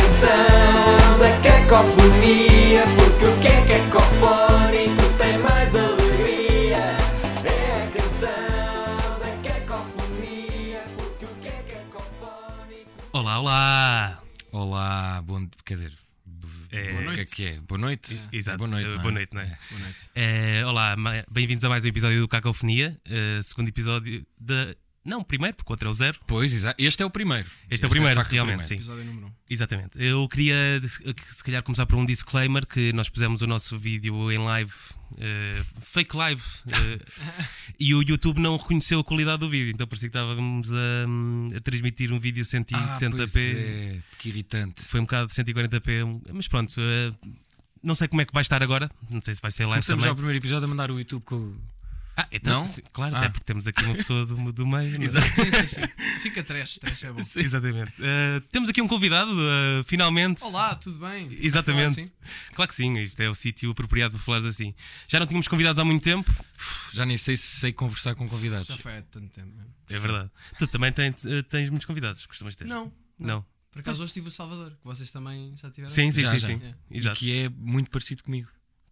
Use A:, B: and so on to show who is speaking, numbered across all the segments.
A: canção da cacofonia, porque o que é cacofónico tem mais alegria. É a canção da cacofonia, porque o que é cacofónico.
B: Olá, olá!
C: Olá, bom, quer dizer, bo-
B: É,
C: boa- o que é
B: noite.
C: que é? Boa noite?
B: Exato,
C: Boa noite.
B: eh,
C: não é?
B: boa noite, não é?
D: Boa noite.
B: Eh, olá, ma- bem-vindos a mais um episódio do Cacofonia, eh, segundo episódio da. Não, primeiro, porque o outro é o zero.
C: Pois, exato. Este é o primeiro. Este,
B: é o primeiro,
C: de facto,
B: realmente, sim.
D: Episódio número 1.
B: Exatamente. Eu queria, de- se calhar, começar por um disclaimer: que nós pusemos o nosso vídeo em live, eh, fake live, eh, e o YouTube não reconheceu a qualidade do vídeo, então parecia que estávamos a, a transmitir um vídeo
C: Ah,
B: 160p.
C: pois é, que irritante.
B: Foi um bocado de 140p, um- mas pronto. eh, não sei como é que vai estar agora. Não sei se vai ser live
C: Começamos já
B: Ah, também.
C: o primeiro episódio a mandar o YouTube com. o-
B: Ah, então,
C: Não?
B: sim, claro,
C: Ah.
B: até porque temos aqui uma pessoa do, do meio. não é?
D: Sim, sim, sim. Fica trash, trash é bom.
B: Sim. Exatamente. Eh, temos aqui um convidado, eh, finalmente.
D: Olá, tudo bem? é assim?
B: Exatamente.
D: Sim.
B: Claro que sim, isto é o sítio apropriado para falares assim. Já não tínhamos convidados há muito tempo,
C: Já nem sei se sei conversar com convidados.
D: Já foi há tanto tempo. mesmo.
B: é verdade. Tu também tens, eh, tens muitos convidados, costumas ter?
D: Não, não.
B: Não.
D: Por acaso hoje tive o Salvador, que vocês também já tiveram.
B: Sim, sim,
C: Já,
B: sim,
C: já.
B: sim.
D: É.
C: E
B: Exato.
C: que é muito parecido comigo.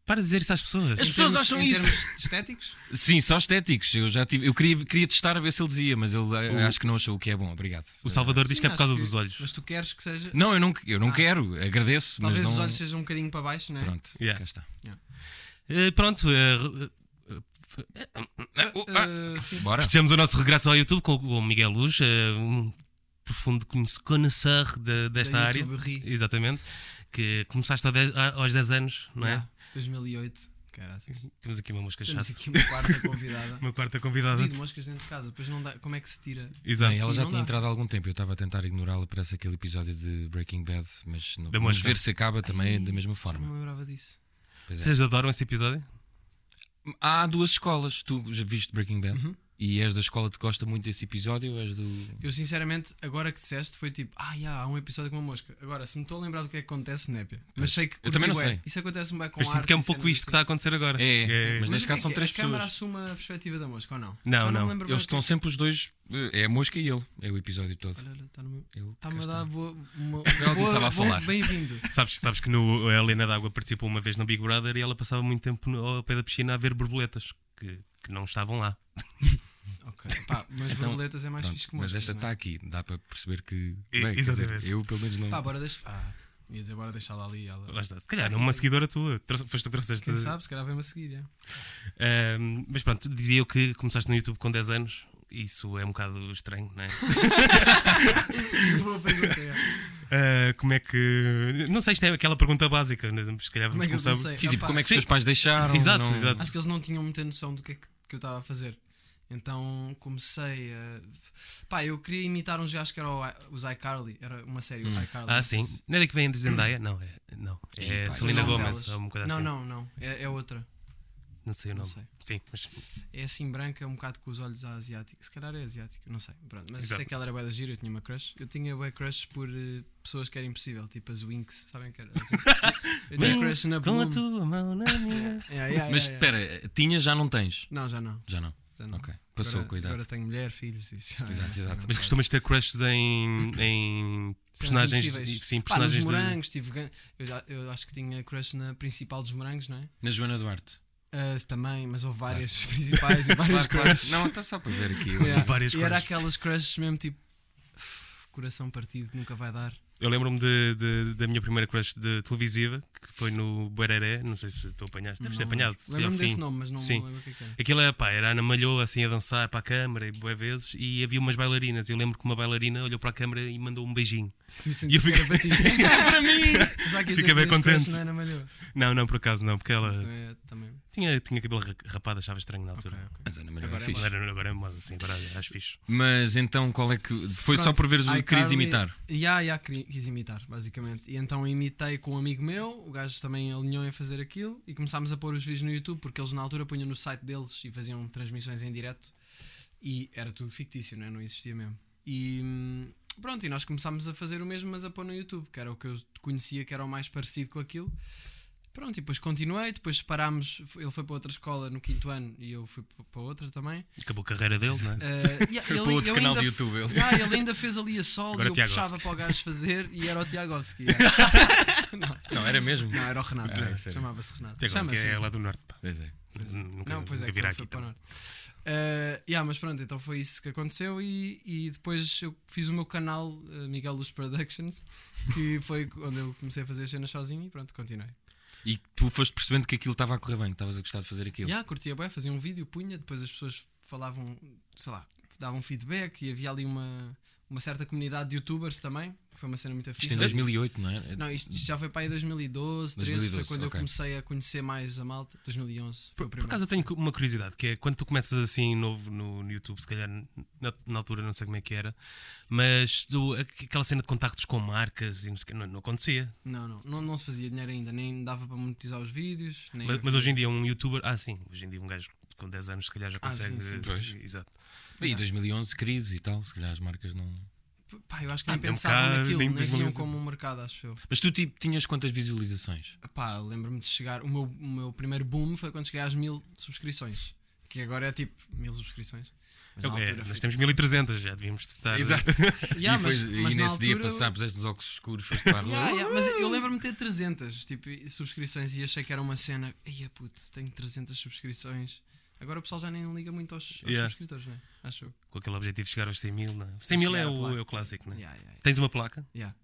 B: Para de dizer isso às pessoas.
C: As
D: Em
C: pessoas
D: termos-
C: acham
D: em
C: isso.
D: termos estéticos?
C: Sim, só estéticos. Eu já tive. Eu queria, queria testar a ver se ele dizia, mas ele eh,
B: O-
C: acho que não achou o que é bom. Obrigado.
B: O Salvador diz
D: Sim,
B: que é por
D: acho
B: causa
D: que-
B: dos olhos.
D: Mas tu queres que seja.
C: Não, eu não, eu não
D: Ah.
C: quero. Agradeço,
D: Talvez
C: mas não.
D: os olhos sejam um bocadinho para baixo, não é?
C: Pronto,
B: Yeah.
C: cá está.
B: Eh, pronto, eh,
D: Ah, ah, sim.
C: oh, Bora.
B: Fechamos o nosso regresso ao YouTube com o Miguel Luz, eh, um profundo conhece- conhecer de- desta
D: Da
B: área.
D: YouTube Ri.
B: Exatamente. Que começaste ao dez- a- aos 10 anos, não é?
D: Yeah, 2008. Caraças.
B: Temos aqui uma mosca
D: Ah. Temos
B: chata.
D: aqui uma quarta convidada.
B: Uma quarta convidada.
D: Pedido moscas dentro de casa, depois não dá. Como é que se tira?
B: Exato.
C: Bem, ela
D: Sim,
C: já
D: não
C: tinha
D: dá.
C: entrado há algum tempo. Eu estava a tentar ignorá-la. Parece aquele episódio de Breaking Bad, mas não,
B: Da
C: vamos
B: mosca.
C: ver se acaba também
D: Ai,
C: da mesma
D: Já não
C: forma.
D: me lembrava disso.
C: Pois é.
B: Vocês adoram esse episódio?
C: Há duas escolas. Tu já viste Breaking Bad
D: Uhum.
C: e és da escola que gosta muito desse episódio ou és do.
D: Eu sinceramente, agora que disseste, foi tipo, ah, já, há um episódio com uma mosca. Agora, se me estou a lembrar do que é que acontece, népia. Mas sei que.
C: Eu também não
D: curti bué.
C: sei.
D: Isso acontece-me bem com
B: Mas sinto
D: arte
B: que é um
D: e
B: pouco
D: cenas
B: isto que
D: assim.
B: está a acontecer agora.
C: É,
B: É,
C: mas
D: Mas
C: neste
D: é
C: caso são
D: que
C: três
D: a câmara
C: pessoas.
D: assume a perspectiva da mosca ou não?
B: Não,
D: Já
B: não.
D: me lembro bem
C: Eles
D: o que é
C: estão sempre os dois. eh, É a mosca e ele. É o episódio todo.
D: que- Olha, olha, está no meu. tá
C: Ele, cá
D: Está-me a
C: está.
D: dar boa. Uma,
C: Ela
D: boa-
C: estava a
D: bom
C: falar.
D: Bem-vindo.
B: Sabes, sabes que no, a Helena d'Água participou uma vez no Big Brother e ela passava muito tempo no, ao pé da piscina a ver borboletas que, que não estavam lá.
D: ok. Pá, mas
C: Então,
D: borboletas é mais
C: Pronto,
D: fixe que moscas.
C: mas esta tá-
D: não é?
C: está aqui. Dá para perceber que.
B: E-
C: Bem, quer dizer,
B: exatamente.
C: eu pelo menos não.
D: Pá, bora deixar. Ah, ia dizer, bora deixá-la ali. Ela...
B: Lá está. Se calhar, é uma seguidora tua. Trouxe- Foste tu que trouxeste.
D: Quem sabe, se calhar vem-me a seguir. é.
B: Ahm, mas pronto, dizia eu que começaste no YouTube com 10 anos. Isso é um bocado estranho, não é?
D: Boa pergunta. é.
B: Ah, como é que. Não sei, isto é aquela pergunta básica, né? mas se calhar
D: Como é que eu
B: vamos começar.
D: comecei?
C: Sim, tipo,
D: Opa,
C: como é que os
B: sim.
C: teus pais deixaram?
B: Exato,
C: não-
B: exato.
D: Acho que eles não tinham muita noção do que é que, que eu estava a fazer. Então comecei a. Pá, eu queria imitar uns gajos que eram o I- os iCarly. Era uma série, os iCarly.
B: Ah,
D: não
B: sim.
D: sei se-
B: Não é de que vem de Zendaya? Não, é, não. é
C: Ih, pá,
B: Selena
D: não
B: Gomez.
D: delas.
B: Ou uma coisa
D: Não,
B: assim.
D: não, não. É, é outra.
B: Não sei o
D: Não
B: nome.
D: sei.
B: Sim, mas
D: É assim branca, um bocado com os olhos asiáticos. Se calhar é asiático, não sei. Pronto, mas
B: Exato.
D: sei que ela era bué da gira, eu tinha uma crush. Eu tinha bué crush por eh, pessoas que era impossível, tipo as Winx, sabem que era? As Winx. eu tinha
B: Winx,
D: crush na
B: com a
D: Bloom.
B: tua mão na minha.
D: Yeah, yeah, yeah,
C: Mas
D: yeah.
C: espera, tinha, já não tens.
D: Não, já não.
C: Já não.
D: Já não.
C: Ok. Passou,
D: agora,
C: cuidado.
D: Agora tenho mulher, filhos e isso. já-
C: Exato,
D: já
C: exato.
D: não
B: mas
D: quero.
B: costumas ter crushes em, em personagens.
D: impossíveis.
B: Sim,
D: Pá,
B: personagens.
D: nos
B: de-
D: morangos, tive gan- eu, já- eu acho que tinha crush na principal dos morangos, não é?
C: Na Joana Duarte.
D: Ah, também, mas houve várias principais e várias crushes.
C: Não, está só para ver aqui.
D: Yeah.
B: Várias
D: e era
B: crushes.
D: aquelas crushes mesmo tipo coração partido, nunca vai dar.
B: Eu lembro-me de- de- da minha primeira crush de televisiva, que foi no Bereré. Não sei se tu apanhaste. Deves ter
D: Não-
B: apanhado. se ao
D: Lembro-me
B: fim.
D: desse nome, mas não
B: Sim.
D: me lembro o que é que era.
B: Aquilo é, pá, era a Ana Malhou assim a dançar para a câmara e bué vezes e havia umas bailarinas. Eu lembro que uma bailarina olhou para a câmara e mandou um beijinho. E
D: Tu
B: eu É
D: sentiste que era para ti.
C: para mim!
D: Só que eu
B: Fiquei
D: sempre
B: bem
D: fiz
B: contente.
D: crush na Ana Malhoa.
B: Não, não, por acaso não, porque ela
D: Isso também é- também-
B: tinha, tinha cabelo ra- rapado, achava estranho na
D: ok,
B: altura.
D: ok.
C: Mas Ana Maria é
D: Agora é
C: fixe.
B: Agora, agora é moda, assim, agora acho fixe.
C: Mas então qual é que. Foi só
D: Pronto,
C: por veres o que querias
D: iCarly-
C: imitar.
D: Ya, ya, queria- quis imitar, basicamente. E então imitei com um amigo meu, o gajo também alinhou em fazer aquilo e começámos a pôr os vídeos no YouTube porque eles na altura punham no site deles e faziam transmissões em direto e era tudo fictício, não, é? não existia mesmo. E hum, pronto, e nós começámos a fazer o mesmo, mas a pôr no YouTube, que era o que eu conhecia que era o mais parecido com aquilo. Pronto, e depois continuei, depois parámos, ele foi para outra escola no quinto ano e eu fui para outra também.
B: Acabou a carreira dele, não é?
D: Ah, yeah,
C: Foi para outro
D: eu
C: canal
D: ainda
C: do
D: f-
C: YouTube, ele.
D: Yeah, ele ainda fez ali a sol
B: Agora
D: e eu
B: Tiagovski.
D: puxava para o gajo fazer e era o Tiagovski. yeah. não,
C: Não, era mesmo.
D: não, era o Renato,
C: Ah,
D: é,
C: sério.
D: chamava-se Renato.
B: Até agora,
D: Chama-se
B: que é
D: Renato.
B: lá do norte. Pá.
C: Pois é.
B: Nunca,
D: Não, pois
B: nunca
D: é, que
B: virá
D: ele
B: aqui.
D: foi para o
B: também.
D: norte. Ah, yeah, mas pronto, então foi isso que aconteceu e, e depois eu fiz o meu canal ah, Miguel Luz Productions, que foi onde eu comecei a fazer as cenas sozinho e pronto, continuei.
C: E tu foste percebendo que aquilo estava a correr bem, que estavas a gostar de fazer aquilo.
D: Já, curtia bem, fazia um vídeo, punha, depois as pessoas falavam, sei lá, davam feedback e havia ali uma, uma certa comunidade de youtubers também, que foi uma cena muito
C: Isto
D: fixe.
C: em 2008, não é?
D: Não, isto, isto já foi para aí 2012, 13, foi
C: 2012,
D: quando eu
C: ok.
D: comecei a conhecer mais a malta. 2011 foi
B: Por,
D: o
B: por
D: primeiro.
B: acaso eu tenho uma curiosidade, que é quando tu começas assim novo no, no YouTube, se calhar na, na altura não sei como é que era, mas tu- aqu- aquela cena de contactos com marcas e não, sei o quê, não- não acontecia.
D: não, não, não, não se fazia dinheiro ainda, nem dava para monetizar os vídeos. Nem
B: Mas, mas hoje em dia um youtuber, ah sim, hoje em dia um gajo com 10 anos se calhar já
D: Ah, sim,
B: consegue. eh,
D: sim.
C: Pois.
B: Exato.
C: E 2011, crise e tal, se calhar as marcas não.
D: Pá, eu acho que nem
B: Ah, mesmo
D: pensavam
B: cá,
D: naquilo,
B: nem
D: nem viam
B: visualiza-
D: como um mercado, acho eu.
C: Mas tu tipo, tinhas quantas visualizações?
D: Pá, eu lembro-me de chegar. O meu, o meu primeiro boom foi quando cheguei às mil subscrições. Que agora é tipo mil subscrições. Mas na
B: É,
D: altura
B: nós
D: foi-
B: temos 1300, já devíamos estar. eh,
D: Yeah,
C: e depois-
D: mas-
C: e
D: mas na
C: nesse dia
D: altura-
C: passámos estes óculos escuros, foste para a rua.
D: Yeah, yeah, mas eu lembro-me de ter 300 tipo, e- subscrições e achei que era uma cena. Ia puto, tenho 300 subscrições. Agora o pessoal já nem liga muito aos, aos
B: Yeah.
D: subscritores, né? Acho eu.
B: Com aquele objetivo de chegar aos 100 mil, não é? 100 mil é
D: Chegar à
B: o,
D: placa.
B: é o clássico, não é?
D: Yeah, yeah, yeah.
B: Tens uma placa?
D: Yeah.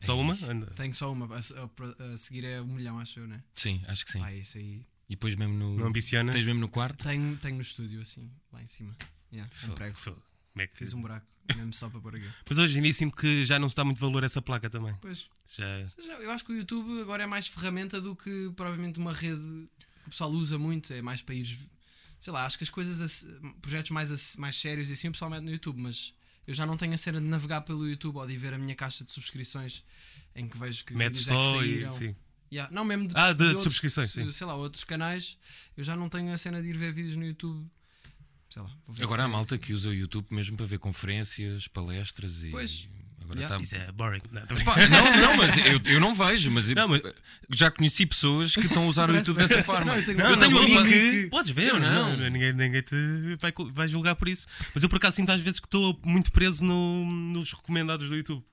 B: Só uma?
D: Tenho só uma, a, a- a seguir é um milhão, acho eu, né?
C: Sim, acho que sim.
D: Pá, isso aí.
C: E depois mesmo no.
B: Não ambiciona?
C: Tens mesmo no quarto?
D: Tenho, tenho no estúdio, assim, lá em cima. Yeah, um
C: Fogo.
D: prego.
B: Fogo. Como é que
D: Fiz um buraco, mesmo só para pôr aqui.
B: Mas hoje em dia sinto que já não se dá muito valor a essa placa também.
D: Pois,
B: Já...
D: Ou seja, eu acho que o YouTube agora é mais ferramenta do que provavelmente uma rede que o pessoal usa muito, é mais para ires, sei lá, acho que as coisas, ass- projetos mais, ass- mais sérios e assim o pessoal mete no YouTube, mas eu já não tenho a cena de navegar pelo YouTube ou de ir ver a minha caixa de subscrições em que vejo que
B: Mete
D: vídeos é que
B: só e.
D: saíram.
B: Sim.
D: Yeah, Não, mesmo de,
B: Ah, de- de
D: outros-
B: subscrições,
D: de-
B: sim.
D: Sei lá, outros canais, eu já não tenho a cena de ir ver vídeos no YouTube. Sei lá, vou ver
C: Agora é
D: se-
C: há malta que usa o YouTube mesmo para ver conferências, palestras e.
D: Pois.
C: Agora
D: Yeah.
C: tá-
B: Isso é boring. Não, tô
C: Pá, não, não, mas eu, eu não vejo, mas, eu-
B: Não, mas-
C: já conheci pessoas que estão a usar o
D: Parece
C: YouTube
D: bem.
C: dessa forma.
D: Não, eu tenho-
B: Não, eu tenho um
C: na
B: amigo
C: boa,
B: que... Podes ver,
C: Eu
B: não.
C: não.
B: Ninguém, ninguém te vai, cu- vai julgar por isso. Mas eu por acaso sinto às vezes que estou muito preso no- nos recomendados do YouTube.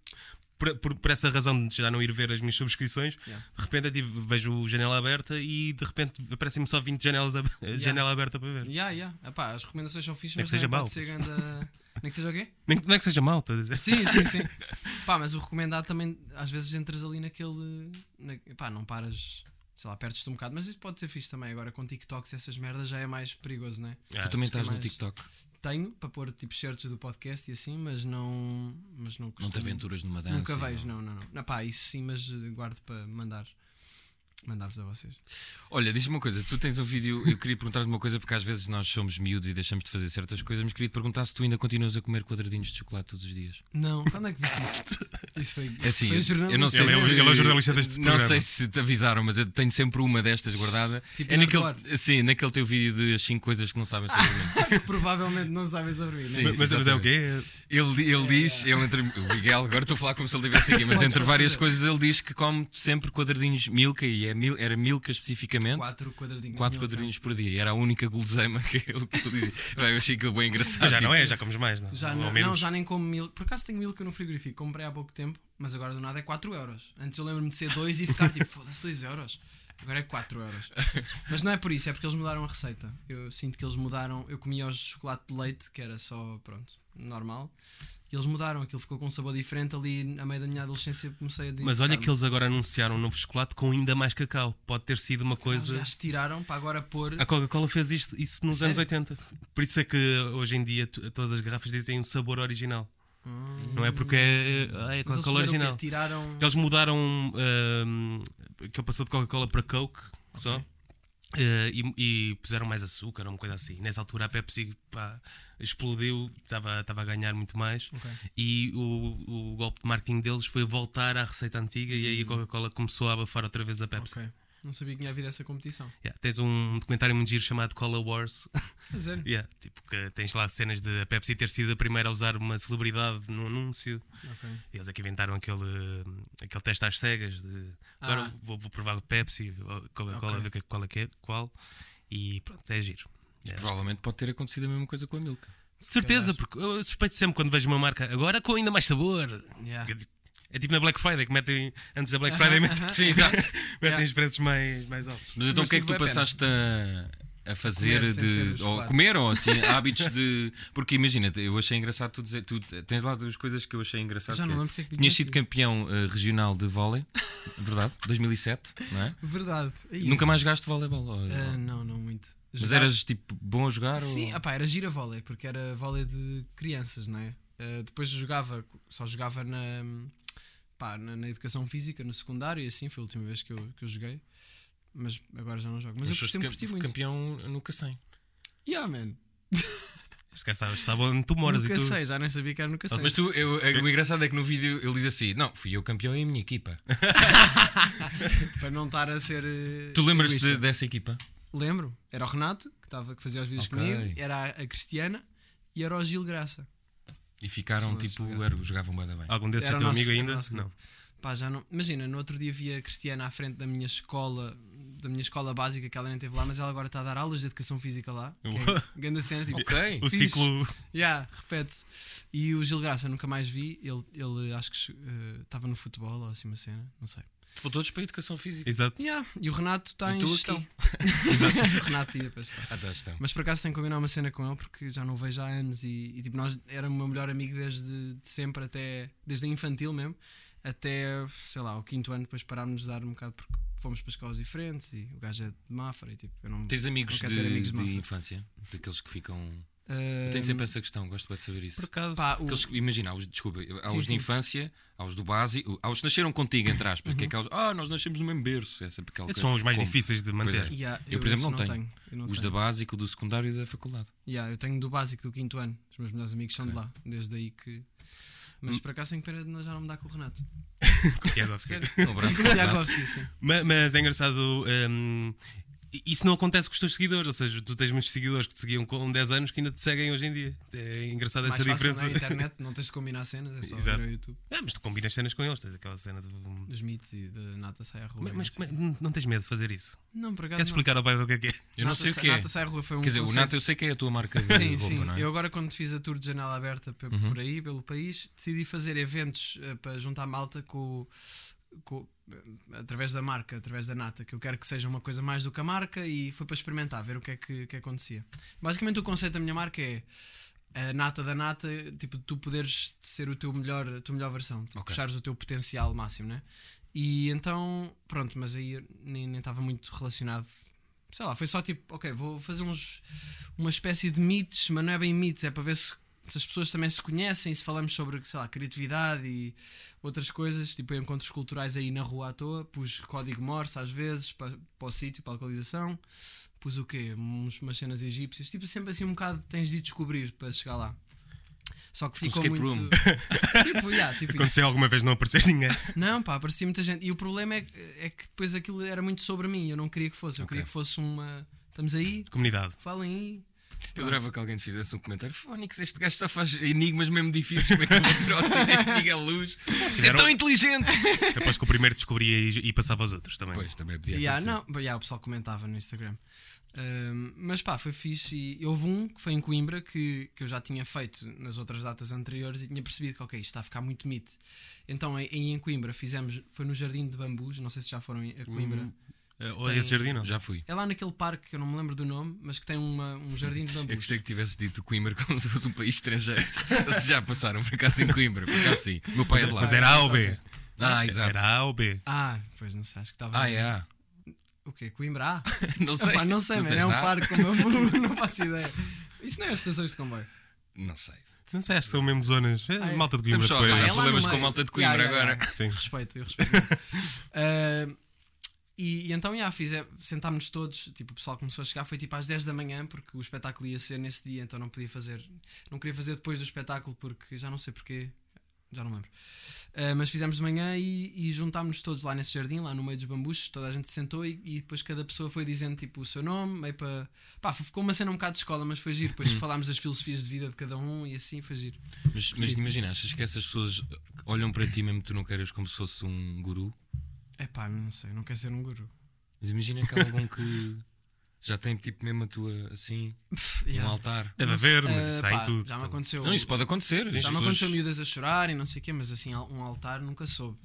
B: Por, por- por essa razão de já não ir ver as minhas subscrições,
D: Yeah.
B: de repente eu tive- vejo janela aberta e de repente aparecem-me só 20 janelas ab- janela aberta para ver.
D: Yeah, yeah. Epá, as recomendações são fixas,
B: Nem
D: mas
B: que seja
D: também
B: mau.
D: pode ser ganda- Nem que seja o quê?
B: Nem que- não é que seja mal, estou a dizer.
D: Sim, sim, sim. pá, mas o recomendado também, às vezes entras ali naquele. Na, pá, não paras, sei lá, perdes-te um bocado, mas isso pode ser fixe também. Agora com TikToks e essas merdas já é mais perigoso, né?
B: Ah,
C: Tu também
D: acho que é
C: estás no
D: mais-
C: TikTok.
D: Tenho para pôr tipo shirts do podcast e assim, mas não. Mas não
C: Não
D: costumo-
C: te né? aventuras numa dança.
D: Nunca
C: e
D: vejo, não, não, não. não pá, isso sim, mas eh, guardo para mandar. Mandar-vos a vocês.
C: Olha, diz-me uma coisa, tu tens um vídeo, eu queria perguntar-te uma coisa, porque às vezes nós somos miúdos e deixamos de fazer certas coisas, mas queria te perguntar se tu ainda continuas a comer quadradinhos de chocolate todos os dias.
D: Não, quando é que viste isso? Isso foi.
C: É assim,
D: foi um jornal-
C: eu não sei
B: Ele é o-
C: se,
B: ele é o jornalista deste
C: Não
B: programa.
C: sei se te avisaram, mas eu tenho sempre uma destas guardada.
D: Tipo
C: é
D: no
C: naquele,
D: repertório.
C: sim, naquele teu vídeo de as 5 coisas que não sabem sobre mim.
D: Provavelmente não sabem sobre mim, né?
C: Sim.
B: Mas, mas é o quê?
C: Ele, ele diz, ele entre, o Miguel, agora estou a falar como se ele estivesse aqui, mas
D: Podes,
C: entre
D: podes
C: várias
D: É. fazer.
C: coisas ele diz que come sempre quadradinhos Milka e é mil, era Milka especificamente. quatro
D: Quatro quadradinhos.
C: quadradinhos por dia, e era a única guloseima que ele, que ele dizia. Bem, eu achei aquilo bem engraçado.
B: Já não
C: tipo,
B: é, já comes mais, não?
D: Já
B: Ou
D: não,
B: menos.
D: não, já nem como mil. Por acaso tenho mil que eu não frigorífico, comprei há pouco tempo, mas agora do nada é 4 euros. Antes eu lembro-me de ser 2 e ficar tipo, foda-se, 2 euros. Agora é 4 euros. Mas não é por isso, é porque eles mudaram a receita. Eu sinto que eles mudaram. Eu comia os de chocolate de leite, que era só, pronto, normal. E eles mudaram, aquilo ficou com um sabor diferente ali a meio da minha adolescência. Comecei a dizer.
B: Mas olha que eles agora anunciaram um novo chocolate com ainda mais cacau. Pode ter sido uma coisa. Ah,
D: Já tiraram para agora pôr.
B: A Coca-Cola fez isto, isso nos
D: Sério?
B: anos 80. Por isso é que hoje em dia tu- todas as garrafas dizem o sabor original.
D: Hum.
B: Não é porque é, ah, é
D: Mas eles
B: Coca-Cola
D: fizeram o quê? Tipo-
B: original.
D: Tiraram.
B: Eles mudaram hum, aquele passou de Coca-Cola para Coke só. eh, e, e puseram mais açúcar, uma coisa assim. Nessa altura a Pepsi pá, explodiu, estava estava a ganhar muito mais.
D: Ok.
B: E o, o golpe de marketing deles foi voltar à receita antiga e aí a Coca-Cola começou a abafar outra vez a Pepsi.
D: Hum. ok. Não sabia que tinha havido essa competição.
B: Yeah, Tens um documentário muito giro chamado Cola Wars,
D: Mas é.
B: Yeah, tipo que tens lá cenas de a Pepsi ter sido a primeira a usar uma celebridade num anúncio.
D: Ok.
B: Eles é que inventaram aquele, hum, aquele teste às cegas de Agora
D: Ah.
B: vou, vou provar o Pepsi, ou Coca-Cola,
D: Ok.
B: ver que- qual é que é, qual. E pronto, é giro. É.
C: Tipo, Provavelmente pode ter acontecido a mesma coisa com a Milka.
B: De certeza, porque eu suspeito sempre quando vejo uma marca agora com ainda mais sabor.
D: Yeah.
B: É tipo- É tipo na Black Friday, que metem antes da Black
D: Aham,
B: Friday,
D: aham.
B: metem,
C: Sim, exato.
B: metem
D: Yeah.
B: os preços mais, mais altos.
C: Mas então o que é que
D: sim,
C: tu
D: vale a
C: passaste a, a fazer
D: Comer sem ser o
C: de. Ou
D: chocolate.
C: comer, ou assim, hábitos de. Porque imagina, eu achei engraçado tu dizer. Tu tens lá duas coisas que eu achei engraçado.
D: Já
C: que
D: não
C: é-
D: lembro porque é que
C: Tinhas
D: tinha
C: sido campeão eh, regional de vôlei, verdade? 2007, não é?
D: Verdade. Ai,
C: Nunca mais jogaste voleibol. ou-
D: ah, não, não muito.
C: mas
D: Jogar-
C: eras tipo bom a jogar?
D: Sim, ah,
C: ou...
D: opá, era gira vôlei, porque era vôlei de crianças, não é? Ah, depois jogava, só jogava na, pá, na, na educação física, no secundário, e assim foi a última vez que eu, que eu joguei. Mas agora já não jogo. Mas, eu
C: foste
D: sempre
C: cam-
D: curti muito.
C: campeão no Cassem.
D: Yeah, man.
B: Este gajo sabe, sabe onde tu moras
D: nunca
B: e tu.
D: sei, já nem sabia que era nunca sei.
C: Mas tu, eu- é- o engraçado é que no vídeo ele diz assim: Não, fui eu campeão em minha equipa.
D: É Para não estar a ser. eh,
C: Tu lembras-te
D: egoísta.
C: de- dessa equipa?
D: Lembro. Era o Renato, que, tava, que fazia os vídeos
C: Ok.
D: comigo, era a, a Cristiana e era o Gil Graça.
C: E ficaram
D: São esses
C: tipo,
D: jogadores.
C: ergo, jogavam bué da bem.
B: Algum desses é
D: Era o
B: teu
D: nosso-
B: amigo
D: era o
B: ainda?
D: nosso
B: Não.
D: grupo. Pá, já não. Imagina, no outro dia vi a Cristiana à frente da minha escola, da minha escola básica que ela nem teve lá, mas ela agora está a dar aulas de educação física lá. que é Grande cena, tipo,
C: Ok.
B: O
D: Fixe.
B: ciclo.
D: yeah, repete-se. E o Gil Graça nunca mais vi, ele, ele acho que eh, estava no futebol ou assim uma cena, não sei.
C: Foi todos para a educação física.
B: Exato.
D: Yeah, e o Renato está
C: E
D: em
C: tu,
D: ski.
C: então?
D: O Renato ia para estar.
C: Ah, tá, está.
D: Mas por acaso tenho que combinar uma cena com ele porque já não o vejo há anos e, e, tipo, nós éramos o meu melhor amigo desde de sempre até desde a infantil mesmo, até sei lá, o quinto ano, depois parámos de dar um bocado porque fomos para escolas diferentes e o gajo é de Mafra e tipo, eu não
C: Tens amigos, de,
D: Nunca ter amigos de
C: de
D: Mafra.
C: infância? Daqueles que ficam.
D: Ah,
C: Eu tenho sempre essa questão, gosto bué de saber isso.
B: Por acaso.
D: pá, o-
C: Aqueles, que- imagina, há os, desculpa, há
D: Sim,
C: os de
D: sim.
C: infância, há os do base, há os que nasceram contigo, entre aspas,
D: Uhum.
C: que é aqueles, ah, nós nascemos no mesmo berço. É sempre aquela
B: Esses
C: coisa.
B: são os mais
C: Como?
B: difíceis de manter.
C: Pois é.
D: yeah,
C: Eu, por exemplo,
D: esse
C: não tenho.
D: Eu não
C: Os da
D: tenho.
C: básica, o do secundário e da faculdade.
D: Yeah, eu tenho do básico do quinto ano, os meus melhores amigos são de lá, desde aí que.
C: Hum.
D: Mas por acaso tenho pena de não- já não me dar com o Renato.
B: Que é do oficina.
C: Um abraço.
D: Com o Tiago
C: Renato.
D: Alves, sim.
B: Ma- Mas é engraçado. hum, isso não acontece com os teus seguidores, ou seja, tu tens muitos seguidores que te seguiam com 10 anos que ainda te seguem hoje em dia. É engraçado
D: Mais
B: essa
D: fácil
C: é,
B: diferença.
D: na internet, não tens de combinar cenas, é só
B: Exato.
D: ver o YouTube.
B: Ah, mas tu combinas cenas com eles, tens aquela cena do.
D: Dos mitos e da nata sai à
B: Mas,
D: rua. e
B: mas
D: não sei
B: como é- não- não tens medo de fazer isso?
D: Não, por acaso.
B: Queres explicar ao bairro o que é que é?
C: Eu não sei o que é.
D: Nata Sai à Rua foi um
C: Quer dizer, o
D: conceito-
C: Nato eu sei que é a tua marca de
D: Sim,
C: roupa,
D: sim.
C: não é?
D: Eu agora, quando fiz a tour de janela aberta pe-
C: Uhum.
D: por aí, pelo país, decidi fazer eventos eh, para juntar malta com, com- eh, através da marca, através da nata, que eu quero que seja uma coisa mais do que a marca e foi para experimentar, ver o que é que, que acontecia. Basicamente, o conceito da minha marca é a nata da nata, tipo, tu poderes ser o teu melhor, a tua melhor versão, tipo,
C: Ok.
D: puxares o teu potencial máximo, né? E então, pronto, mas aí eu nem nem estava muito relacionado. Sei lá, foi só tipo, ok, vou fazer uns, uma espécie de mitos, mas não é bem mitos, é para ver se, se as pessoas também se conhecem, se falamos sobre, sei lá, criatividade e outras coisas, tipo encontros culturais aí na rua à toa. Pus código Morse às vezes para, para o sítio, para a localização. Pus o quê? Uns, umas cenas egípcias. Tipo, sempre assim um bocado tens de descobrir para chegar lá. Só que ficou
C: escape
D: muito.
C: room.
D: tipo, yeah, tipo isso.
B: Aconteceu alguma vez não aparecer ninguém?
D: Não, pá, aparecia muita gente. E o problema é, que- é que depois aquilo era muito sobre mim. Eu não queria que fosse. Eu
C: Ok.
D: queria que fosse uma. Estamos aí,
B: Comunidade.
D: falem aí.
C: Eu adorava que alguém te fizesse um comentário. Fónix, este gajo só faz enigmas mesmo difíceis. Como é que eu vou trouxe deste Miguel Luz? Isto é
B: calhar
C: tão
B: eu-
C: inteligente.
B: Depois que o primeiro descobria e, e passava aos outros também.
C: Pois, também podia
D: Yeah,
C: acontecer.
D: não, but yeah, o pessoal comentava no Instagram. Um, mas pá, foi fixe. E houve um que foi em Coimbra que, que eu já tinha feito nas outras datas anteriores e tinha percebido que, ok, isto está a ficar muito mito. Então aí em, Coimbra fizemos, foi no Jardim de Bambus. Não sei se já foram
C: Uhum.
D: a Coimbra.
B: Eh, Ou
D: Tem-
B: esse jardim não?
C: Já fui.
D: É lá naquele parque que eu não me lembro do nome, mas que tem uma- um jardim de bambus.
C: Eu gostei que tivesse dito Coimbra como se fosse um país estrangeiro. Vocês já passaram por acaso em Coimbra, por acaso sim. Meu pai é de lá.
B: Mas era A ou B?
C: Ah, exato.
B: Era A ou B?
D: Ah, pois não sei, acho que estava.
C: Ah, é A.
D: O quê? Coimbra? Ah,
C: Não sei.
D: Pá, não sei,
C: Tu
D: mano. É
C: disseste
D: um
C: A?
D: parque como eu não faço ideia. Isso não é as estações de comboio.
C: Não sei.
B: Não sei, acho que são mesmo zonas. É,
D: Ah, é.
B: Malta de Coimbra
C: Estamos só a
B: depois.
D: Pá,
C: arranjar
D: é lá
C: problemas com
D: no
C: a
D: meio.
C: malta de Coimbra
D: Ya, ya,
C: agora.
D: ya.
B: Sim.
D: Respeito, eu respeito. muito. Ah, e, e então, já, fiz, sentámos-nos todos. Tipo, o pessoal começou a chegar. Foi tipo às 10 da manhã, porque o espetáculo ia ser nesse dia. Então, não podia fazer. Não queria fazer depois do espetáculo, porque já não sei porquê. Já não lembro. Ah, mas fizemos de manhã e, e juntámos-nos todos lá nesse jardim, lá no meio dos bambuches. Toda a gente se sentou e, e depois cada pessoa foi dizendo tipo o seu nome. Meio para. Pá, ficou uma cena um bocado de escola, mas foi giro. Depois falámos das filosofias de vida de cada um e assim foi giro.
C: Mas, mas imagina, achas que essas pessoas olham para ti mesmo que tu não queiras como se fosse um guru?
D: É pá, não sei, não quero ser um guru.
C: Mas imagina que há algum que já tem tipo mesmo a tua assim, um altar.
B: Deve haver, mas isso há em
D: eh, pá,
B: tudo. então.
D: Já me aconteceu.
C: Não, isso pode acontecer. as
D: já me
C: pessoas-
D: aconteceu miúdas a chorar e não sei o quê, mas assim, al- um altar nunca soube.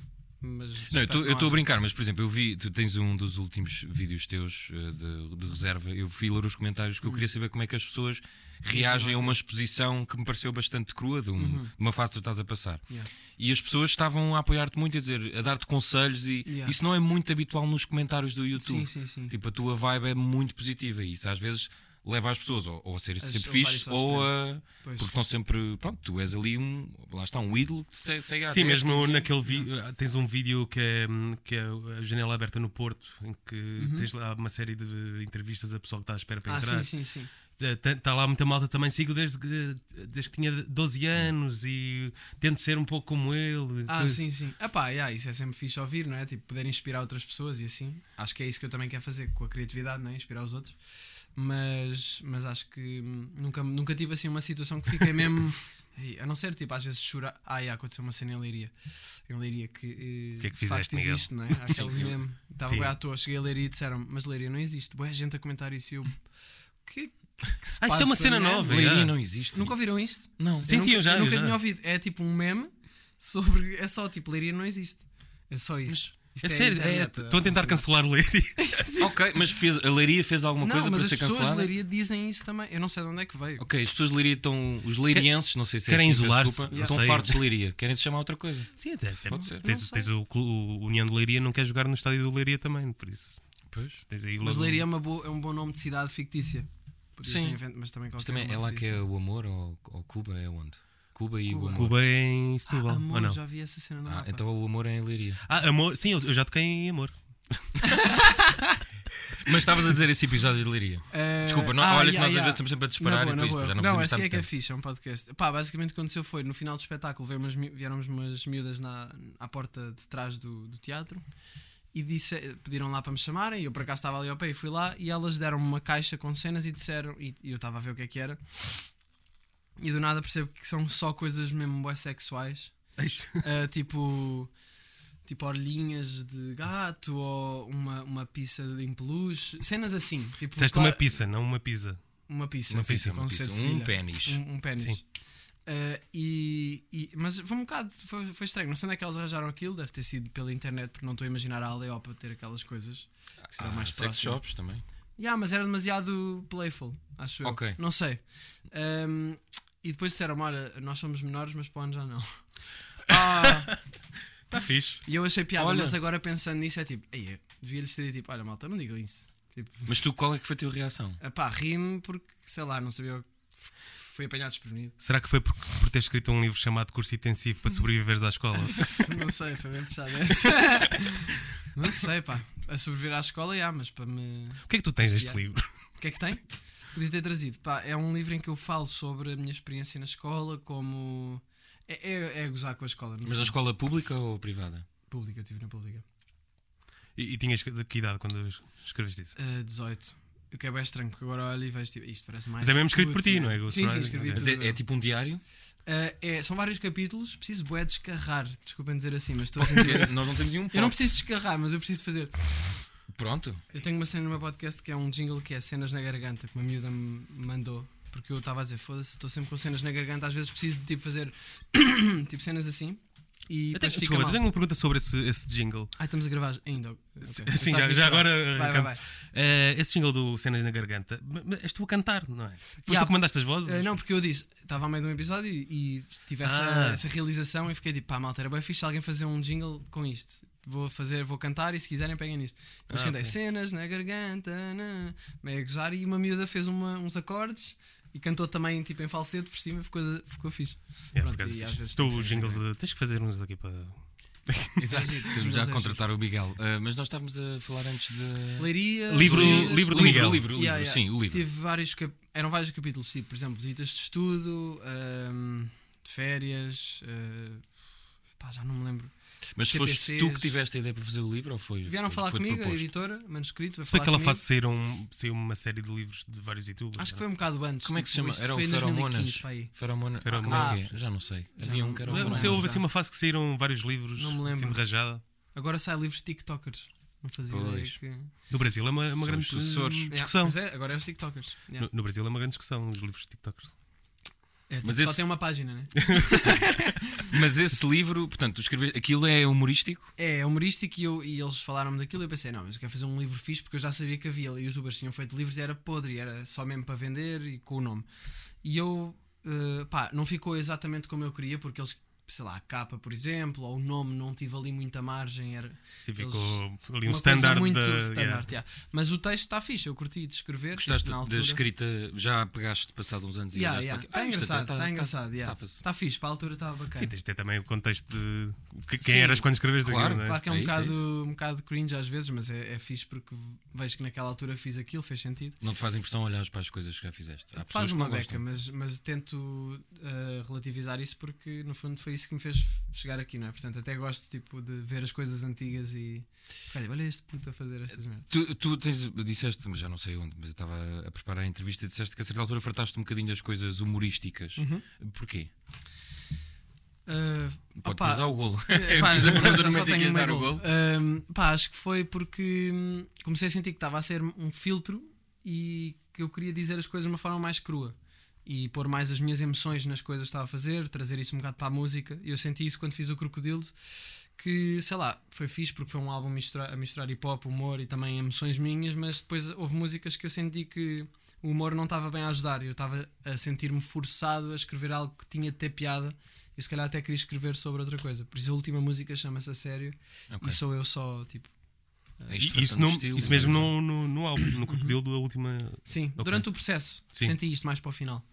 D: Mas
C: Não, eu
D: espero que
C: estou a
D: haja.
C: brincar, mas por exemplo, eu vi, tu tens um dos últimos vídeos teus eh, de, de reserva, eu fui ler os comentários
D: Hum.
C: que eu queria saber como é que as pessoas reagem a uma exposição que me pareceu bastante crua de, um- de uma fase que tu estás a passar.
D: Uhum. Yeah.
C: E as pessoas estavam a apoiar-te muito, a dizer, a dar-te conselhos e
D: Yeah.
C: isso não é muito habitual nos comentários do YouTube.
D: Sim, sim, sim.
C: Tipo, a tua vibe é muito positiva e isso às vezes leva as pessoas ou, ou a ser
D: As-
C: sempre
D: ou
C: fixe
D: levar isso ao
C: ou a...
D: Pois.
C: Porque estão sempre... Pronto, tu és ali um... Lá está um ídolo que se- segue há
B: Sim,
C: 10,
B: mesmo
C: 15 anos.
B: naquele vídeo. Tens um vídeo que é, hum, que é a janela aberta no Porto, em que tens lá uma série de entrevistas a pessoal que está à espera para
D: Uhum. Ah,
C: é
B: entrar.
D: sim, sim, sim.
B: Está lá muita malta também. Sigo desde que, desde que tinha 12 anos e tento ser um pouco como ele. Eh,
D: Ah,
B: Que-
D: sim, sim. Ah, pá, yeah, isso é sempre fixe ouvir, não é? Tipo, poder inspirar outras pessoas e assim. Acho que é isso que eu também quero fazer com a criatividade, não é? Inspirar os outros. Mas, mas acho que hum, nunca, nunca tive assim uma situação que fiquei mesmo. Ei, A não ser, tipo, às vezes chorar. Ah, yeah, aconteceu uma cena em Leiria. Em Leiria que. eh,
B: O que é que
D: de
B: fizeste,
D: facto
B: Miguel?
D: existe, não é? Acho que é ali mesmo. Estava
B: Sim.
D: bem à toa, cheguei a Leiria e disseram mas Leiria não existe. Boa gente a comentar isso e eu. O que, que se
B: Ah, isso é
D: passa,
B: uma cena
D: não
B: nova. É
C: Leiria
B: Yeah.
C: não existe.
D: Nunca ouviram isto?
C: Não.
B: Sim, sim,
D: nunca-
B: eu já. eu
D: nunca
B: já.
D: tinha ouvido. É tipo um meme sobre. É só tipo, Leiria não existe. É só isso. Isto
B: É sério,
D: internet
B: é, estou a tentar
D: funcionar.
B: cancelar o Leiria.
C: Ok, mas fez, a Leiria fez alguma
D: Não,
C: coisa
D: mas
C: para
D: as
C: ser
D: pessoas
C: cancelada?
D: de Leiria dizem isso também. Eu não sei de onde é que veio.
C: Ok, as pessoas de Leiria estão. Os leirienses, não sei se é
B: Querem
C: assim, peço
B: isolar-se,
C: desculpa,
B: não
C: Estão
B: sei.
C: fartos de Leiria, querem se chamar outra coisa.
B: Sim, até, até
C: Pode ser.
B: Tens,
D: Não sei.
B: tens o, clu- o União de Leiria não quer jogar no estádio do Leiria também, por isso.
C: Pois.
B: Tens aí
D: Mas
B: logo-
D: Leiria é, uma boa- é um bom nome de cidade fictícia. Podia ser
C: Sim.
D: invento, mas também
C: Mas
D: qualquer
C: também é
D: nome
C: lá que
D: podia
C: é
D: ser.
C: o amor ou, ou Cuba é onde? Cuba e o
D: Cuba.
C: amor.
B: Cuba é em Setúbal,
D: um Ah,
B: ou
D: amor,
B: não?
D: já vi essa cena no
C: Ah,
D: mapa.
C: então o amor é em Leiria.
B: Ah, amor, sim, eu, eu já toquei em amor.
C: Mas estavas a dizer esse episódio de Leiria.
D: Eh,
C: Desculpa, não-
D: ah,
C: olha que
D: yeah,
C: nós às
D: yeah.
C: vezes estamos sempre a disparar
D: Na boa,
C: e
D: na
C: depois
D: boa.
C: já não
D: Não,
C: fazemos
D: assim
C: tanto
D: é que é
C: tempo.
D: fixe, é um podcast. Pá, basicamente o que aconteceu foi, no final do espetáculo, veio umas mi- vieram umas miúdas na, à porta de trás do, do teatro e disse, pediram lá para me chamarem, e eu por acaso estava ali ao pé e fui lá, e elas deram-me uma caixa com cenas e disseram, e, e eu estava a ver o que é que era, e do nada percebo que são só coisas mesmo bué sexuais, Ah, tipo... Tipo orelhinhas de gato ou uma, uma pizza em peluche, cenas assim. Tipo,
B: Disseste
D: claro-
B: uma pizza, não uma pizza.
D: uma pizza,
C: Uma
D: sim,
C: pizza,
D: com
C: uma pizza,
D: sede
C: um
D: cedilha.
C: pênis.
D: é Um, um pênis. Ah, e, e- mas foi um bocado, foi, foi estranho. Não sei onde é que eles arranjaram aquilo, deve ter sido pela internet, porque não estou a imaginar a Aleopa ter aquelas coisas que será
C: Ah,
D: é mais
C: sex
D: próximo.
C: shops também.
D: Yeah, mas era demasiado playful, acho
C: Ok.
D: eu. Não sei. Ahm, e depois disseram: Olha, nós somos menores, mas para onde já não. Ah,
B: Está fixe.
D: e eu achei piada,
C: Olha.
D: mas agora pensando nisso é tipo: "Ei, eu Devia-lhes ter dito: tipo, Olha, malta, não digam isso. Tipo,
C: Mas tu, qual é que foi a tua reação?
D: ah pá, ri-me porque sei lá, não sabia. o que- Fui apanhado desprevenido.
B: Será que foi por, por ter escrito um livro chamado Curso Intensivo para sobreviveres à escola?
D: Não sei, foi bem puxado essa. Não sei, pá. A sobreviver à escola, já, mas para me.
B: o que é que tu tens deste
D: Yeah.
B: livro?
D: O que é que tem? Podia ter trazido. Pá, é um livro em que eu falo sobre a minha experiência na escola, como. É, é, é gozar com a escola, no
C: Mas a
D: fundo.
C: escola pública ou privada?
D: Pública, eu estive na pública.
B: E, e tinhas que que idade quando es- escreveste isso?
D: Ah, 18. O que é bem estranho, porque agora olho e vejo tipo, isto parece mais.
B: Mas é mesmo escrito por
D: puto,
B: ti,
D: né?
B: não é?
D: Sim, sim,
B: Ghostwriting,
D: escrevi
B: ok.
D: tudo.
C: Mas é, é tipo um diário?
D: Ah, é- são vários capítulos, preciso bué descarrar. Desculpem dizer assim, mas estou a
C: Porque
D: sentir.
C: Nós não temos nenhum
D: Eu não
C: ponto.
D: preciso descarrar, mas eu preciso fazer.
C: Pronto.
D: Eu tenho uma cena no meu podcast que é um jingle que é cenas na garganta, que uma miúda me mandou, porque eu estava a dizer, foda-se, estou sempre com cenas na garganta, às vezes preciso de tipo fazer tipo cenas assim e
B: Eu tenho,
D: depois fica
B: desculpa,
D: mal.
B: tenho uma pergunta sobre esse, esse jingle.
D: Ah, estamos a gravar ainda. ok.
B: Sim,
D: Pensava
B: já,
D: que
B: já
D: isto
B: agora.
D: era- Vai, vai,
B: Ricardo.
D: vai.
B: Eh, esse jingle do Cenas na Garganta, m- m- és tu a cantar, não é? Foste
D: Yeah.
B: tu que mandaste as vozes?
D: Ah, não, porque eu disse, estava a meio de um episódio e, e tive essa,
B: Ah.
D: essa realização e fiquei tipo, pá, malta, era bem fixe alguém fazer um jingle com isto. Vou fazer, vou cantar e se quiserem peguem nisto. Mas
B: Ah,
D: cantei
B: ok.
D: cenas na garganta, na, na, meio a gozar e uma miúda fez uma- uns acordes e cantou também tipo em falsete por cima e ficou, ficou fixe.
B: Yeah,
D: Pronto,
B: por acaso
D: e às
B: fiz.
D: vezes
B: tu,
D: tem
B: os
D: que ser assim, né?
B: jingles, de- tens que fazer uns aqui para.
C: Exato.
D: Sim,
C: Temos já
D: mas
C: a
D: é
C: contratar o Miguel. Ah, mas nós estávamos a falar antes de.
D: Leiria.
B: Livro-
D: Leiras,
B: livro do
C: o
D: Leiras.
B: Miguel.
C: livro, o livro,
D: Yeah, yeah.
C: sim, o livro.
D: Tive vários cap- eram vários capítulos, sim, por exemplo, visitas de estudo, ahm, de férias, ah, pá, já não me lembro.
C: Mas foste
D: TPCs.
C: tu que tiveste a ideia para fazer o livro ou foi?
D: Vieram
C: foi-
D: falar
C: foi-te
D: comigo, a
C: proposto?
D: editora, manuscrito, vai
B: Se foi
D: falar
B: aquela
D: comigo.
B: fase de saíram, saiu uma série de livros de vários youtubers.
D: Acho que
B: não
D: foi um bocado antes.
C: Como é que se
D: tipo,
C: chama?
D: isto
C: Era o
D: foi em
C: Feromonas.
D: 2015, pá, aí.
C: Feromona. Ah, como
B: Feromona.
C: é que é? Já não sei.
D: Já
C: Havia
D: não-
C: um que era
B: é? Lembro-me
C: o
D: Não
B: se
D: Feromonas,
B: houve assim
D: já.
B: uma fase que saíram vários livros
D: Não me lembro.
B: assim de rajada.
D: Agora sai livros de TikTokers. Não fazia ideia
C: Pois.
D: que.
B: No Brasil é uma, é uma
C: São
B: grande
C: os sucessores.
B: eh,
D: Yeah,
B: discussão.
D: mas é, agora é os TikTokers. Yeah.
B: No, no Brasil é uma grande discussão os livros de TikTokers.
D: É, tipo,
C: Mas
D: só
C: esse-
D: tem uma página, né?
C: Mas esse livro, portanto, tu escreves, aquilo é humorístico?
D: É humorístico e, eu- e eles falaram-me daquilo e eu pensei, não, mas eu quero fazer um livro fixe porque eu já sabia que havia youtubers que tinham feito livros e era podre, e era só mesmo para vender e com o nome. E eu, eh, pá, não ficou exatamente como eu queria porque eles, sei lá, a capa, por exemplo, ou o nome, não tive ali muita margem, era
B: Sim,
D: Eles-
B: ficou ali um
D: uma
B: standard.
D: coisa muito
B: da-
D: standard,
B: yeah.
D: yeah. Mas o texto está fixe, eu curti de escrever.
C: Gostaste
D: tipo, na
C: da-
D: altura.
C: da escrita? Já pegaste passado uns anos e
D: Yeah,
C: olhaste
D: yeah.
C: para
D: Está
C: aquilo?
D: engraçado,
C: Ah, isto até
D: está engraçado, yeah.
C: safa-se.
D: está fixe, para a altura estava bacana.
B: Sim, tens de ter também o contexto de que- quem
D: Sim,
B: eras quando escreveste
C: claro,
B: aquilo, não é?
D: Claro que é um,
C: É isso, é
D: bocado, um bocado cringe às vezes, mas é, é fixe porque vejo que naquela altura fiz aquilo, fez sentido.
C: Não te faz impressão olhares para as coisas que já fizeste? Há pessoas
D: Faz
C: que
D: uma
C: não gostam.
D: beca, mas, mas tento uh, relativizar isso porque no fundo foi isso que me fez chegar aqui, não é? Portanto, até gosto tipo, de ver as coisas antigas e. Olha, olha este puto a fazer estas merdas.
C: Tu, tu tens, disseste, mas já não sei onde, mas eu estava a preparar a entrevista e disseste que a certa altura fartaste um bocadinho das coisas humorísticas.
D: Uhum.
C: Porquê?
D: Uh,
C: Pode
D: Opa,
C: pisar o golo.
D: Eh, pá,
C: Eu fiz a
D: já-
C: pergunta,
D: já
C: não
D: só
C: me digas
D: tenho
C: dar
D: meio
C: o
D: golo. Ahm, pá, acho que foi porque hum, comecei a sentir que estava a ser um filtro e que eu queria dizer as coisas de uma forma mais crua e pôr mais as minhas emoções nas coisas que estava a fazer, trazer isso um bocado para a música. E eu senti isso quando fiz o Crocodilo, que sei lá, foi fixe porque foi um álbum mistura- a misturar hip hop, humor e também emoções minhas, mas depois houve músicas que eu senti que o humor não estava bem a ajudar. Eu estava a sentir-me forçado a escrever algo que tinha de ter piada. Eu se calhar até queria escrever sobre outra coisa. Por isso a última música chama-se A Sério
C: Ok.
D: e sou eu só, tipo.
C: É
B: E-
C: isto
B: Isso,
C: fartando
B: não,
D: um
C: estilo,
B: isso mesmo
C: não é?
B: no, no, no álbum,
D: Uhum.
B: no crocodilo da última.
D: Sim,
B: Ok.
D: durante o processo.
B: Sim.
D: Senti isto mais para o final.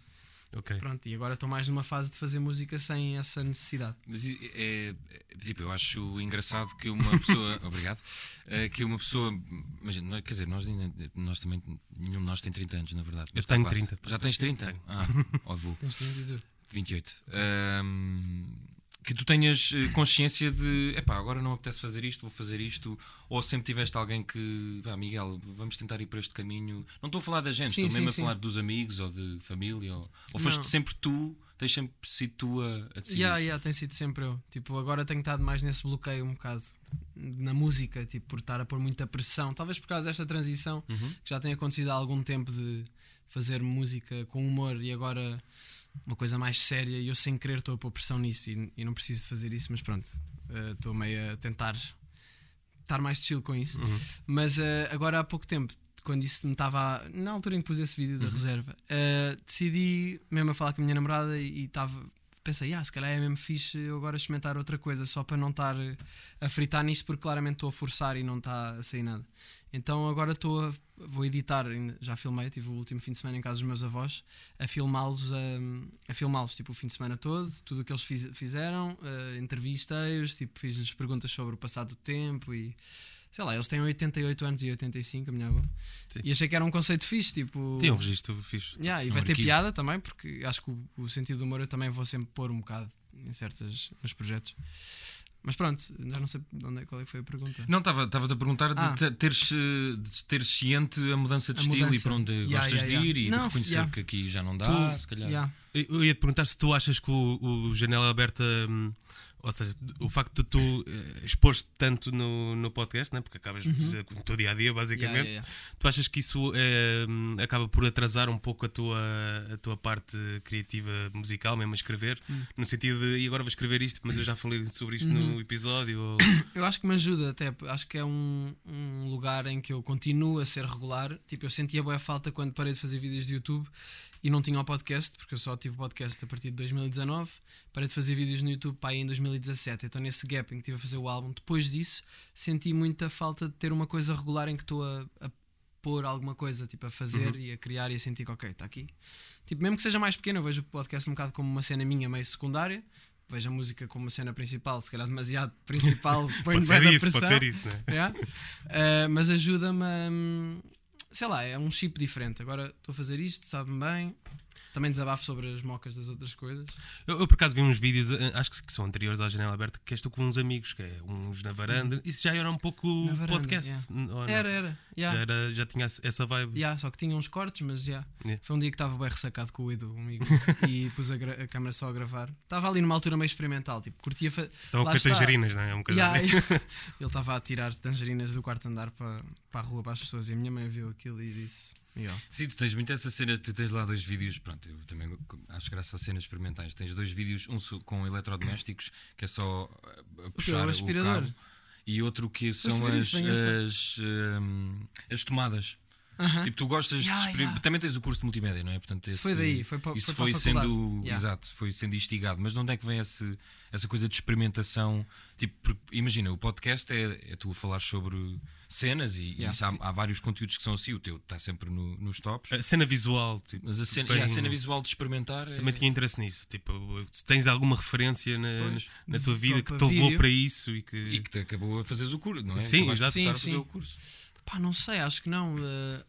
B: Ok.
D: Pronto, e agora estou mais numa fase de fazer música sem essa necessidade.
C: Mas i- é, é, tipo, eu acho engraçado que uma pessoa. obrigado. eh, que uma pessoa. Imagina, não é- quer dizer, nós, ainda- nós também. Nenhum de nós tem 30 anos, na verdade.
B: Eu
C: Está
B: tenho
C: quase.
B: 30.
C: Já tens 30? Ah, ó, vou.
D: Tens de dizer.
C: 28. Ahm, que tu tenhas eh, consciência de epá, agora não apetece fazer isto, vou fazer isto, ou sempre tiveste alguém que "Vá, Miguel, vamos tentar ir por este caminho. Não estou a falar da gente,
D: Sim,
C: estou
D: sim,
C: mesmo
D: sim.
C: a falar dos amigos ou de família, ou, ou
D: Não.
C: foste sempre tu, tens sempre sido tu a, a decidir.
D: Yeah, yeah, tem sido sempre eu. Tipo, agora tenho estado mais nesse bloqueio um bocado na música, tipo, por estar a pôr muita pressão. Talvez por causa desta transição
C: Uhum.
D: que já tem acontecido há algum tempo de fazer música com humor e agora uma coisa mais séria e eu sem querer estou a pôr pressão nisso e, e não preciso de fazer isso, mas pronto, eh, estou meio a tentar estar mais chill com isso.
B: Uhum.
D: Mas eh, agora há pouco tempo, quando isso me estava. a- Na altura em que pus esse vídeo da reserva, eh, decidi mesmo a falar com a minha namorada e estava. Pensei, ah, se calhar é mesmo fixe eu agora experimentar outra coisa, só para não estar eh, a fritar nisto, porque claramente estou a forçar e não está a sair nada. Então agora estou a. Vou editar, ainda- já filmei, tive o último fim de semana em casa dos meus avós, a filmá-los, hum, a, filmá-los, tipo, o fim de semana todo, tudo o que eles fiz- fizeram, eh, entrevistei-os, tipo, fiz-lhes perguntas sobre o passado do tempo e. Sei lá, eles têm 88 anos e 85, a minha avó.
B: Sim.
D: E achei que era um conceito fixe, tipo.
B: Tem um registro fixe.
D: Yeah, e
C: Um
D: vai ter
C: arquivo.
D: piada também, porque acho que o, o sentido do humor eu também vou sempre pôr um bocado em certas, nos projetos. Mas pronto, já não sei de onde é, qual é que foi a pergunta.
C: Não, estava-te a perguntar
D: Ah.
C: de, te- teres, eh, de teres ciente a mudança de
D: A
C: estilo e
D: mudança.
C: para onde
D: Yeah,
C: gostas
D: yeah, yeah.
C: de ir e
D: Não,
C: de reconhecer
D: yeah.
C: que aqui já não dá,
B: Tu-
C: se calhar.
D: Yeah.
B: Eu- Eu ia te perguntar se tu achas que o, o Janela Aberta, hum, ou seja, o facto de tu eh, expores-te tanto no, no podcast, né? porque acabas
D: Uhum.
B: de dizer com o teu dia a dia, basicamente,
D: Yeah, yeah, yeah.
B: tu achas que isso eh, hum, acaba por atrasar um pouco a tua, a tua parte criativa musical, mesmo a escrever?
D: Hum.
B: No sentido de, e agora vou escrever isto, mas eu já falei sobre isto
D: Uhum.
B: no episódio? Ou...
D: Eu acho que me ajuda até, p- acho que é um, um lugar em que eu continuo a ser regular. Tipo, eu sentia boa falta quando parei de fazer vídeos de YouTube e não tinha o podcast, porque eu só tive podcast a partir de 2019. Parei de fazer vídeos no YouTube para aí em 2017. Então, nesse gap em que estive a fazer o álbum, depois disso, senti muita falta de ter uma coisa regular em que estou a, a pôr alguma coisa, tipo, a fazer
B: Uhum.
D: e a criar e a sentir que, ok, está aqui. Tipo, mesmo que seja mais pequeno, eu vejo o podcast um bocado como uma cena minha meio secundária. Vejo a música como uma cena principal, se calhar demasiado principal, põe-me
B: Pode
D: bué
B: ser
D: da
B: isso,
D: pressão.
B: pode ser isso, né?
D: Yeah. Uh, mas é ajuda-me a. hum, Sei lá, é um chip diferente. Agora estou a fazer isto, sabe-me bem. Também desabafo sobre as mocas das outras coisas.
B: Eu, eu, por acaso vi uns vídeos, eh, acho que são anteriores à janela aberta, que és tu com uns amigos, que é uns na varanda. Isso já era um pouco
D: Hum. Na varanda,
B: podcast.
D: yeah.
B: n- ou não?
D: Era, era.
B: Já,
D: Yeah.
B: era- já tinha essa- essa vibe.
D: Yeah, só que tinha uns cortes, mas já.
B: Yeah.
D: Foi um dia que estava bem ressacado com o Edu, um amigo, e pus a, gra- a câmera só a gravar. Estava ali numa altura meio experimental, tipo, curtia. Fa...
B: Estava
D: Lá
B: com as
D: está.
B: tangerinas, não é? É Um bocado
D: Yeah,
B: assim.
D: Ele estava a tirar tangerinas do quarto andar para, para a rua, para as pessoas, e a minha mãe viu aquilo e disse: Miguel,
C: Sim, tu tens muito essa cena, tu tens lá dois vídeos, pronto, eu também co- acho graças às cenas experimentais. Tens dois vídeos, um so- com eletrodomésticos, que é só uh, puxar o,
D: aspirador?
C: cabo, e outro que são
D: ver
C: as,
D: isso, bem engraçado.
C: as, um, as tomadas.
D: Aham.
C: Tipo, tu gostas
D: Yeah,
C: de experim-
D: yeah.
C: também tens o curso de multimédia, não é? Portanto, esse-
D: Foi daí, foi para-
C: isso
D: foi
C: foi
D: para a
C: sendo
D: faculdade. Yeah.
C: exato, foi sendo instigado. Mas de onde é que vem esse- essa coisa de experimentação? Tipo, porque, imagina, o podcast é, é tu a falar sobre cenas e, e
D: Yeah,
C: isso há-
D: sim.
C: há, vários conteúdos que são assim, o teu está sempre no- nos tops.
B: A cena visual, tipo,
C: Mas a cena,
B: Bem,
C: e a cena visual de experimentar é-
B: também tinha interesse nisso. Tipo, se tens alguma referência na,
C: Pois.
B: na tua
D: De-
B: vida
D: para
B: que te levou
D: vídeo.
B: para isso e que.
C: e que te acabou a fazeres o curso, não é?
B: Sim,
C: Acabaste de
B: exato.
C: estar a
D: Sim,
C: fazer
D: sim.
C: o curso.
D: Pá, não sei, acho que não. eh,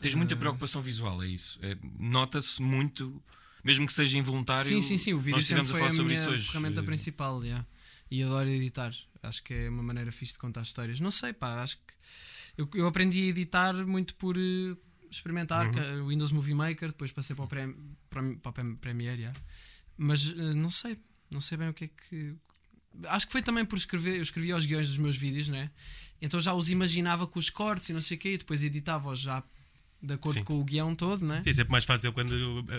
C: Tens muita preocupação visual, é isso. É, Nota-se muito, mesmo que seja involuntário.
D: Sim, sim, sim, o vídeo
C: nós
D: sempre
C: estivemos a
D: foi
C: falar
D: a
C: sobre
D: minha
C: isso hoje.
D: ferramenta
C: Eh,
D: principal, yeah. e adoro editar. Acho que é uma maneira fixe de contar histórias. Não sei, pá, acho que eu, eu aprendi a editar muito por eh,
C: Uhum.
D: experimentar que- o Windows Movie Maker, depois passei para o, Prem- para, para o Prem- Premiere, yeah. mas eh, não sei, não sei bem o que é que. Acho que foi também por escrever, eu escrevia os guiões dos meus vídeos, né? Então já os imaginava com os cortes e não sei o quê, e depois editava-os já de acordo
B: Sim.
D: com o guião todo, né?
B: Sim, é sempre mais fácil quando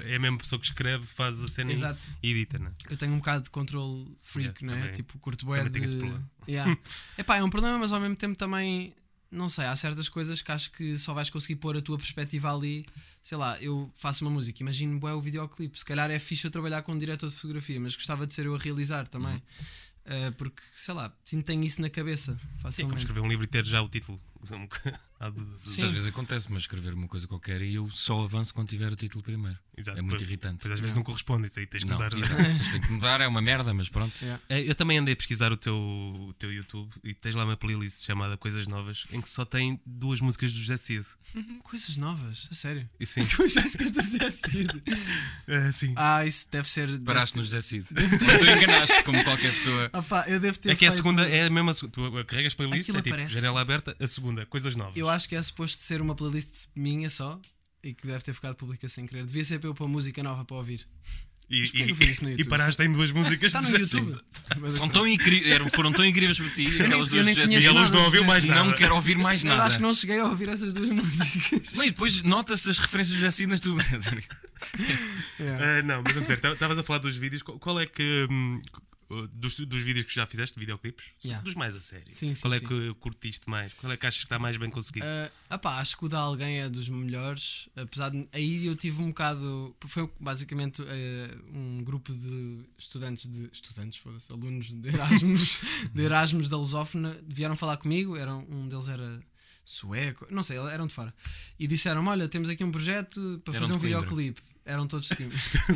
B: é a mesma pessoa que escreve, faz a cena e-
D: Exato.
B: e edita, não é?
D: Eu tenho um bocado de controle freak,
B: Yeah,
D: né?
B: também-
D: tipo, curto bué
B: também
D: de...
B: tenho esse problema.
D: Yeah. Epá, é um problema, mas ao mesmo tempo também, não sei, há certas coisas que acho que só vais conseguir pôr a tua perspectiva ali. Sei lá, eu faço uma música, imagino bué o videoclipe. Se calhar é fixe eu trabalhar com um diretor de fotografia, mas gostava de ser eu a realizar também. Ah, porque, sei lá, sinto que tenho isso na cabeça.
B: Uhum. Sim, é como
D: Facilmente.
B: escrever um livro e ter já o título. É um bocado- há de-
C: Às
D: Sim.
C: vezes acontece, mas escrever uma coisa qualquer e eu só avanço quando tiver o título primeiro.
B: Exato.
C: É muito
B: Pois-
C: irritante.
B: pois às vezes não corresponde, isso aí tens que
C: Não,
B: mudar.
C: exato. Mas tem que mudar, é uma merda, mas pronto.
B: Eh, Eu também andei a pesquisar o teu, o teu YouTube e tens lá uma playlist chamada Coisas Novas em que só tem duas músicas do José Cid.
D: Coisas novas, a sério. é
B: E sim.
D: Tu já se gostas assim.
B: Eh, sim.
D: Ah, isso deve ser.
C: Paraste no José Cid. Ou tu enganaste, como qualquer pessoa.
D: Ah, pá, eu devo ter
B: É que é a
D: feito- um-
B: segunda, é a mesma. seg- Tu carregas playlist,
D: Aquilo
B: é tipo
D: aparece.
B: janela aberta, a segunda, coisas novas.
D: Eu acho que é suposto ser uma playlist minha só e que deve ter ficado pública sem querer. Devia ser para eu pôr música nova para ouvir.
B: E,
D: mas porquê
B: e-
D: que eu fiz isso no
B: e
D: YouTube?
B: paraste em duas músicas
D: Está
B: do
D: no
B: José Cid.
D: YouTube. Mas
C: São
D: assim,
C: tão incri- eram- foram tão incríveis para ti,
D: nem-
C: aquelas
D: eu
C: duas
D: nem
C: do José
D: conheço
C: Cid.
B: E elas não
D: nada,
B: ouviu mais
D: José
B: nada.
C: Não quero ouvir mais
D: eu
C: nada.
D: acho que não cheguei a ouvir essas duas músicas.
C: Não, e depois nota-se as referências do José Cid nas tuas.
D: Yeah.
B: Ah, não, mas a sério, estavas a falar dos vídeos. Qual, qual é que. hum, dos, dos vídeos que já fizeste, videoclipes?
D: Yeah.
B: Dos mais a sério.
D: Sim, sim,
B: qual é
D: sim.
B: que curtiste mais? Qual é que achas que está mais bem conseguido?
D: Ah, ah pá, acho que o da alguém é dos melhores. Apesar de. Aí eu tive um bocado. Foi basicamente eh, um grupo de estudantes de. Estudantes, foda-se, alunos de Erasmus, de Erasmus da Lusófona, vieram falar comigo. Eram, um deles era sueco, não sei, eram de fora. E disseram: Olha, temos aqui um projeto para
C: Eram
D: fazer um
C: de Coimbra.
D: videoclipe. Eram todos de Coimbra.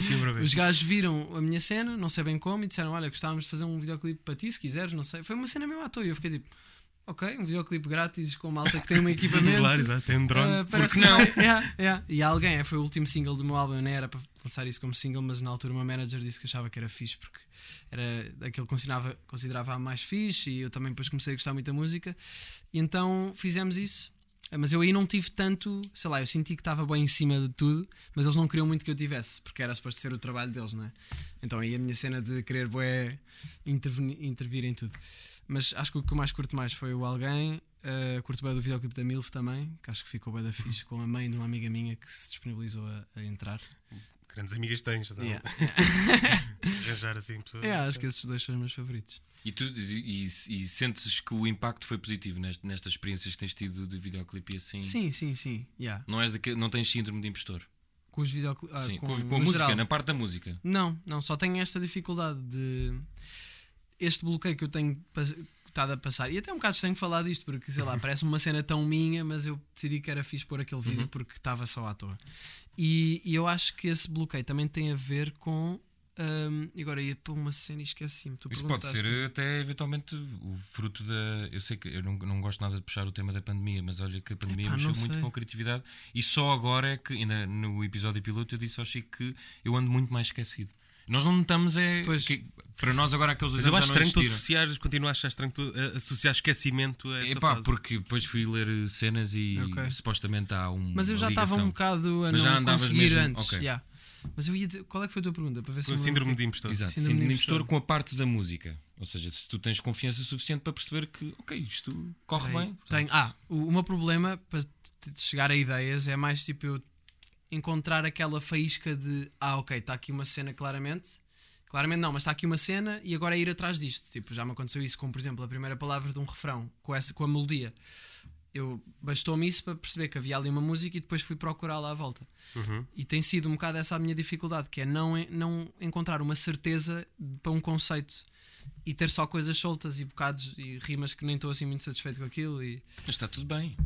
B: Lembra bem?
D: Eh, Os gajos viram a minha cena, não sei bem como, e disseram: Olha, gostávamos de fazer um videoclipe para ti, se quiseres, não sei. Foi uma cena mesmo à toa. E eu fiquei tipo: Ok, um videoclipe grátis com uma alta que tem um equipamento.
B: Claro, exato, tem um drone.
D: Ah, parece
C: Porque não?
D: bem. Yeah, yeah. E alguém, é, foi o último single do meu álbum, eu nem era para lançar isso como single, mas na altura o meu manager disse que achava que era fixe porque era aquele que considerava, considerava a mais fixe e eu também depois comecei a gostar muito da música. E então fizemos isso. Ah, Mas eu aí não tive tanto, sei lá, eu senti que estava bem em cima de tudo, mas eles não queriam muito que eu tivesse, porque era suposto ser o trabalho deles, não é? Então aí a minha cena de querer bué interveni- intervir em tudo. Mas acho que o que eu mais curto mais foi o Alguém. Uh, curto bem do videoclipe da Milf também, que acho que ficou bem da fixe, com a mãe de uma amiga minha que se disponibilizou a, a entrar.
B: Grandes amigas tens, estás a
D: Yeah.
B: arranjar assim pessoas.
D: É, acho que esses dois são os meus favoritos.
C: E, tu, e, e sentes que o impacto foi positivo nest- nestas experiências que tens tido de videoclipe e assim?
D: Sim, sim, sim. Yeah.
C: Não, és daque- não tens síndrome de impostor?
D: Com os videoclipes.
C: Sim,
D: Ah, com,
C: com, com
D: no
C: a música,
D: geral.
C: na parte da música.
D: Não, não, só tenho esta dificuldade de. Este bloqueio que eu tenho pas- estado a passar. E até um bocado tenho falar disto, porque sei lá, parece uma cena tão minha, mas eu decidi que era fixe pôr aquele vídeo
C: Uhum.
D: porque estava só à toa. E, e eu acho que esse bloqueio também tem a ver com. ah, Ahm, e agora ia para uma cena e esqueci-me. Tu
C: Isso pode
D: perguntaste.
C: ser até eventualmente o fruto da. Eu sei que eu não, não gosto nada de puxar o tema da pandemia, mas olha que a pandemia
D: Epá,
C: mexeu
D: não
C: muito
D: sei.
C: com a criatividade e só agora é que, ainda no episódio piloto, eu disse ao Chico que eu ando muito mais esquecido. Nós não notamos, é.
D: Pois.
C: que- para nós agora aqueles dois
B: Mas eu
C: anos
B: acho
C: já não
B: estranho tu
C: existiram.
B: associares, continuo a achar estranho tu eh, associar esquecimento a essa
C: Epá,
B: fase.
C: porque depois fui ler eh, cenas e
D: Ok.
C: supostamente há um.
D: Mas eu já estava um bocado a
C: Mas já
D: não
C: andavas
D: conseguir
C: mesmo-
D: antes.
C: ok.
D: yeah. Mas eu ia dizer, qual é que foi a tua pergunta? Para ver se
B: Foi o
D: eu me
B: síndrome de
D: assim, lembro. é
B: impostor.
C: Exato,
D: Síndrome de
C: síndrome de
D: impostor.
C: impostor com a parte da música. Ou seja, se tu tens confiança suficiente para perceber que, ok, isto corre
D: Peraí,
C: bem.
D: Tenho, ah, o, o meu problema para te- te chegar a ideias é mais tipo eu encontrar aquela faísca de ah, ok, está aqui uma cena claramente. Claramente não, mas está aqui uma cena e agora é ir atrás disto. Tipo, já me aconteceu isso com, por exemplo, a primeira palavra de um refrão, com, essa, com a melodia. Eu bastou-me isso para perceber que havia ali uma música e depois fui procurá-la à volta. E tem sido um bocado essa a minha dificuldade, que é não, en- não encontrar uma certeza para um conceito e ter só coisas soltas e bocados e rimas que nem estou assim muito satisfeito com aquilo e
C: Mas está tudo bem.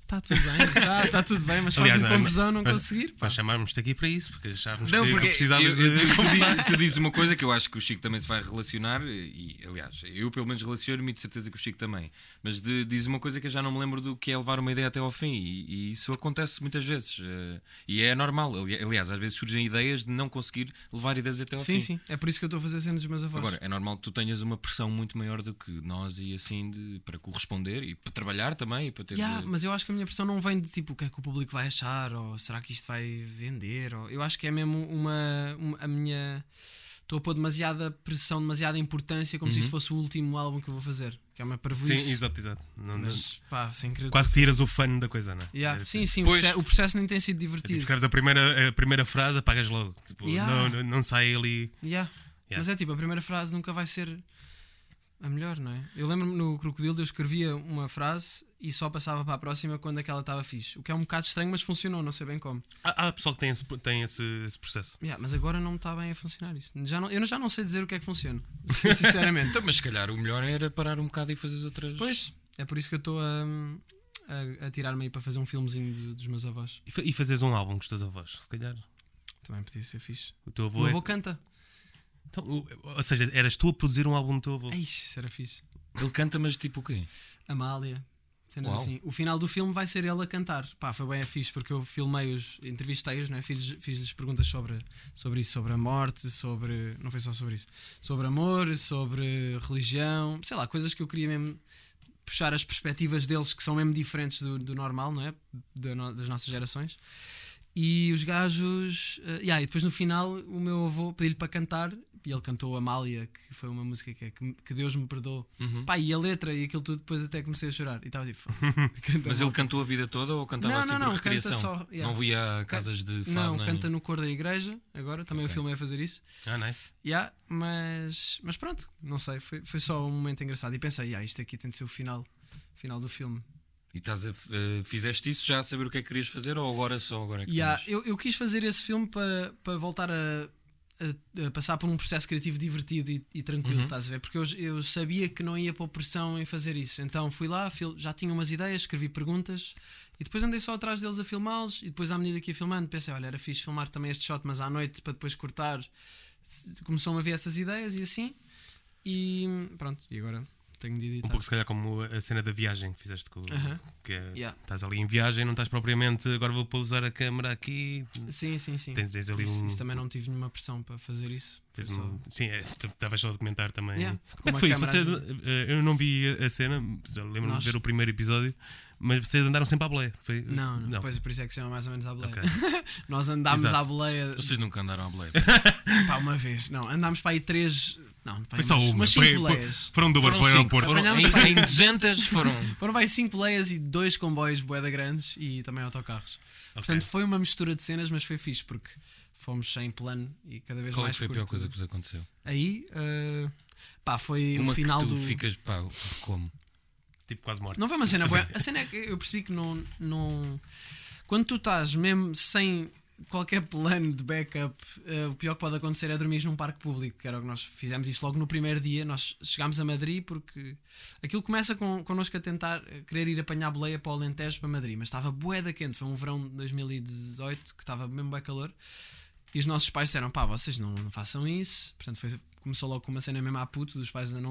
D: está Tá tudo bem, está tudo bem, mas
B: Aliás,
D: faz-me
B: não, é?
D: confusão não
B: mas-
D: conseguir. pá.
B: Nós chamámos-te aqui para isso, porque achávamos
C: Não,
B: que,
C: porque
B: que precisávamos
C: eu- eu-
B: de.
C: tu, dizes, tu dizes uma coisa que eu acho que o Chico também se vai relacionar, e aliás, eu pelo menos relaciono-me e de certeza que o Chico também. Mas de, dizes uma coisa que eu já não me lembro do que é levar uma ideia até ao fim, e, e isso acontece muitas vezes. eh, E é normal. Ali- Aliás, às vezes surgem ideias de não conseguir levar ideias até ao
D: Sim,
C: fim.
D: sim, é por isso que eu estou a fazer cenas dos meus avós.
C: Agora, é normal que tu tenhas uma pressão muito maior do que nós e assim de, para corresponder e para trabalhar também e para ter.
D: Yeah, mas eu acho que a minha pressão não vem de tipo o que é que o público vai achar ou será que isto vai vender. Ou... Eu acho que é mesmo uma, uma- a minha. Estou a pôr demasiada pressão, demasiada importância, como se isto fosse o último álbum que eu vou fazer. Que é uma
B: Uhum. Sim,
D: parvoíce.
B: exato, exato. Não- não-
D: Mas pá, sem querer.
B: Quase que tiras o fã da coisa, não é?
D: Yeah,
B: É,
D: Sim, sim, o
C: Pois.
D: proce- o processo nem tem sido
B: É tipo,
D: divertido.
B: escreves a primeira, a primeira frase, apagas logo. Tipo,
D: Yeah.
B: não, não, não sai ali.
D: Yeah.
B: Yeah.
D: Mas é tipo, a primeira frase nunca vai ser a melhor, não é? Eu lembro-me no Crocodilo eu escrevia uma frase e só passava para a próxima quando aquela estava fixe. O que é um bocado estranho, mas funcionou, não sei bem como.
B: Há, há pessoal que tem esse, tem esse, esse processo.
D: Yeah, mas agora não me está bem a funcionar isso. Já não, eu já não sei dizer o que é que funciona, sinceramente.
C: Então, mas se calhar o melhor era parar um bocado e fazer as outras.
D: pois, é por isso que eu estou a, a, a tirar-me aí para fazer um filmezinho do- dos meus avós.
B: E, fa- e fazes um álbum com os teus avós, se calhar.
D: Também podia ser fixe.
B: O teu
D: O
B: avô.
D: meu
B: é-
D: avô canta.
B: Então, o- ou seja, eras tu a produzir um álbum do teu avô.
D: Ai, isso era fixe.
C: Ele canta, mas tipo o quê?
D: Amália. Cenas
C: Uau.
D: assim. O final do filme vai ser ele a cantar. Pá, foi bem fixe porque eu filmei os entrevistei-os, né? fiz- fiz-lhes perguntas sobre, sobre isso, sobre a morte, sobre. Não foi só sobre isso. Sobre amor, sobre religião, sei lá, coisas que eu queria mesmo puxar as perspectivas deles que são mesmo diferentes do, do normal, não é? Da no- das nossas gerações. E os gajos. eh, yeah, e depois no final o meu avô pediu-lhe para cantar e ele cantou Amália, que foi uma música que, é que, que Deus me perdoou.
C: Uhum.
D: Pá, e a letra e aquilo tudo, depois até comecei a chorar. E estava tipo. "Foda-se, canta
C: Mas ele
D: mal."
C: cantou a vida toda ou cantava
D: Não,
C: assim
D: não,
C: por
D: não, canta
C: recriação?
D: só, yeah.
C: Não via a casas de fado
D: Não,
C: nem-
D: canta no cor da igreja, agora também
C: é?
D: o
C: Ok.
D: filme é a fazer isso.
B: Ah, nice.
D: Yeah, mas, mas pronto, não sei, foi, foi só um momento engraçado. E pensei, yeah, isto aqui tem de ser o final, final do filme.
C: E estás a- eh, fizeste isso já a saber o que é que querias fazer ou agora só agora é que
D: Yeah,
C: queres?
D: eu, eu quis fazer esse filme para para voltar a, a- a passar por um processo criativo divertido e, e tranquilo,
B: Uhum.
D: estás a ver? Porque eu, eu sabia que não ia pôr pressão em fazer isso. Então fui lá, fil- já tinha umas ideias, escrevi perguntas e depois andei só atrás deles a filmá-los. E depois, à medida que ia filmando, pensei: olha, era fixe filmar também este shot, mas à noite para depois cortar. Se- Começou-me a ver essas ideias e assim. E pronto, e agora tenho de editar.
B: Um pouco, se calhar, como a cena da viagem que fizeste com.
D: Aham.
B: Que é-
D: Yeah.
B: Estás ali em viagem, não estás propriamente. Agora vou pousar a câmera aqui.
D: Sim, sim, sim.
B: Tens, tens ali
D: Isso,
B: um.
D: isso também não tive nenhuma pressão para fazer isso. Foi
B: tens
D: só-
B: um- sim, é, tu- estavas só a documentar também.
D: Yeah,
B: Como
D: com
B: é que
D: uma
B: foi isso? Vocês,
D: camerazinha.
B: eh, eu não vi a a cena, só lembro-me
D: Nós-
B: de ver o primeiro episódio, mas vocês andaram sempre à boleia. Foi-
D: Não, não, Pois, por isso é que se chama mais ou menos à boleia.
B: Ok.
D: Nós andámos
B: Exato.
D: à boleia
C: Vocês nunca andaram à boleia.
D: pá, uma vez, não, andámos para aí três, não, pá,
B: Foi só
D: umas,
B: uma.
D: umas
B: Foi,
D: cinco
B: foi,
D: boleias.
B: foram duas para o aeroporto.
C: Foram,
D: Apanhámos para
C: em, em 200 foram.
D: Foram vai cinco boleias e dois comboios boeda grandes e também autocarros. Portanto, foi uma mistura de cenas, mas foi fixe porque fomos sem plano e cada vez
C: Qual é
D: mais
C: que foi a
D: curto.
C: pior coisa que vos aconteceu?
D: Aí, eh, pá, foi
C: Uma
D: o final
C: que tu
D: do
C: ficas, pá, como?
B: Tipo, quase morto.
D: Não foi uma cena boa. A cena é que eu percebi que não, não. Quando tu estás mesmo sem qualquer plano de backup, eh, o pior que pode acontecer é dormir num parque público, que era o que nós fizemos isso logo no primeiro dia. Nós chegámos a Madrid porque aquilo começa com, connosco a tentar eh, querer ir apanhar a boleia para o Alentejo para Madrid, mas estava bué da quente. Foi um verão de 2018 que estava mesmo bem calor. E os nossos pais disseram: pá, vocês não, não façam isso. Portanto, foi- começou logo com uma cena mesmo à puto dos pais a não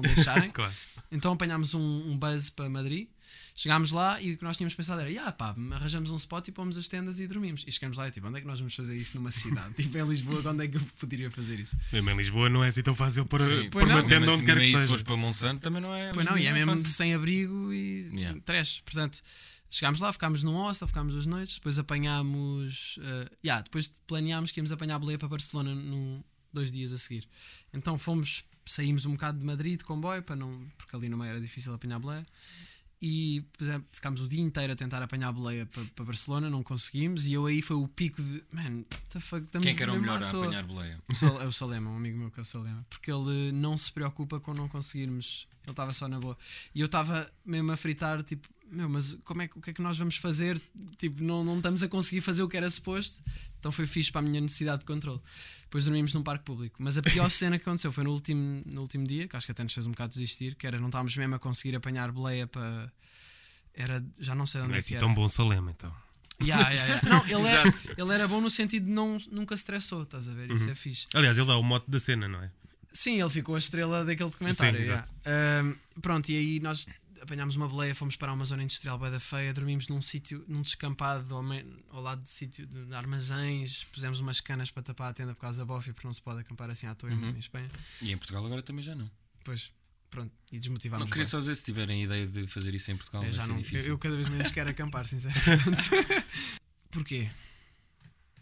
D: deixarem.
B: Claro.
D: Então apanhámos um, um buzz para Madrid, chegámos lá e o que nós tínhamos pensado era: yeah, pá, arranjamos um spot e pomos as tendas e dormimos. E chegamos lá e tipo: onde é que nós vamos fazer isso numa cidade? tipo, em Lisboa, onde é que eu poderia fazer isso?
B: Mesmo em Lisboa não é assim tão fácil para,
C: Sim,
B: para
D: não.
B: uma tenda onde
C: Mesmo assim,
B: quer que
C: mesmo se
B: seja.
C: fores para Monsanto também não é.
D: Pois não, e é
C: não
D: mesmo
C: fácil.
D: sem abrigo e
C: Yeah.
D: trash. Portanto, chegámos lá, ficámos num hostel, ficámos duas noites, depois apanhámos. eh, yeah, depois planeámos que íamos apanhar a boleia para Barcelona num, dois dias a seguir. Então fomos, saímos um bocado de Madrid de comboio, para não, porque ali no meio era difícil apanhar a boleia. E por exemplo, ficámos o dia inteiro a tentar apanhar a boleia para, para Barcelona, não conseguimos. E eu aí foi o pico de. Man, what the fuck, estamos
C: Quem é que era o
D: mesmo
C: melhor
D: à
C: a
D: toa."
C: apanhar boleia?
D: O Sal- É o Salema, um amigo meu que é o Salema. Porque ele não se preocupa com não conseguirmos. Ele estava só na boa. E eu estava mesmo a fritar, tipo, meu, mas como é que, o que é que nós vamos fazer? Tipo, não, não estamos a conseguir fazer o que era suposto. Então foi fixe para a minha necessidade de controle. Depois dormimos num parque público. Mas a pior cena que aconteceu foi no último, no último dia, que acho que até nos fez um bocado desistir, que era não estávamos mesmo a conseguir apanhar boleia para. Era, já não sei de
B: Não
D: onde
B: é
D: é que
B: assim
D: era.
B: tão bom Salema, então.
D: Yeah, yeah, yeah. Não, ele era, ele era bom no sentido de não, nunca estressou, estás a ver? Isso
B: Uhum.
D: é fixe.
B: Aliás, ele dá o mote da cena, não é?
D: Sim, ele ficou a estrela daquele documentário.
B: Sim,
D: yeah.
B: exato.
D: Ahm, pronto, e aí nós apanhámos uma boleia, fomos para uma zona industrial bué da feia, dormimos num sítio, num descampado ao, me- ao lado de sítio de de armazéns, pusemos umas canas para tapar a tenda por causa da bofe, porque não se pode acampar assim à toa em-
C: Uhum.
D: em Espanha.
C: E em Portugal agora também já não.
D: Depois, pronto, e desmotivámos.
C: não queria
D: bué.
C: só dizer se tiverem ideia de fazer isso em Portugal. vai
D: eu, É, já
C: ser
D: não, eu,
C: difícil.
D: eu cada vez menos quero acampar, sinceramente. Porquê?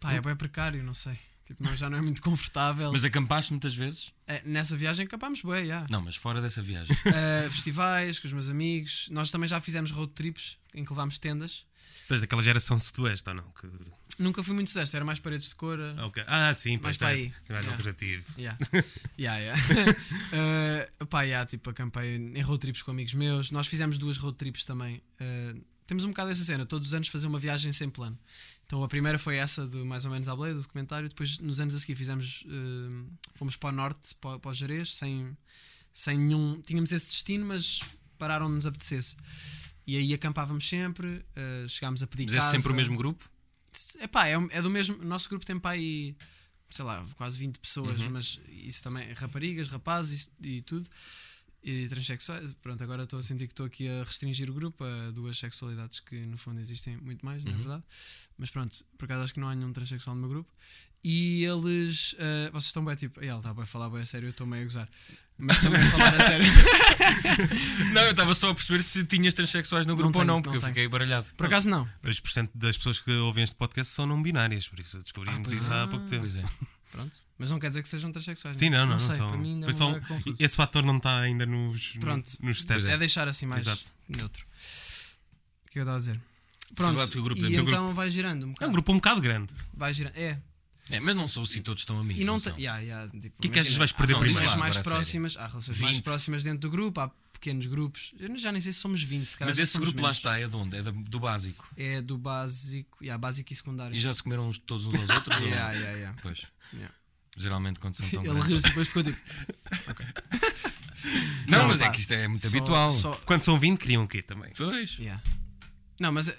D: Pá, é bem precário, não sei. Tipo, não, já não é muito confortável.
C: Mas acampaste muitas vezes?
D: Eh, nessa viagem acampámos bem, yeah.
C: Não, mas fora dessa viagem.
D: Uh, festivais com os meus amigos. Nós também já fizemos road trips em que levámos tendas.
B: Tu és daquela geração sudoeste, ou não? Que...
D: Hum. Nunca fui muito desta, era mais paredes de cor. uh,
B: Ah, ok. Ah, sim,
D: Mais
B: pois
D: para
B: tá.
D: aí.
B: Mais
D: Yeah.
B: alternativo.
D: Yeah. Yeah, yeah. Uh, pá, yeah, tipo, acampei em road trips com amigos meus. Nós fizemos duas road trips também. Uh, temos um bocado essa cena, todos os anos fazer uma viagem sem plano. Então a primeira foi essa, do mais ou menos à boleia, do documentário. Depois, nos anos a seguir, fizemos. uh, fomos para o norte, para, para o Jerez, sem, sem nenhum. Tínhamos esse destino, mas pararam onde nos apetecesse. E aí acampávamos sempre, uh, chegámos a pedir
C: Mas é sempre
D: casa.
C: o mesmo grupo?
D: Epá, é, um- é do mesmo. o Nosso grupo tem pai, sei lá, quase 20 pessoas,
C: Uhum.
D: mas isso também, raparigas, rapazes e, e tudo. E transexuais, pronto, agora estou a sentir que estou aqui a restringir o grupo a duas sexualidades que no fundo existem muito mais, não é
C: Uhum.
D: verdade? Mas pronto, por acaso acho que não há nenhum transexual no meu grupo. E eles, ah, vocês estão bem tipo, ele está bem a falar bem a sério, eu estou meio a gozar, mas também a falar a sério.
C: Não, eu estava só a perceber se tinhas transexuais no
D: Não
C: grupo ou
D: tenho,
C: não,
D: não
C: porque eu
D: tenho.
C: fiquei baralhado.
D: Por acaso não,
B: 2% das pessoas que ouvem este podcast são não binárias, por isso
D: Ah,
B: descobrimos
D: pois
B: isso
D: é.
B: há pouco tempo.
C: Pois é.
D: pronto, mas não quer dizer que sejam transexuais. né?
B: Sim, não, não, não
D: sei,
B: são.
D: para mim ainda
B: Foi só
D: não
B: um-
D: é confuso.
B: Esse fator não está ainda nos,
D: Pronto.
B: nos
C: Pois
B: testes.
D: É deixar assim mais
B: Exato.
D: neutro. O que eu estava a dizer? Pronto,
C: lá o teu grupo,
D: e
C: o teu
D: então vai girando um
B: É um
D: bocado.
B: grupo um bocado grande.
D: Vai girando, é.
C: É, mas não sou se todos estão amigos.
D: E não
C: são.
D: tem. Yeah, yeah, tipo,
B: O que é que achas
D: imagina,
B: que vais perder
D: há
C: não,
B: por
C: isso
B: isso?
D: relações
C: Claro,
D: mais
C: agora, a
D: próximas, há relações mais
C: 20.
D: próximas dentro do grupo, há pequenos grupos. Eu já nem sei se somos 20, se calhar
C: Mas
D: já
C: esse
D: somos
C: grupo lá
D: menos.
C: está, é de onde? É da- do básico.
D: É do básico, yeah, básico e secundário.
C: E já se comeram uns, todos uns aos outros? ou não?
D: Yeah, yeah, yeah.
C: Pois.
D: Yeah.
C: Geralmente quando são tão
D: Ele
C: grandes.
D: riu-se e depois ficou tipo.
C: Não,
D: Não,
C: mas é
D: pá.
C: que isto é muito
D: só-
C: habitual.
D: só-
B: Quando são 20, queriam o quê também?
C: Pois.
D: yeah. Não, mas. é-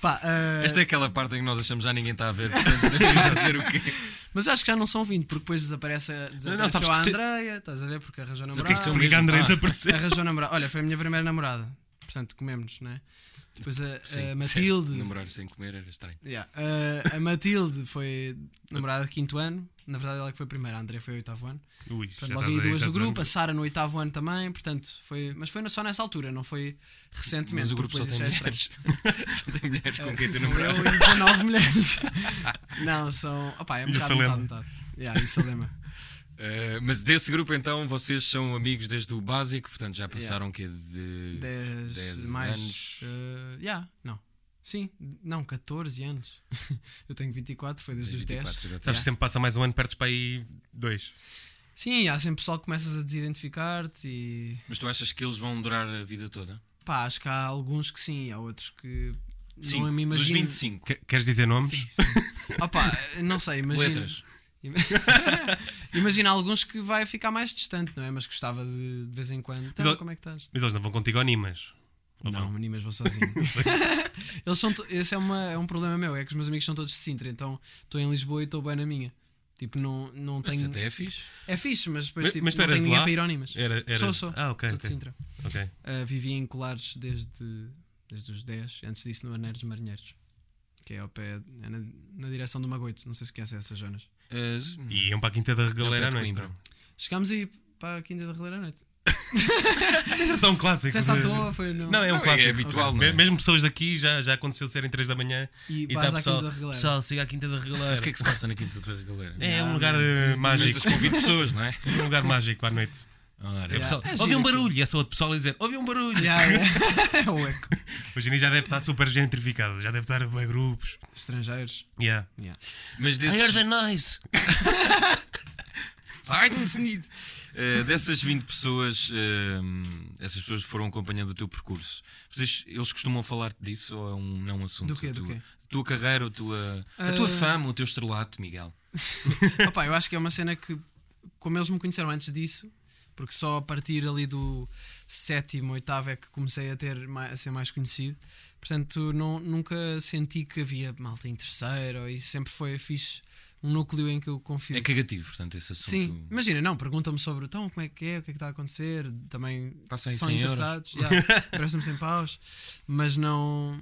D: Pá, ah,
C: Esta é aquela parte em que nós achamos já ninguém está a ver. Portanto, podemos já dizer o quê?
D: Mas acho que já não são 20, porque depois desaparece, desapareceu
B: sabes
D: a
B: que se-
D: Andreia, estás a ver? Porque arranjou
C: Mas o que é que
D: namorada.
C: são-
B: Porque
C: mesmo.
B: a André
C: Ah.
B: desapareceu.
D: Arranjou namorada. Olha, foi a minha primeira namorada. Portanto, comemos, não é? Depois a, a
C: Sim,
D: É, Matilde.
C: sim, Namorar sem comer era estranho.
D: Yeah. A- a Matilde foi namorada de quinto ano. Na verdade, ela é que foi a primeira, a Andreia foi o oitavo ano.
B: Ui, já
D: Portanto, logo
B: estás
D: aí duas
B: estás
D: do grupo, assim,
B: a-
D: a Sara no oitavo ano também, portanto, foi. Mas foi só nessa altura, não foi recentemente.
C: Mas o grupo
D: porque
C: só
D: depois
C: tem
D: isso já é estranho.
C: mulheres. só tem mulheres com
D: É,
C: quem
D: sim,
C: tu
D: sou eu
C: namoras.
D: e 19 mulheres. não, são. Opá, é um
B: E o
D: bocado
B: Salema.
D: metade, metade. Yeah, e o Salema.
C: Uh, mas desse grupo então vocês são amigos desde o básico, portanto já passaram que é de
D: 10,
C: Dez
D: mais. eh, yeah, não. Sim, não, 14 anos. eu tenho 24, foi desde os 10.
C: 24, exatamente.
B: Sabes, sempre passa mais um ano, perdes para aí dois.
D: Sim, há sempre pessoal que começas a desidentificar-te e.
C: Mas tu achas que eles vão durar a vida toda?
D: Pá, acho que há alguns que sim, há outros que.
C: Sim,
D: não me
C: dos
D: imagino.
C: 25.
B: Que- Queres dizer nomes?
D: Sim, sim. Opá, não sei, imagina.
C: Letras.
D: Imagina alguns que vai ficar mais distante, não é? Mas gostava de, de vez em quando. Então,
B: Mas-
D: como é que estás?
B: Mas eles não vão contigo ao Nimas. Ou
D: não,
B: vão?
D: meninas, vou sozinho. Eles são. to- Esse é, uma, é um problema meu, é que os meus amigos são todos de Sintra, então estou em Lisboa e estou bem na minha. Tipo, não, não
C: Mas isso até
D: tenho.
C: é fixe.
D: É fixe, mas depois
B: Mas-
D: tipo,
B: mas tu
D: não
B: eras
D: tenho
B: de
D: ninguém
B: lá?
D: para ir ao Nimas.
B: Era, era...
D: Sou, sou.
B: Ah, ok.
D: Estou de
B: ok.
D: Sintra.
B: ok.
D: Uh, vivi em Colares desde, desde os 10, antes disso no Arneiros Marinheiros, que é ao pé, é na, na direção do Magoito. Não sei se conhece essas zonas.
C: Uh,
D: Hum.
B: E iam para a Quinta da Regaleira à
C: Não, Pedro
B: noite.
C: Coimbra.
B: não?
D: Chegámos aí para a Quinta da Releira à noite.
B: É só um clássico.
D: Disseste à
B: de-
D: toa, foi no.
B: Não, é um
C: Não, é
B: clássico.
C: habitual,
B: Me-
C: não é?
B: Mesmo pessoas daqui já, já aconteceu serem 3 da manhã
D: E
B: e está
D: vais à
B: pessoal.
D: Quinta da Releira.
B: Pessoal, siga à Quinta da
C: Mas o que
B: Regaleira.
C: é que se passa na Quinta da Galera? né?
B: É
D: Ah,
B: um lugar
D: não,
B: eh, mágico.
C: Estas convido pessoas, não é?
B: Um lugar mágico à noite.
C: Ora,
B: É
D: Yeah.
B: pessoal,
D: É
B: ouvi
D: giro
B: um
D: aquilo.
B: barulho. E é só outro pessoal a dizer: ouvi um barulho.
D: Yeah, yeah. é o eco.
B: Hoje em dia já deve estar super gentrificado. Já deve estar a grupos.
D: Estrangeiros.
B: Yeah.
C: Mas
B: I heard
C: desses,
B: a noise.
C: Eh, dessas 20 pessoas, eh, essas pessoas foram acompanhando o teu percurso. Vocês, eles costumam falar disso ou é um, não é um assunto?
D: Do quê, do
C: tua,
D: quê?
C: tua carreira, a tua, a
D: Ah.
C: tua fama, o teu estrelato, Miguel.
D: Opa, eu acho que é uma cena que, como eles me conheceram antes disso, porque só a partir ali do sétimo, oitavo é que comecei a, ter, mai- a ser mais conhecido. Portanto, não, nunca senti que havia malta em terceiro, e sempre foi fixe um núcleo em que eu confio.
C: É cagativo, portanto, esse assunto.
D: Sim, imagina, não, pergunta-me sobre então, como é que é, o que é que está a acontecer, também
C: Passa aí
D: são
C: 100 euros.
D: interessados, yeah, prestam-me sem paus, mas não.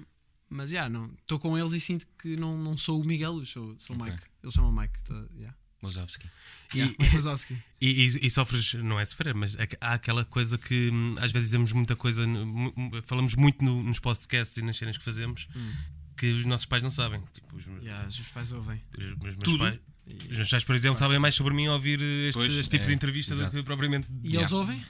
D: Mas já, não. Estou com eles e sinto que não, não sou o Miguel Luz, sou, sou o
C: Ok.
D: Mike. Eles chamam Mike, tá, yeah.
C: Mozovski.
D: Yeah, Mike Wazowski.
B: E, e- e sofres, não é sofrer, mas é que há aquela coisa que hum, às vezes dizemos muita coisa, no- mu- mu- falamos muito no- nos podcasts e nas cenas que fazemos que os nossos pais não sabem. Tipo, os,
D: Yeah, os pais ouvem.
B: os- os meus
C: Tudo.
B: pais. Os meus pais, por exemplo, sabem mais sobre mim ao ouvir eh, este,
C: Pois,
B: este tipo
C: é,
B: de entrevista do
C: exato.
B: que propriamente.
D: E
C: Yeah.
D: eles ouvem?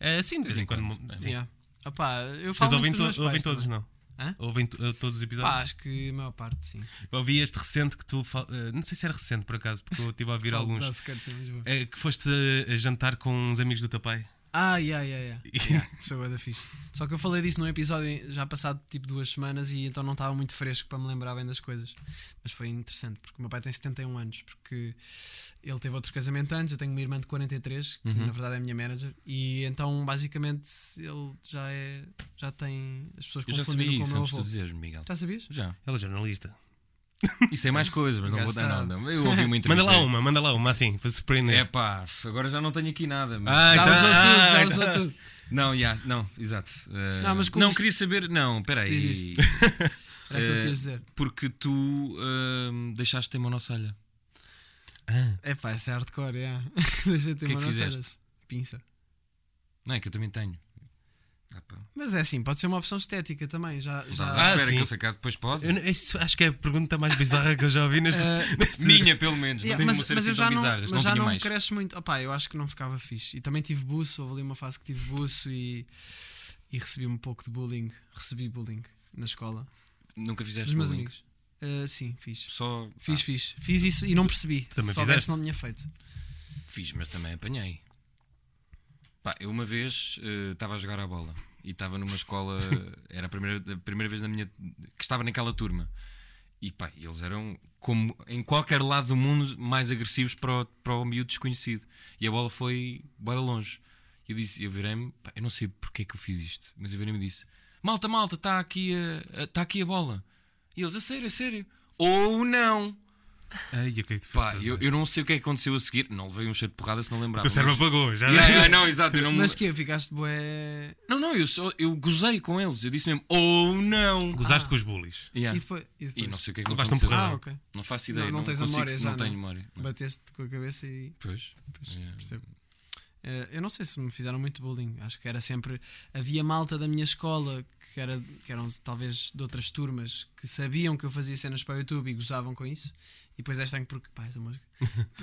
B: Eh, sim, de vez
C: De
B: em
C: vez em
B: quando.
C: quando,
B: Sim.
D: Yeah. Opá, eu
B: Vocês
D: falo
B: ouvem,
D: muito
B: to-
D: com os meus pais
B: ouvem todos,
D: também.
B: não?
D: Hã?
B: Ouvem to- eh, todos os episódios?
D: Pá, acho que a maior parte sim.
B: Eu Ouvi este recente que tu. fal- eh, não sei se era recente por acaso, porque eu estive a ouvir
D: Falo
B: alguns.
D: da Skirt em Lisboa.
B: Eh, que foste eh, a jantar com uns amigos do teu pai.
D: Ah, yeah, yeah, yeah. yeah isso foi bué da fixe. Só que eu falei disso num episódio já passado tipo duas semanas e então não estava muito fresco para me lembrar bem das coisas. Mas foi interessante, porque o meu pai tem 71 anos, porque ele teve outro casamento antes, eu tenho uma irmã de 43, que
C: Uhum.
D: na verdade é a minha manager, e então basicamente ele já é. já tem. as pessoas
C: Eu já sabia
D: confundem com o
C: isso
D: meu
C: antes de
D: avô.
C: tu dizeres, Miguel.
D: Já sabias?
C: Já.
B: Ela é jornalista.
C: Isso é mais coisa, mas não vou dar
D: Engraçado. um,
C: nada. Eu ouvi uma
B: Manda
C: entrevista.
B: lá uma, manda lá uma assim, para
D: né?
B: surpreender.
C: É pá, agora já não tenho aqui nada. Mas...
B: Ah,
D: já
B: então-
D: usou tudo, já
B: ah,
D: usou
B: então-
D: tudo.
C: Não, já, não, exato. Eh,
D: Não, mas como
C: não
D: se-
C: queria saber. Não,
D: Diz
C: peraí.
D: Era aquilo que
C: Eh,
D: querias dizer.
C: Porque tu eh, deixaste de ter monossalha.
D: É pá, essa é hardcore, é. Deixa eu ter
C: O que é que
D: umas
C: fizeste?
D: noceiras. Pinça.
C: Não é que eu também tenho. Ah, pá.
D: Mas é assim, pode ser uma opção estética também.
C: Não
D: Já, já-
C: estavas à
B: Ah,
C: espera
B: sim.
C: que eu sacasse, depois pode.
B: Eu não- isso acho que é a pergunta mais bizarra que eu já ouvi neste.
C: Ah,
D: Eh,
B: neste-
C: Minha, pelo menos.
D: yeah,
C: não
D: mas,
C: mas, ser
D: mas
C: assim
D: eu já
C: tão
D: não,
C: bizarras.
D: mas
C: Não
D: já
C: tinha
D: não
C: mais.
D: cresce muito. Opá, eu acho que não ficava fixe. E também tive buço, houve ali uma fase que tive buço e, e recebi um pouco de bullying. Recebi bullying na escola.
C: Nunca fizeste
D: Dos meus
C: bullying?
D: amigos. Eh, sim, fiz.
C: Só
D: Fiz,
C: Ah,
D: fiz. Fiz isso e não percebi.
B: Também
D: Se soubesse,
B: fizeste?
D: não tinha feito.
C: fiz, mas também apanhei. Pá, eu uma vez eh, estava a jogar à bola e estava numa escola, era a primeira, a primeira vez na minha que estava naquela turma. E pá, eles eram, como em qualquer lado do mundo, mais agressivos para o, para o miúdo desconhecido. E a bola foi bora longe. Eu disse, eu virei-me, pá, eu não sei porque é que eu fiz isto, mas eu virei-me e disse: Malta, malta, está aqui, a- a- tá aqui a bola. E eles, a sério, a sério. Ou não.
B: Ai, o que é que tu
C: Pá,
B: foste
C: eu,
B: fazer?
C: eu não sei o que é que aconteceu a seguir. Não levei um cheiro de porrada se não
B: O
C: lembrava.
B: teu cérebro
C: mas-
B: apagou. Já... é?
C: Yeah, yeah, não, exato. Eu não, eh, me-
D: Mas que é, ficaste bué.
C: não, não, eu, só, eu gozei com eles. Eu disse mesmo, ou não.
B: Gozaste com os bullies.
C: Yeah.
D: E depois. E
C: E
D: depois?
C: não sei o que é que
B: Levaste um
C: aconteceu.
B: porrada.
D: ah, ok.
C: Não faço ideia.
D: Não-
C: Não,
D: não tens a
C: consigo-
D: memória já,
C: não tenho
D: não.
C: memória. Não.
D: Bateste com a cabeça e.
C: Pois.
D: Pois,
C: Yeah.
D: percebo. Eh, eu não sei se me fizeram muito bullying. Acho que era sempre. Havia malta da minha escola que, era, que eram talvez de outras turmas que sabiam que eu fazia cenas para o YouTube e gozavam com isso. E depois é estranho porque. Pá, esta música.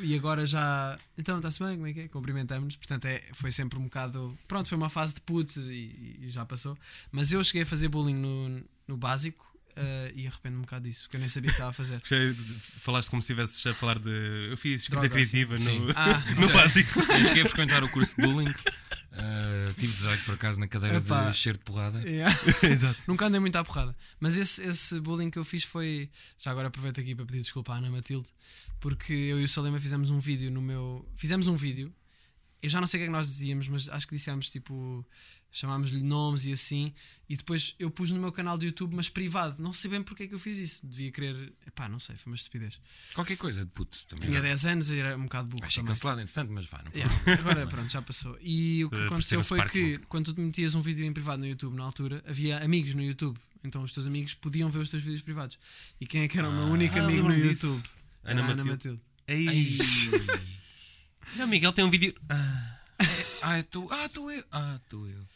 D: e agora já. Então, está-se bem? Como é que é? Cumprimentamos-nos. Portanto, é, foi sempre um bocado. Pronto, foi uma fase de puto e, e já passou. Mas eu cheguei a fazer bullying no, no básico eh, e arrependo-me um bocado disso, porque eu nem sabia o que estava a fazer.
B: Gostei de- Falaste como se estivesses a falar de. Eu fiz escrita
D: Droga,
B: criativa
C: sim.
B: no,
D: Ah,
B: no básico.
C: Eu cheguei a frequentar o curso de bullying. Ah, tive 18 por acaso na cadeira
D: Epá.
C: de cheiro de porrada.
D: yeah.
B: Exato.
D: Nunca andei muito à porrada. Mas esse, esse bullying que eu fiz foi. Já agora aproveito aqui para pedir desculpa à Ana Matilde, porque eu e o Salema fizemos um vídeo no meu. Fizemos um vídeo. Eu já não sei o que é que nós dizíamos, mas acho que dissemos tipo. chamámos-lhe nomes e assim. E depois eu pus no meu canal do YouTube, mas privado. Não sei bem porque é que eu fiz isso. Devia querer. Epá, não sei, foi uma estupidez.
C: Qualquer coisa de puto também.
D: Tinha 10 anos e era um bocado burro
C: Vai ser
D: também.
C: cancelado, entretanto, mas vá, não pode.
D: Yeah, Agora pronto, já passou. E o que
B: Eh,
D: aconteceu
B: percebeu-se
D: foi
B: parte,
D: que quando tu metias um vídeo em privado no YouTube na altura, havia amigos no YouTube. Então os teus amigos podiam ver os teus vídeos privados. E quem é que era o meu único
B: Ah,
D: amigo no
B: lembro-me disso.
D: YouTube? Era
B: Ana
D: a Ana
B: Matilde.
D: Matilde.
B: Ei.
C: Ei.
B: Não, Miguel tem um vídeo.
C: ah, estou ah, tô eu. Ah, estou eu.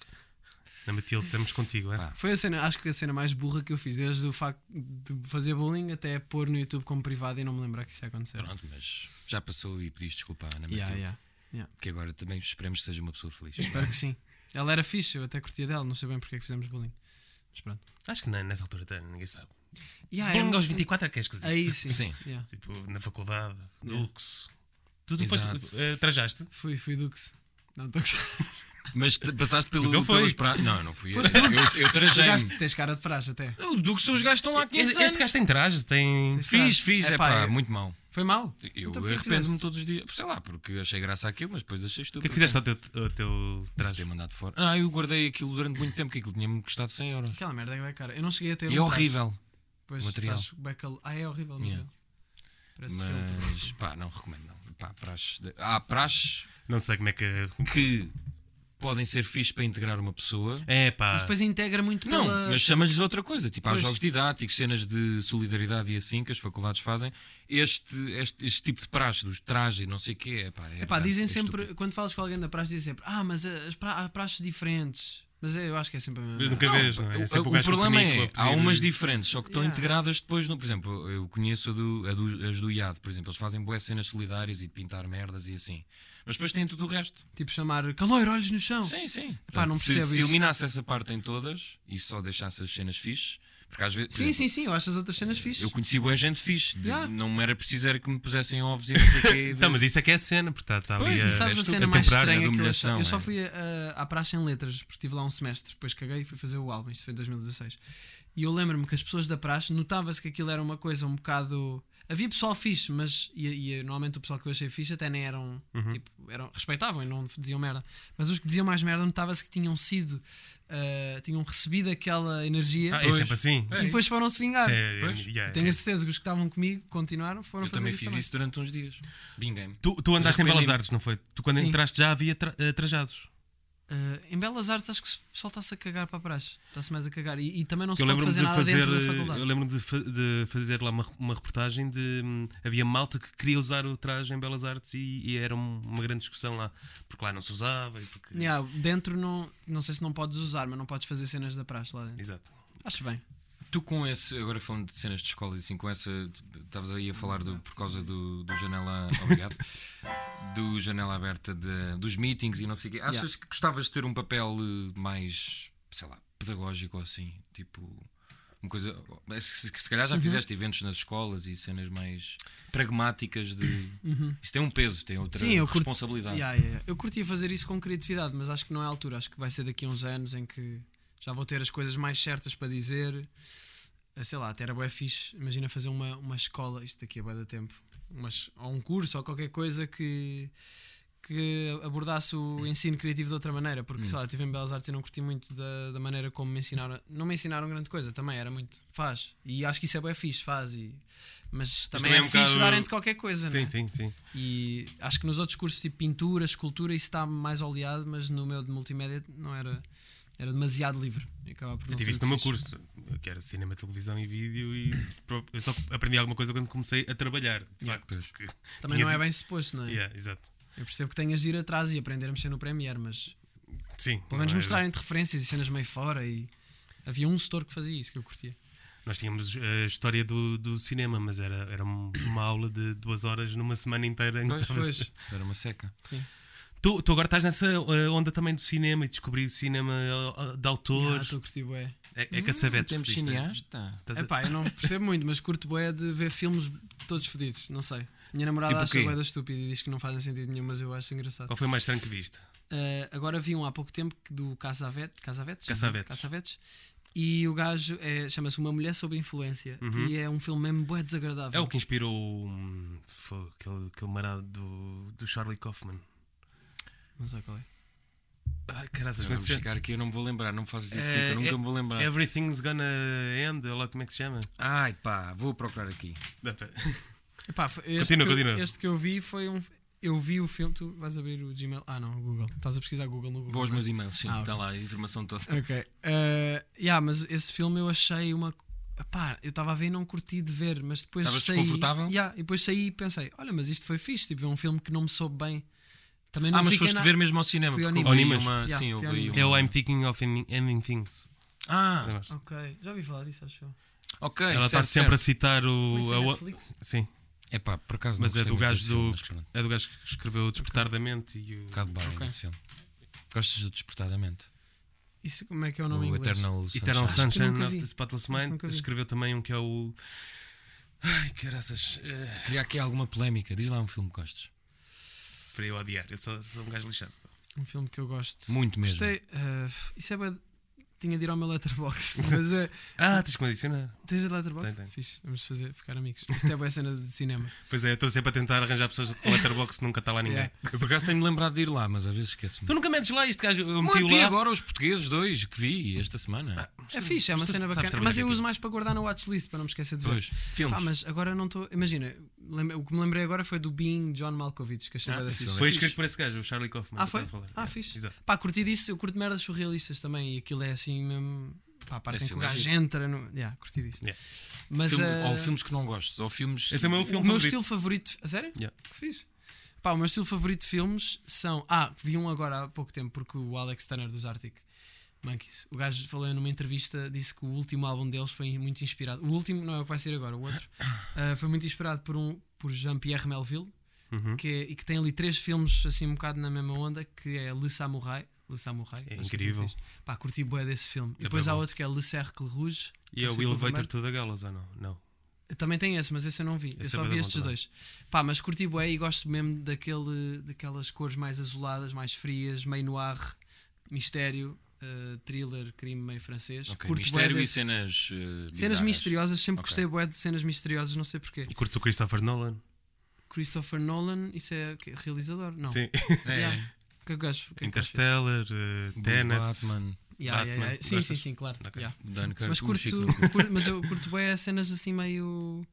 B: Não, Matilde, estamos contigo, é?
C: Pá.
D: Foi a cena, acho que a cena mais burra que eu fiz, desde o facto de fazer bullying até pôr no YouTube como privado e não me lembrar que isso ia acontecer.
C: Pronto, mas já passou e pediste desculpa à Ana
D: Yeah,
C: Matilde.
D: yeah.
C: Porque agora também esperemos que seja uma pessoa feliz.
D: Espero que sim. Ela era fixe, eu até curtia dela, não sei bem porque é que fizemos bullying. Mas pronto.
B: Acho que não, nessa altura tá, ninguém sabe.
C: Ah,
D: Yeah,
B: Bullying
D: é-
B: aos 24 é que és coisa.
D: Aí sim.
C: Sim.
D: Yeah.
B: Tipo, na faculdade,
D: Yeah.
B: luxo. Tu depois
C: É. Exato.
B: eh, trajaste?
D: Fui, fui Dux. Não, Dux.
C: Mas te- passaste pelo.
B: Mas ele foi.
C: pelas pra- Não, não fui eu.
D: Foste
C: Eu, eu trajei-me.
D: Jogaste, tens cara de praxe até.
C: O do que são os gajos que estão lá 500
B: Este, este gajo tem traje, tem.
D: Tens traje.
C: Fiz, fiz, é
D: Epá,
C: pá,
D: é-
C: muito mal.
D: Foi mal?
C: Eu
D: Então porquê que
C: arrependo-me
D: fizeste?
C: todos os dias. Sei lá, porque achei graça àquilo, mas depois achei
B: O
C: estúpido.
B: que é que fizeste ao teu, ao teu
C: Deve
B: traje?
C: ter mandado fora. Ah, eu guardei aquilo durante muito tempo, é porque aquilo tinha-me custado 100 euros.
D: Aquela merda que vai cara. Eu não cheguei a ter
C: E é
D: um traje.
C: horrível.
D: Pois,
C: material.
D: estás bem cal- Ah, é horrível o
C: Yeah.
D: material. Parece filtro.
C: Mas pá, não recomendo. Não. Pá, praxe de- Há praxes
B: Não sei como é que.
C: que podem ser fixe para integrar uma pessoa.
B: É pá.
D: Mas depois integra muito
C: Não,
D: É pela...
C: mas chama-lhes outra coisa. Tipo, há
D: Pois.
C: jogos didáticos, cenas de solidariedade e assim que as faculdades fazem. Este, este, este tipo de praxe, dos trajes e não sei o quê. É pá, é
D: Epá,
C: verdade,
D: dizem
C: é
D: sempre,
C: estúpido.
D: quando falas com alguém da praxe, dizem sempre, ah, mas as pra- há praxes diferentes. Mas é, eu acho que é sempre a mesma.
B: Eu
D: merda.
B: nunca vês,
C: Não,
B: não é?
C: o-
B: É sempre
C: o,
B: gajo com
C: problema
B: penico
C: é,
B: a pedir-
C: há umas diferentes, só que estão
D: Yeah.
C: integradas depois no. Por exemplo, eu conheço a do, a do- as do IAD, por exemplo, eles fazem boas cenas solidárias e de pintar merdas e assim. Mas depois têm tudo o resto.
D: Tipo, chamar caloiro, olhos no chão.
C: Sim, sim.
D: Epá, não
C: se,
D: percebo
C: se
D: isso.
C: eliminasse essa parte em todas e só deixasse as cenas fixes, porque às vezes. por
D: Sim,
C: exemplo,
D: sim, sim, eu acho as outras cenas fixe.
C: Eu conheci boa gente fixe. de-
D: Yeah.
C: Não me era preciso era que me pusessem ovos e não sei o quê. de-
B: Tá, mas isso é que é a cena, portanto, está
C: Pois,
B: ali
D: E
B: é a-
D: sabes a
C: és tu-
D: cena
C: a
D: mais
B: temporária né?
D: estranha que eu achei?
C: dominação,
D: Eu só
C: é.
D: fui a- a- à praxe em letras, porque estive lá um semestre, depois caguei e fui fazer o álbum, isto foi em 2016. E eu lembro-me que as pessoas da praxe notava-se que aquilo era uma coisa um bocado. Havia pessoal fixe, mas e, e, normalmente o pessoal que eu achei fixe até nem eram, tipo, eram respeitavam e não diziam merda. Mas os que diziam mais merda notava-se que tinham sido, ah, tinham recebido aquela energia
B: Ah, é sempre assim.
D: e depois foram-se vingar.
B: Isso é-
C: Pois.
B: yeah,
D: Tenho
B: é.
D: a certeza que os que estavam comigo continuaram, foram
C: Eu
D: fazer
C: também
D: isso
C: fiz
D: também.
C: isso durante uns dias. Vinguei-me.
B: Tu, tu andaste em
C: Mas
B: Belas
C: arrependi-me.
B: Artes, não foi? Tu quando
D: Sim.
B: entraste já havia tra- eh, trajados.
D: Uh, em Belas Artes acho que o pessoal está-se a cagar para trás. Está-se mais a cagar. E, e também não se
B: Eu
D: pode
B: lembro-me
D: fazer
B: de
D: nada
B: fazer,
D: dentro da
B: eh,
D: faculdade.
B: eu lembro-me de, fa- de fazer lá uma, uma reportagem de hum, havia malta que queria usar o traje em Belas Artes e, e era um- uma grande discussão lá, porque lá não se usava e porque
D: Yeah, dentro não, não sei se não podes usar, mas não podes fazer cenas da praxe lá dentro.
B: Exato.
D: Acho bem.
C: Tu com esse, agora falando de cenas de escola e assim, com essa, estavas aí a falar do- por causa do, do janela, obrigado, do janela aberta de- dos meetings e não sei o quê. Achas
D: Yeah.
C: que gostavas de ter um papel eh, mais, sei lá, pedagógico ou assim, tipo, uma coisa, eh, se, se- se calhar já
B: Uhum.
C: fizeste eventos nas escolas e cenas mais pragmáticas de,
B: Uhum.
C: isso tem um peso, tem outra
D: Sim, eu curto-
C: responsabilidade.
D: Yeah, yeah, yeah. Eu curtia fazer isso com criatividade, mas acho que não é a altura. Acho que vai ser daqui a uns anos em que já vou ter as coisas mais certas para dizer. Ah, Sei lá, até era bué fixe. Imagina fazer uma, uma escola, isto daqui a bué da tempo, mas, ou um curso ou qualquer coisa que, que abordasse o ensino criativo de outra maneira. Porque sei lá, eu estive em Belas Artes e não curti muito da, da maneira como me ensinaram. Não me ensinaram grande coisa, também era muito. Faz. E acho que isso é bué fixe, faz. E, mas também,
B: também é
D: é,
B: um
D: fixe
B: bocado-
D: darem-te qualquer coisa, não é?
B: Sim, sim, sim.
D: E acho que nos outros cursos, tipo pintura, escultura, isso está mais oleado, mas no meu de multimédia não era. Era demasiado livre. E acabava por não
B: Eu tive
D: ser
B: isso no meu
D: muito fixe.
B: curso, que era cinema, televisão e vídeo e pro- eu só aprendi alguma coisa quando comecei a trabalhar, de
D: Yeah.
B: facto. porque-
D: Também
B: Tinha
D: não é
B: de-
D: bem suposto, não é?
B: Yeah, exato.
D: Eu percebo que tenhas de ir atrás e aprender a mexer no Premiere, mas
B: Sim.
D: pelo menos
B: não é-
D: mostrarem-te referências e cenas meio fora. E havia um setor que fazia isso que eu curtia.
B: Nós tínhamos eh, a história do, do cinema, mas era, era um- uma aula de duas horas numa semana inteira. em que
C: Pois,
B: estavas-
D: Pois,
C: Era uma seca.
D: sim.
B: Tu, tu agora estás nessa eh, onda também do cinema e descobrir o cinema eh, de autor.
D: Ah, estou a curtir bué.
B: É, é caçavete.
C: Hum, Temos cineasta.
B: Estás a-
D: Epá, eu não percebo muito, mas curto bué de ver filmes todos fedidos, não sei. Minha namorada
C: Tipo o
D: acha
C: quê?
D: bué da estúpida e diz que não fazem sentido nenhum, mas eu acho engraçado.
B: Qual foi o mais estranho que viste?
D: Uh, agora vi um há pouco tempo que- do Casavete, Casavetes,
B: Cassavetes.
D: Cassavetes, e o gajo é- chama-se Uma Mulher Sob Influência e é um filme mesmo bué
B: Uhum. É
D: desagradável.
B: o que inspirou hum, foi aquele, aquele marado do, do Charlie Kaufman.
D: Não sei qual é.
B: Ai, caraças, como é que
C: Vamos
B: se chama?
C: chegar aqui, eu não me vou lembrar, não me fazes isso
B: É,
C: comigo, eu nunca
B: é-
C: me vou lembrar.
B: Everything's Gonna End, olha lá como é que se chama.
C: Ai pá, vou procurar aqui.
B: Dá pra-
D: Epá, foi- este,
B: Continua,
D: que eu,
B: continua.
D: este que eu vi foi um. Eu vi o filme. Tu vais abrir o Gmail. Ah, não, o Google. Estás a pesquisar Google no Google.
C: Vou aos
D: não é?
C: meus e-mails, sim,
D: Ah, ok. Ah,
C: está lá a informação toda.
D: Ok. Uh, yeah, mas esse filme eu achei uma. Pá, eu estava a ver e não curti de ver, mas depois
C: Estavas
D: saí.
C: desconfortável?
D: Yeah, e depois saí e pensei: olha, mas isto foi fixe. Tipo, ver um filme que não me soube bem. Também não
C: Ah, mas
D: fiquei
C: foste
D: na-
C: ver mesmo ao cinema,
D: Fui ao
C: porque
B: Nimas.
C: houve aí
B: Ao
C: uma.
D: Nimas.
C: sim,
D: Yeah,
C: houve
D: fui ao
C: aí um-
D: Nimas.
B: É o
C: uma-
B: I'm Thinking of Ending- Ending Things.
C: Ah,
D: Ok, já ouvi falar disso, acho eu.
C: ok.
B: Ela está
C: certo,
B: sempre a
C: certo.
B: citar
D: Mas
B: o.
D: é
B: a o-
D: Netflix?
B: Sim,
C: É pá, por acaso não
B: Mas é
C: gostei
B: do
C: muito
B: gajo
C: desse filme,
B: do-
C: mas pronto.
B: é do gajo que escreveu o Despertar da Mente e o.
C: Um bocado bem
D: Ok.
C: esse filme. Gostas do Despertadamente?
D: Isso como é que é o
C: O
D: nome em inglês?
C: Eternal Sunshine.
B: Eternal
D: Acho que
B: Sunshine
D: nunca
B: of
D: vi.
B: the Spotless
D: Acho que
B: Mind.
D: nunca vi.
B: Escreveu também um que é o. Ai, caraças. eh,
C: Queria aqui alguma polémica. Diz lá um filme que gostes.
B: Para eu odiar, eu sou, sou um gajo lixado.
D: Um filme que eu gosto.
C: Muito mesmo.
D: Gostei. uh, isso é. bué- Tinha de ir ao meu letterbox. Mas é.
B: Ah, tens que me adicionar.
D: Tens a letterbox?
B: Tem, tem.
D: Fixe, vamos fazer, ficar amigos. Isto é boa cena de cinema.
B: Pois é, eu estou sempre a tentar arranjar pessoas com Letterboxd, nunca está lá ninguém.
D: Yeah.
C: Eu por acaso tenho-me lembrado de ir lá, mas às vezes esqueço-me.
B: Tu nunca metes lá este gajo. Eu meti
C: Muito e
B: lá.
C: agora os portugueses dois que vi esta semana.
D: É fixe, é uma
B: Mas tu
D: cena
B: sabes
D: bacana.
B: trabalhar
D: Mas
B: com
D: eu
B: aquilo.
D: uso mais para guardar na watchlist, para não me esquecer de ver.
C: Pois.
B: Filmes.
D: Pá, mas agora não estou. Imagina, lem- o que me lembrei agora foi do Being John Malkovich, que achei
C: Ah,
D: ah,
C: isso
D: fixe.
B: Foi
C: Fixe.
B: escrito por esse gajo, o Charlie Kaufman.
D: Ah,
B: que eu
D: foi?
B: estava a falar.
D: Ah,
B: Yeah.
D: fixe.
B: Exato.
D: Pá, curti disso, eu curto merdas surrealistas também. E aquilo é assim mesmo. Pá, a parte
C: Esse
D: em que o
C: filme é
D: gajo
C: giro.
D: entra. No... Yeah, curti disso.
B: assim, Yeah.
D: Mas.
C: Filme-
D: ah,
C: Ou filmes que não gostes, ou filmes.
B: Esse é o meu
D: o
B: filme
D: meu
B: favorito.
D: estilo favorito. A sério?
B: Yeah.
D: Que fiz? Pá, o meu estilo favorito de filmes são. Ah, vi um agora há pouco tempo, porque o Alex Turner dos Arctic Monkeys. O gajo falou numa entrevista, disse que o último álbum deles foi muito inspirado. O último, não é o que vai ser agora, o outro. ah, foi muito inspirado por, um, por Jean-Pierre Melville,
B: Uhum.
D: que é- e que tem ali três filmes, assim, um bocado na mesma onda, que é Le Samurai. Le Samurai.
B: É
D: acho que
B: incrível.
D: assim se diz. Pá, curti bué desse filme. E
B: É
D: depois
B: bem
D: há
B: bom.
D: outro que é Le Cercle Rouge.
B: E é o
D: Círculo
B: Elevator
D: Vermelho.
B: to the Gallows, ou não? Não.
D: Também tem esse, mas esse eu não vi. eu
B: Esse é
D: só
B: bué
D: vi
B: da bom
D: estes
B: também.
D: dois. Pá, mas curti bué e gosto mesmo daquele, daquelas cores mais azuladas, mais frias, meio noir, mistério, eh, thriller, crime meio francês.
C: Ok,
D: Curto bué
C: mistério e
D: desse-
C: cenas. eh,
D: Cenas
C: bizarras.
D: misteriosas, sempre
C: Ok.
D: gostei bué de cenas misteriosas, não sei porquê.
B: E curtes o Christopher Nolan?
D: Christopher Nolan, isso é o quê? realizador? Não.
B: Sim.
C: É.
D: Yeah. Que gajo? que gajo fez?
B: Interstellar, eh,
C: Dos
B: Tenet.
C: Batman,
D: Yeah, yeah,
B: Batman.
D: yeah. Sim, sim,
B: Gostas?
D: sim, claro.
B: Ok.
D: yeah.
C: Dunkirk,
D: Mas
B: um
C: o
D: curto,
C: Chico não curte.
D: curto- mas eu curto bem cenas assim meio.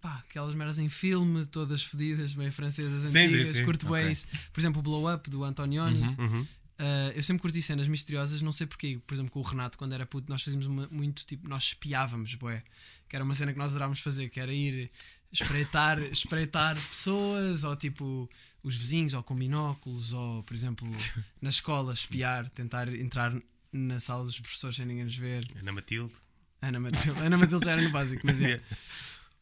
D: Pá, aquelas merdas em filme, todas fedidas, meio francesas
B: Sim, sim,
D: antigas.
B: sim.
D: Curto bem
C: Ok.
D: isso. Por exemplo, o Blow Up do Antonioni.
C: Uhum.
B: Uhum.
D: Uh, eu sempre curti cenas misteriosas, não sei porquê. Por exemplo, com o Renato, quando era puto, nós fazíamos uma- muito tipo, nós espiávamos, boé. Que era uma cena que nós adorávamos fazer, que era ir espreitar, espreitar pessoas, ou tipo os vizinhos, ou com binóculos, ou por exemplo, na escola, espiar, tentar entrar na sala dos professores sem ninguém nos ver.
B: Ana Matilde.
D: Ana Matilde. Ana Matilde já era no básico, mas é.
B: Yeah.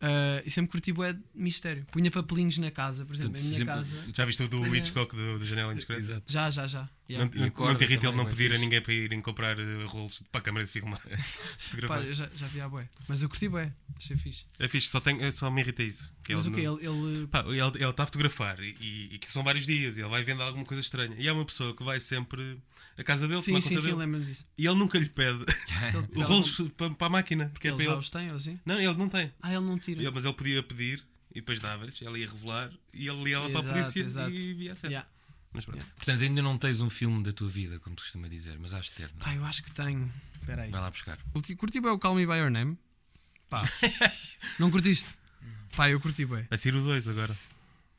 D: Uh, e sempre curti bué de mistério. Punha papelinhos na casa, por exemplo,
C: Portanto,
D: na minha
C: sempre-
D: casa.
B: Já viste o do
D: Olha.
B: Hitchcock do, do Janela Indiscreta?
C: Exato.
D: Já, já, já. é. Yeah.
B: Não, não,
C: corda
B: não te irrita ele
C: também
B: não
C: vai
B: pedir a
C: fixe.
B: ninguém para irem comprar eh, rolos para a câmara de filmar.
D: Pá,
B: Fotografar.
D: eu já, já vi a bué. Mas eu curti bué, achei fixe.
B: É fixe, só, tenho, eu só me irrita isso. que
D: Mas o
B: ele
D: que
B: não-
D: ele, ele
B: Pá, ele ele está a fotografar e- e, e que são vários dias e ele vai vendo alguma coisa estranha. E há uma pessoa que vai sempre à casa dele,
D: sim,
B: tomar
D: sim,
B: conta
D: sim,
B: dele,
D: lembro-me disso.
B: e ele nunca lhe pede
D: Ele-
B: o rolos para, para a máquina. Porque é
D: ele
B: para
D: já
B: ele.
D: os tem ou assim?
B: Não, ele não tem.
D: Ah, ele não tira.
B: Ele- mas ele podia pedir e depois dava-lhes, ela ia revelar e ele ligava para a
D: Exato,
B: polícia
D: exato.
B: e via certo.
D: Yeah.
B: Mas pronto.
C: Portanto, ainda não tens um filme da tua vida, como tu costuma dizer, mas acho que ter. não é?
D: Pá, eu acho que tenho. Espera aí.
C: Vai lá buscar.
D: Curti, curti bué o Call Me By Your Name. Pá. não curtiste? Pá, eu curti bué.
B: Vai sair o 2 agora.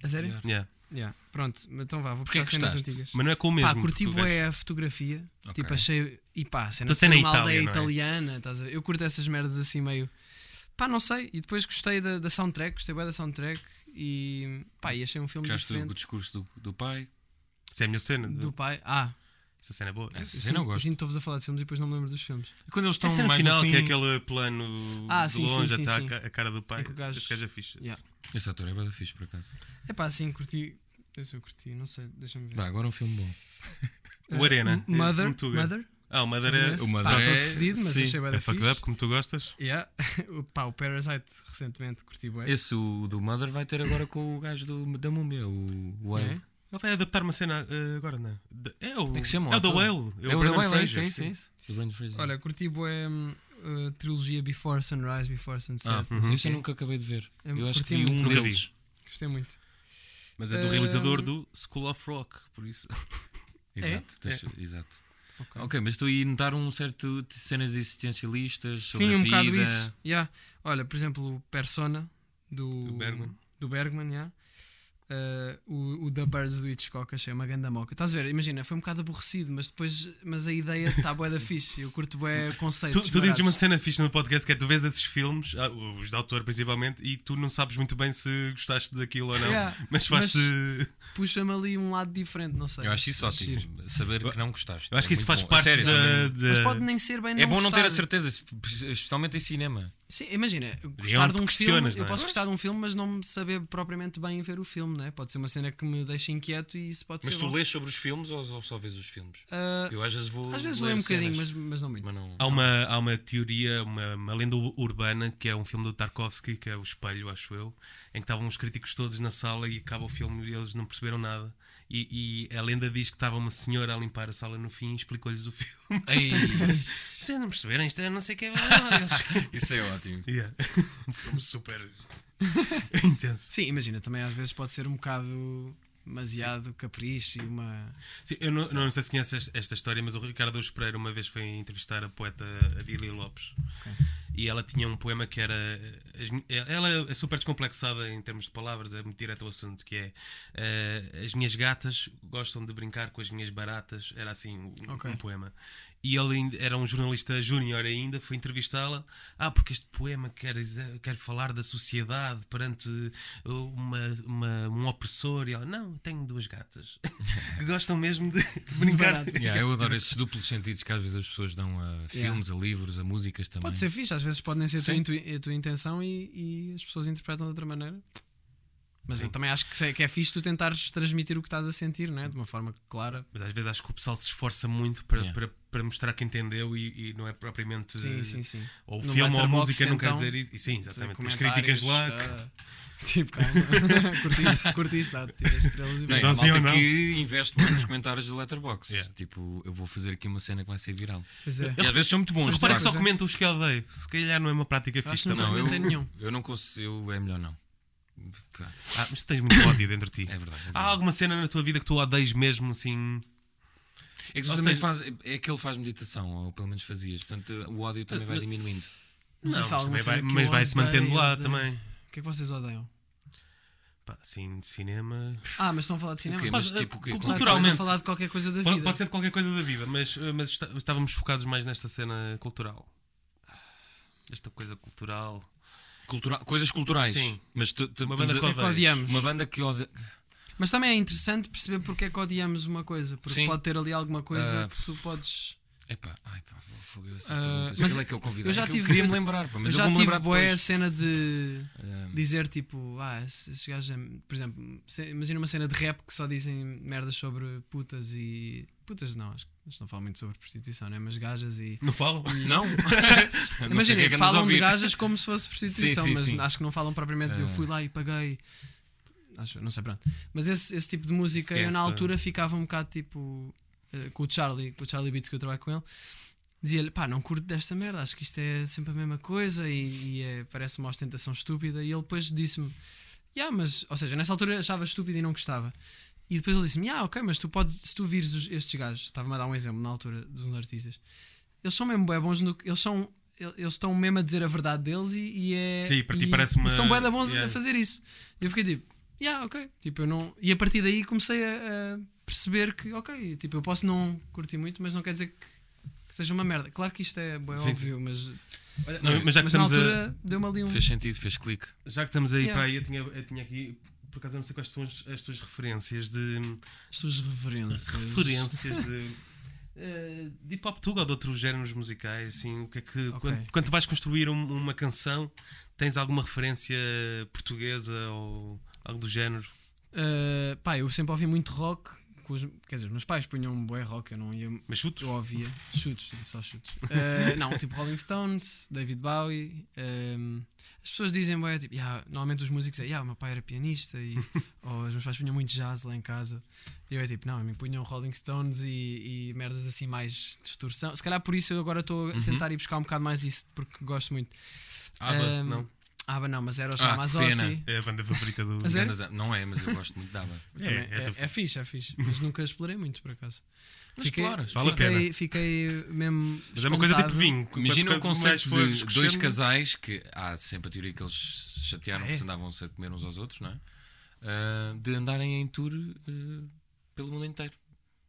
D: A sério?
C: Pior.
B: Yeah.
D: Yeah. Pronto, então vá, vou
C: Porquê
D: puxar
C: que
D: cenas
C: gostaste?
D: antigas.
B: Mas não é com o mesmo.
D: Pá,
B: porque
D: curti
B: o gajo-
D: bué a fotografia.
C: Ok.
D: Tipo, achei. E pá, a cena
B: Então, cena
D: de uma
B: Itália,
D: aldeia
B: não é?
D: italiana. Estás a ver? Eu curto essas merdas assim meio. Pá, não sei. E depois gostei da, da soundtrack, gostei bem da soundtrack. E pá, e achei um filme
C: Gostaste do, do
D: diferente.
C: discurso do, do pai?
B: Isso é a minha cena.
D: Do pai. Ah,
B: Essa cena é boa.
C: Essa cena
D: eu
C: eu
D: sinto-
C: gosto.
D: sinto que estou-vos a falar de filmes e depois não me lembro dos filmes.
C: Quando eles
B: Então,
C: estão
B: a cena
C: mais
B: final,
C: no fim,
B: que é aquele plano
D: Ah,
B: de
D: sim, sim,
B: longe,
D: sim,
B: até
D: sim.
B: A, ca- a cara do pai.
D: É que o gajo-
B: Esse gajo é fixe.
D: Yeah.
C: Esse ator é bada fixe, por acaso.
D: É pá, sim, curti. Eu sou curti, não sei, deixa-me ver.
C: Vá, agora um filme bom.
B: O Arena.
C: é
D: M- Uh, Mother.
B: Como tu-
D: Mother.
B: Ah, o Mother
D: Já
B: é.
D: conheces?
C: o Mother
D: Pá,
C: é-
D: estou defedido, mas
C: sim,
D: achei bem
B: É
D: da
B: fucked up,
D: fixe.
B: como tu gostas.
D: Yeah. O- Pá, o Parasite recentemente curti bem.
C: Esse, é o do Mother, vai ter agora com o gajo do, da múmia, o o
D: É?
C: Whale.
B: Ele vai adaptar uma cena eh, agora, não é? De- É o.
C: Como é que se chama o
B: É o The
C: ator?
B: Whale.
C: É o da
B: Brendan
C: Whale, é isso,
B: Fraser,
C: é isso,
B: sim.
C: é isso. O Brendan Fraser.
D: Olha, curti bué hum, a trilogia Before Sunrise, Before Sunset.
C: ah,
D: não sei o
C: esse eu
D: quê.
C: nunca acabei de ver.
D: Eu
C: Eu acho que
D: curti
C: vi um
D: muito.
B: Uhum. Nunca vi.
C: deles.
D: Gostei muito.
B: Mas é do
D: Eh,
B: realizador do School of Rock, por isso.
D: É?
C: Exato, tens- exato. Ok, mas estou aí a notar um certo de cenas existencialistas sobre
D: Sim,
C: a
D: um
C: vida.
D: bocado isso. Yeah. Olha, por exemplo, o Persona do,
B: Do Bergman.
D: do Bergman, yeah. Ah, o, o The Birds do Hitchcock, achei uma ganda moca. Estás a ver? Imagina, foi um bocado aborrecido, mas depois mas a ideia está boa da fixe. Eu curto bem
B: Tu,
D: conceitos.
B: tu dizes uma
D: baratos.
B: cena fixe no podcast que é tu vês esses filmes, ah, os de autor principalmente, e tu não sabes muito bem se gostaste daquilo ou não.
D: Yeah,
B: Mas faz-te.
D: Puxa-me ali um lado diferente, não sei.
C: Eu acho isso
D: Giro.
C: ótimo. Saber que não gostaste.
B: Eu acho que
C: É
B: isso
C: muito
B: faz
C: bom. A
B: parte
C: sério,
B: da. da-
D: Mas pode nem ser bem
C: É bom não ter a
D: gostar.
C: certeza, especialmente em cinema.
D: Sim, imagina, eu gostar
B: onde
D: de um
B: te
D: filme,
B: questionas, não
D: eu
B: é?
D: posso gostar de um filme, mas não me saber propriamente bem ver o filme, né? Pode ser uma cena que me deixa inquieto e isso pode
C: Mas
D: ser.
C: tu
D: bom.
C: lês sobre os filmes ou, ou só vês os filmes?
D: Ah,
C: Eu às vezes vou.
D: às vezes
C: ler
D: leio um bocadinho, mas,
C: cenas,
D: mas não muito.
C: mas não.
B: Há uma, há uma teoria, uma, uma lenda u- urbana, que é um filme do Tarkovsky, que é O Espelho, acho eu, em que estavam os críticos todos na sala e acaba o filme e eles não perceberam nada. E, e a lenda diz que estava uma senhora a limpar a sala no fim e explicou-lhes o filme.
C: Ei,
B: Vocês não perceberam isto, é não sei o que é. blá, blá, blá. Eles-
C: isso é ótimo.
B: Yeah. Um filme super intenso.
D: Sim, imagina, também às vezes pode ser um bocado demasiado capricho e uma.
B: Sim, eu não, não sei se conheces esta- esta história, mas o Ricardo Araújo Pereira uma vez foi entrevistar a poeta Adília Lopes e ela tinha um poema que era. as mi- Ela é super descomplexada em termos de palavras, é muito direto ao assunto, que é eh, As minhas gatas gostam de brincar com as minhas baratas, era assim um,
D: Ok.
B: um poema. E ele ainda- era um jornalista júnior ainda, foi entrevistá-la. Ah, porque este poema quer, dizer- quer falar da sociedade perante uma, uma- um opressor. E ela, não, tenho duas gatas que gostam mesmo de, de brincar.
D: baratas.
C: Yeah, eu adoro esses duplos sentidos que às vezes as pessoas dão a filmes, a livros, a músicas também.
D: Pode ser fixe, às vezes pode nem ser a tua,
C: Sim.
D: intui- a tua intenção e, e as pessoas interpretam de outra maneira. Mas eu também acho que, se- que é fixe tu tentares transmitir o que estás a sentir, né? De uma forma clara.
B: Mas às vezes acho que o pessoal se esforça muito para,
C: Yeah.
B: para, para mostrar que entendeu e, e não é propriamente.
D: Sim, sim, sim.
B: Ou o
D: No
B: filme ou a
D: Letterboxd,
B: música não quer
D: então,
B: dizer isso. E Sim, exatamente. As
D: Comentários,
B: críticas lá. que-
D: ah, Tipo, calma. curtiste, curtiste, dá-te tipo, as estrelas
C: Não,
D: e
C: é,
B: Mas
C: a
B: assim ou
C: malta
B: não?
C: que investe muito nos comentários do Letterboxd.
B: Yeah.
C: Tipo, eu vou fazer aqui uma cena que vai ser viral.
D: Pois é.
C: E às vezes são muito bons.
B: Repara
C: de
B: que só
C: facto.
D: Pois é.
B: comento os que eu odeio. Se calhar não é uma prática
D: acho
B: fixe
D: que
B: também.
D: não.
C: eu,
D: tem nenhum.
C: eu não consigo. Eu, é melhor não. Pá,
B: Ah, mas tu tens muito ódio dentro de ti.
C: É verdade. é
B: Há
C: verdade.
B: alguma cena na tua vida que tu odeias mesmo, assim?
C: É que tu
B: Ou
C: também
B: seja-
C: faz, é que ele faz meditação, ou pelo menos fazias. Portanto, o ódio também vai diminuindo.
D: Não, sei se há é alguma
B: mas vai,
D: cena que
B: mas
D: eu
B: vai se
D: odeio,
B: mantendo lá
D: odeio.
B: também.
D: O que é que vocês odeiam?
B: Pá, assim, de cinema. eh,
D: Ah, mas estão a falar de cinema?
C: Ok,
D: Pá,
C: mas
B: Pá,
C: tipo, o quê?
B: cultura-
D: Ah, estás
B: culturalmente.
D: a falar de qualquer coisa da
B: Pode,
D: vida.
B: pode ser de qualquer coisa da vida, mas, eh, mas está- estávamos focados mais nesta cena cultural. Esta coisa cultural.
C: Cultura- coisas culturais.
B: Sim.
C: Mas tu- tu-
B: Uma
C: estamos
B: banda que
C: a-
D: É que odiamos.
C: Uma banda que odeia.
D: Mas também é interessante perceber porque é que odiamos uma coisa. Porque
C: Sim.
D: pode ter ali alguma coisa
C: Ah,
D: que tu podes.
C: Epá, ai pá, vou foder essas
D: Ah,
C: perguntas.
D: mas
C: Mas é que eu convidei.
D: eu já
C: É que
D: tive-
C: queria me lembrar, pá, mas
D: eu
C: eu,
D: já
C: vou me
D: tive
C: lembrar
D: boé a
C: depois.
D: cena de
C: Ah,
D: dizer tipo, ah, esse, esse gajo é. Por exemplo, se- imagina uma cena de rap que só dizem merdas sobre putas e. Putas não, acho que eles não falam muito sobre prostituição, né? Mas gajas e.
B: Não falam?
C: Não. Não sei o que
D: Imagina,
C: é que andas a
D: falam de
C: ouvir.
D: gajas como se fosse prostituição,
C: Sim, sim,
D: mas
C: sim.
D: acho que não falam propriamente de eu
C: Ah.
D: fui lá e paguei. Acho, não sei, pronto. Mas esse, esse tipo de música, eu
B: Esquece.
D: na
C: é.
D: altura ficava um bocado tipo. eh, com o Charlie, com o Charlie Beats que eu trabalho com ele, dizia-lhe: pá, não curto desta merda, acho que isto é sempre a mesma coisa e, e é- parece uma ostentação estúpida. E ele depois disse-me: yeah, mas, ou seja, nessa altura eu achava estúpido e não gostava. E depois ele disse-me: ah, ok, mas tu podes, se tu vires os- estes gajos, estava-me a dar um exemplo na altura de uns artistas, eles são mesmo bué bons no que- eles são el- eles estão mesmo a dizer a verdade deles e, e é
B: Sim, para ti
D: e-
B: parece uma-
D: e são bué da bons
B: yeah.
D: a fazer isso e eu fiquei tipo yeah, ok tipo eu não e a partir daí comecei a, a perceber que ok tipo eu posso não curtir muito mas não quer dizer que, que seja uma merda claro que isto é bué
B: Sim.
D: óbvio mas
B: Não, mas já que
D: mas na
B: estamos a-
D: altura deu-me ali um
C: Fez sentido, fez clique.
B: Já que estamos aí
D: Yeah.
B: para aí, eu tinha, eu tinha aqui, por acaso eu não sei quais são as, as tuas referências de
D: as suas referências
B: referências de, eh, de hip hop tuga ou de outros géneros musicais, assim, o que é que
D: Ok.
B: quando, quando vais construir um- uma canção, tens alguma referência portuguesa ou algo do género?
D: Uh, pá eu sempre ouvi muito rock com os- quer dizer os meus pais punham um bué rock eu não ia
B: Mas chutos?
D: Eu ouvia chutes, sim, só chutes. Eh, não, tipo Rolling Stones, David Bowie. ehm, as pessoas dizem, bué, tipo, "Ya", normalmente os músicos é, yeah, o meu pai era pianista e ou os meus pais punham muito jazz lá em casa. E eu é tipo, não, a mim punham Rolling Stones e, e merdas assim mais
C: Uhum.
D: distorção. Se calhar por isso eu agora estou a tentar ir buscar um bocado mais isso, porque gosto muito.
B: Aba,
D: Ehm,
B: não.
D: Ah, mas não, mas era os
C: Ah, que
D: Ramazotti.
C: pena.
B: É a banda favorita do.
D: A sério?
C: Ganda- Não é, mas eu gosto muito da ABBA.
D: Também
B: É, é,
D: é,
B: tu-
D: é, fixe, é fixe. Mas nunca explorei muito, por acaso.
C: Mas explora,
B: vale a
D: fiquei,
B: pena.
D: Fiquei mesmo.
B: Mas é uma coisa tipo
D: espantado.
B: vinho. Quanto-
C: Imagina um
B: quanto mais
C: conceito
B: fores
C: de dois
B: crescendo-
C: casais que há sempre a teoria que eles se chatearam,
B: Ah, é?
C: porque se andavam-se a comer uns aos outros, não é? Ah, de andarem em tour ah, pelo mundo inteiro.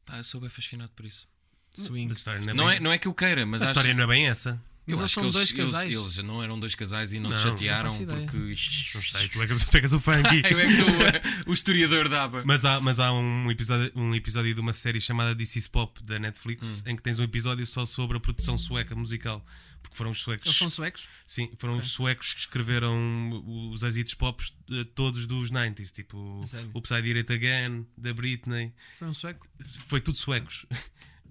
C: Pá, eu sou bem fascinado por isso.
B: Mas a
D: Swing.
B: história não é
C: Não
B: bem-
C: é, não é que eu queira, mas
B: a
C: acho
B: história não é bem essa.
D: Mas
C: eu
D: eles
C: acho
D: são
C: que
D: dois casais.
C: Eles, eles não eram dois casais e não, se
B: Não,
C: chatearam
D: não faço ideia.
C: porque.
B: Não sei, tu é que pegas o funk.
C: Eu é que sou o, o historiador da aba.
B: Mas há, mas há um, episódio, um episódio de uma série chamada This Is Pop da
D: Hum.
B: Netflix em que tens um episódio só sobre a produção sueca musical. Porque foram os
D: Eles
B: suecos.
D: são suecos?
B: Sim, foram os suecos que escreveram os êxitos pop eh, todos dos 90s. Tipo
D: A sério?
B: o Upside It Again, da Britney.
D: Foi um sueco?
B: Foi tudo suecos.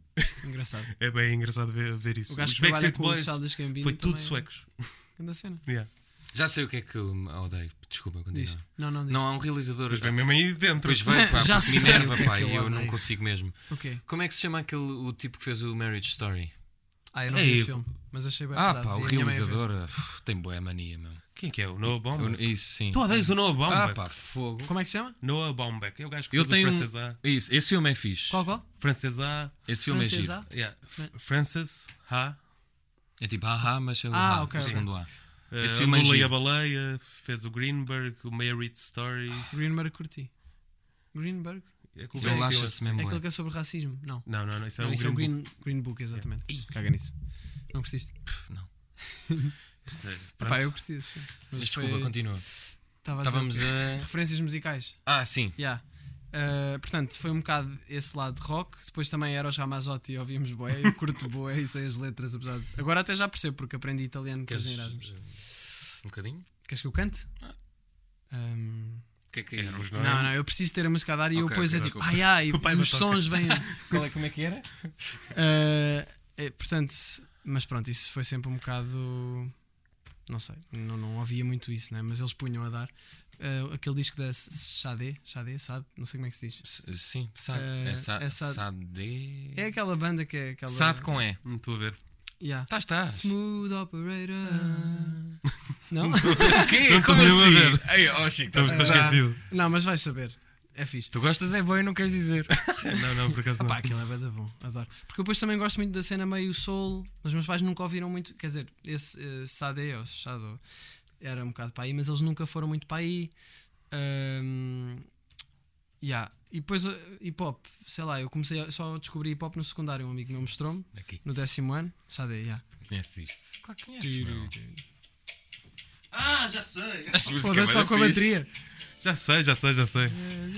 D: Engraçado.
B: É bem engraçado ver, ver isso.
D: O gajo
B: Os
D: que trabalha
B: Backstreet
D: com o
B: Boys.
D: pessoal das Gambino.
B: Foi tudo
D: também é
B: suecos.
D: grande cena.
B: Yeah.
C: Já sei o que é que eu odeio. Desculpa,
D: Diz.
C: continua.
D: Não, não, diz.
C: Não, há um realizador.
B: Mas vem mesmo aí dentro.
C: Pois vem, pá,
D: Já
C: porque me
D: sei o
C: enerva,
D: que é
C: pá,
D: que eu
C: e eu não
D: odeio.
C: consigo mesmo.
D: O quê?
C: Como é que se chama aquele o tipo que fez o Marriage Story?
D: Ah, eu não
B: É
D: vi esse
B: eu.
D: filme. Mas achei bem
C: Ah,
D: pesado.
C: pá, o
D: Vi a minha mãe a ver.
C: realizador uf, tem boa mania, meu.
B: Quem é que é? O Noah
C: Eu-
B: Baumbach?
C: Isso, sim.
B: Tu odeias o Noah
C: Ah,
B: Baumbach?
C: pá, fogo.
D: Como é que se chama?
B: Noah Baumbach. É o gajo que
C: Ele
B: fez
C: tem
B: o
C: um-
B: Frances A.
C: Isso, esse filme é fixe.
D: Qual, qual?
B: Frances A.
C: Esse filme é
D: Francesa?
C: giro.
B: Yeah. F-
D: Fran-
B: Frances A.
C: É tipo, ah, ah, mas é o
D: Ah,
C: ah,
D: ok,
C: o
D: ok.
C: segundo A.
B: eh,
C: Esse
B: a
C: filme é
B: Lula e
C: giro.
B: a Baleia. Fez o Greenberg, o Married Stories.
D: Greenberg curti. Greenberg?
B: É com o
C: Ele
B: Ben
C: acha-se
B: Stiller.
C: mesmo
D: É
C: Boa.
D: aquele que é sobre racismo? Não.
B: Não, não, não. Isso é
D: Não,
B: o
D: isso é o
B: Green Book.
D: Green, green Book, exatamente. Caga nisso. Não curtiste?
B: Isto é- pronto.
D: Pá, eu curti esse filme.
C: Mas
D: Mas
C: desculpa,
D: foi- um
C: continua.
D: Estava a dizer-
C: Estávamos a.
D: Referências musicais.
C: Ah, sim.
D: Yeah. Uh, portanto, foi um bocado esse lado de rock. Depois também era os Ramazotti, ouvimos boé, eu curto boé e sei as letras, apesar de... Agora até já percebo, porque aprendi italiano com
C: Queres
D: as
C: eh,
D: Erasmus.
C: um bocadinho?
D: Queres que eu cante?
C: Ah.
D: Um,
C: O que é que é?
B: Éramos nós.
D: não, não, eu preciso ter a música a dar e eu
C: Ok,
D: depois
C: ok,
D: é tipo,
C: desculpa.
D: ai ai, e
B: O pai da
D: os
B: toca.
D: sons vêm.
C: Qual é, como é que era?
D: Uh, é, portanto, mas pronto, isso foi sempre um bocado. Não sei, não, não havia muito isso, né? mas eles punham a dar. Uh, aquele disco da Sade, Sade, Sade, não sei como é que se diz.
C: Sim, SAD.
D: Eh,
C: é SAD.
D: é
C: É
D: Sad.
C: SAD.
D: É aquela banda que é aquela.
C: SAD com E.
B: Não estou a ver.
D: Yeah.
C: Tá, está.
D: Smooth Operator.
B: Ah.
D: Não?
C: O quê?
B: Não
C: Como
B: estou mesmo a
C: assim? Ei,
B: Estou
C: oh, Chico, estás
B: estou
C: a esquecer.
B: esquecido.
D: não, mas vais saber. É fixe.
C: Tu gostas é bom e não queres dizer.
B: Não, não, por acaso não.
D: Pá, aquilo é bada bom, adoro. Porque eu depois também gosto muito da cena meio soul, mas meus pais nunca ouviram muito. Quer dizer, esse eh, Sade ou Shadow era um bocado para aí, mas eles nunca foram muito para aí. Ahm, yeah. E depois eh, hip hop, sei lá, eu comecei a, só descobri hip hop no secundário. Um amigo meu mostrou-me,
C: Aqui.
D: no décimo ano, Sade, yeah.
C: Conheces isto? Claro que conheces. meu.
B: Ah, já sei.
C: Esta música é
D: Foda-se só
C: bué
D: com a
C: fixe.
D: bateria.
B: Já sei, já sei, já sei.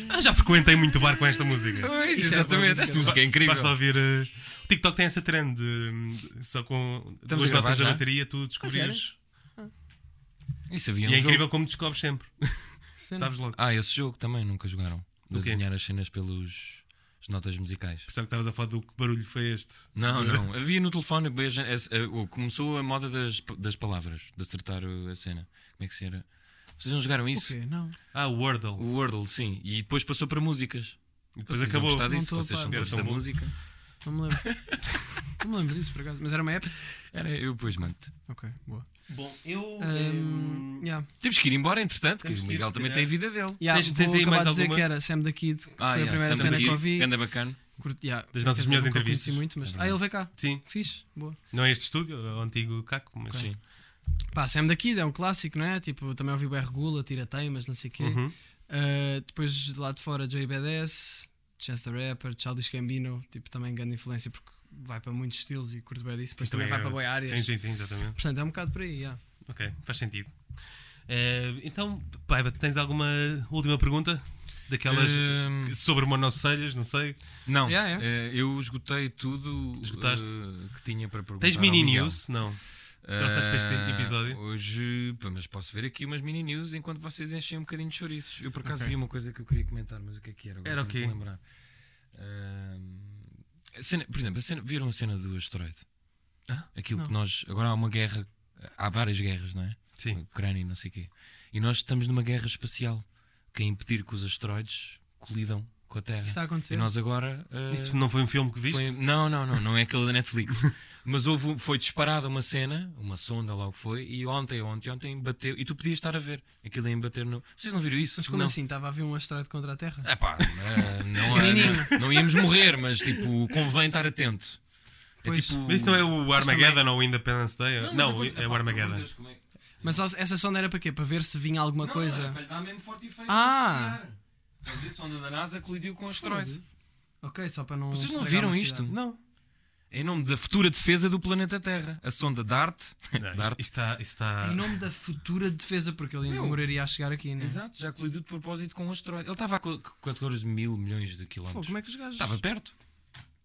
B: Ah, já frequentei muito bar com esta música.
C: Pois,
D: Isso é boa
C: exatamente.
D: música.
C: Esta música é incrível.
B: Basta ouvir. eh, o TikTok tem essa trend de, hum, só com
C: a
B: duas
C: gravar
B: notas da
C: já?
B: bateria tu descobrires.
C: Isso havia um
B: E é
C: jogo.
B: incrível como descobres sempre.
D: Cena.
B: Sabes logo.
C: Ah, esse jogo também nunca jogaram. De
B: O quê?
C: adivinhar as cenas pelos as notas musicais.
B: Pensava que estavas a falar do que barulho foi este.
C: Não, não. Havia no telefone. bem, a gente- essa- eh, o- Começou a moda das, das palavras, de acertar o- a cena. Como é que se era? Vocês não jogaram
D: O
C: isso?
D: quê? Não.
B: Ah, o Wordle.
C: O Wordle, sim. E depois passou para músicas.
B: E depois
C: Vocês
B: acabou.
C: Vão gostar
D: Não
C: disso.
D: estou a
C: Vocês
D: par.
C: são
B: Era
C: todos
B: tão
C: da
B: bom.
C: música.
D: Não me lembro. não me lembro disso por acaso. Mas era uma app?
C: Era, eu depois mando
D: Ok, boa.
B: Bom, eu.
D: Ahm,
B: hum,
D: yeah.
C: Temos que ir embora, entretanto, que
B: Temos
C: o
B: que ir,
C: Miguel
B: se
C: também
B: calhar.
C: tem a vida dele. Ah,
D: Yeah,
B: Tens-
D: vou
B: tens aí
D: acabar
B: mais
D: de dizer
B: alguma?
D: que era Sam da Kid, que foi
C: yeah,
D: a primeira
C: Sam
D: cena
C: David,
D: que eu vi.
C: Ganda bacana.
D: Curti- yeah,
B: Das nossas
D: essa
B: melhores
D: nunca conheci
B: entrevistas.
D: muito,
C: É
D: mas- ah,
C: verdade.
D: ele veio cá.
B: Sim,
D: Fixe, boa.
B: não é este estúdio, é o antigo Caco, mas
C: Sim.
D: Pá, Sam da Kid é um clássico, não é? Tipo, também ouvi o Regula, Tira Teimas, não sei o quê.
B: Uhum.
D: Uh, depois de lá de fora, Joey Badass, Chance the Rapper, Childish Gambino, tipo, também grande influência porque vai para muitos estilos e curto bem disso. Depois também, vai
B: é-
D: para boa áreas.
B: Sim, sim, sim, exatamente.
D: Portanto, é um bocado por aí, yeah.
B: Ok, faz sentido. Eh, então, Paiva, tens alguma última pergunta? Daquelas
C: Hum,
B: que- sobre monocelhas, não sei.
C: Não,
D: Yeah, yeah.
C: eh, eu esgotei tudo
B: Esgotaste?
C: eh, que tinha para perguntar.
B: Tens
C: ao
B: mini
C: Miguel.
B: news? Não.
C: Eh,
B: Trouxeste para este episódio?
C: Hoje, pá, mas posso ver aqui umas mini news enquanto vocês enchem um bocadinho de chouriços. Eu por acaso
D: Ok.
C: vi uma coisa que eu queria comentar, mas o que é que era? Agora
B: Era o
C: tenho
B: quê?
C: que me lembrar. Ahm, a cena- por exemplo, a cena- viram a cena do asteroide? Aquilo que nós. Agora há uma guerra. Há várias guerras, não é?
B: Sim.
C: Ucrânia e não sei o quê. E nós estamos numa guerra espacial que é impedir que os asteroides colidam com a Terra.
D: Isso está a
C: É. E
D: acontecer.
C: nós agora. ah,
B: Isso não foi um filme que viste?
C: foi- Não, não, não, não é aquele da Netflix. Mas houve, foi disparada uma cena, uma sonda lá o que foi, e ontem, ontem, ontem bateu. E tu podias estar a ver aquilo em bater no. Vocês não viram isso?
D: Mas como
C: não.
D: assim? Estava a vir um asteroide contra a Terra?
C: É pá, eh, não, é- não, não íamos morrer, mas tipo, convém estar atento. É
D: Pois.
C: tipo.
B: Mas isso não é o Armageddon ou o Independence Day? Não,
C: mas
B: é o
C: pá, pelo amor de
B: Armageddon.
C: Deus, como é que-
D: Mas só- essa sonda era para quê? Para ver se vinha alguma
C: Não,
D: coisa?
C: é para lhe dar mesmo forte efeito.
D: Ah.
C: para desviar. Quer dizer, A sonda da NASA colidiu com o um asteroide.
D: Ok, só para não.
C: Vocês não
D: estragar
C: viram
D: uma
C: isto?
D: cidade.
C: Não. Em nome da futura defesa do planeta Terra. A sonda DART.
B: Não, isto, isto
C: DART.
B: está, isto está-
D: Em nome da futura defesa, porque ele ainda
C: Meu.
D: demoraria a chegar aqui, né?
C: Exato, já colidiu de propósito com um asteroide. Ele estava a co- co- 14 mil milhões de
D: Pô,
C: quilómetros.
D: como é que os gajos.
C: Estava perto.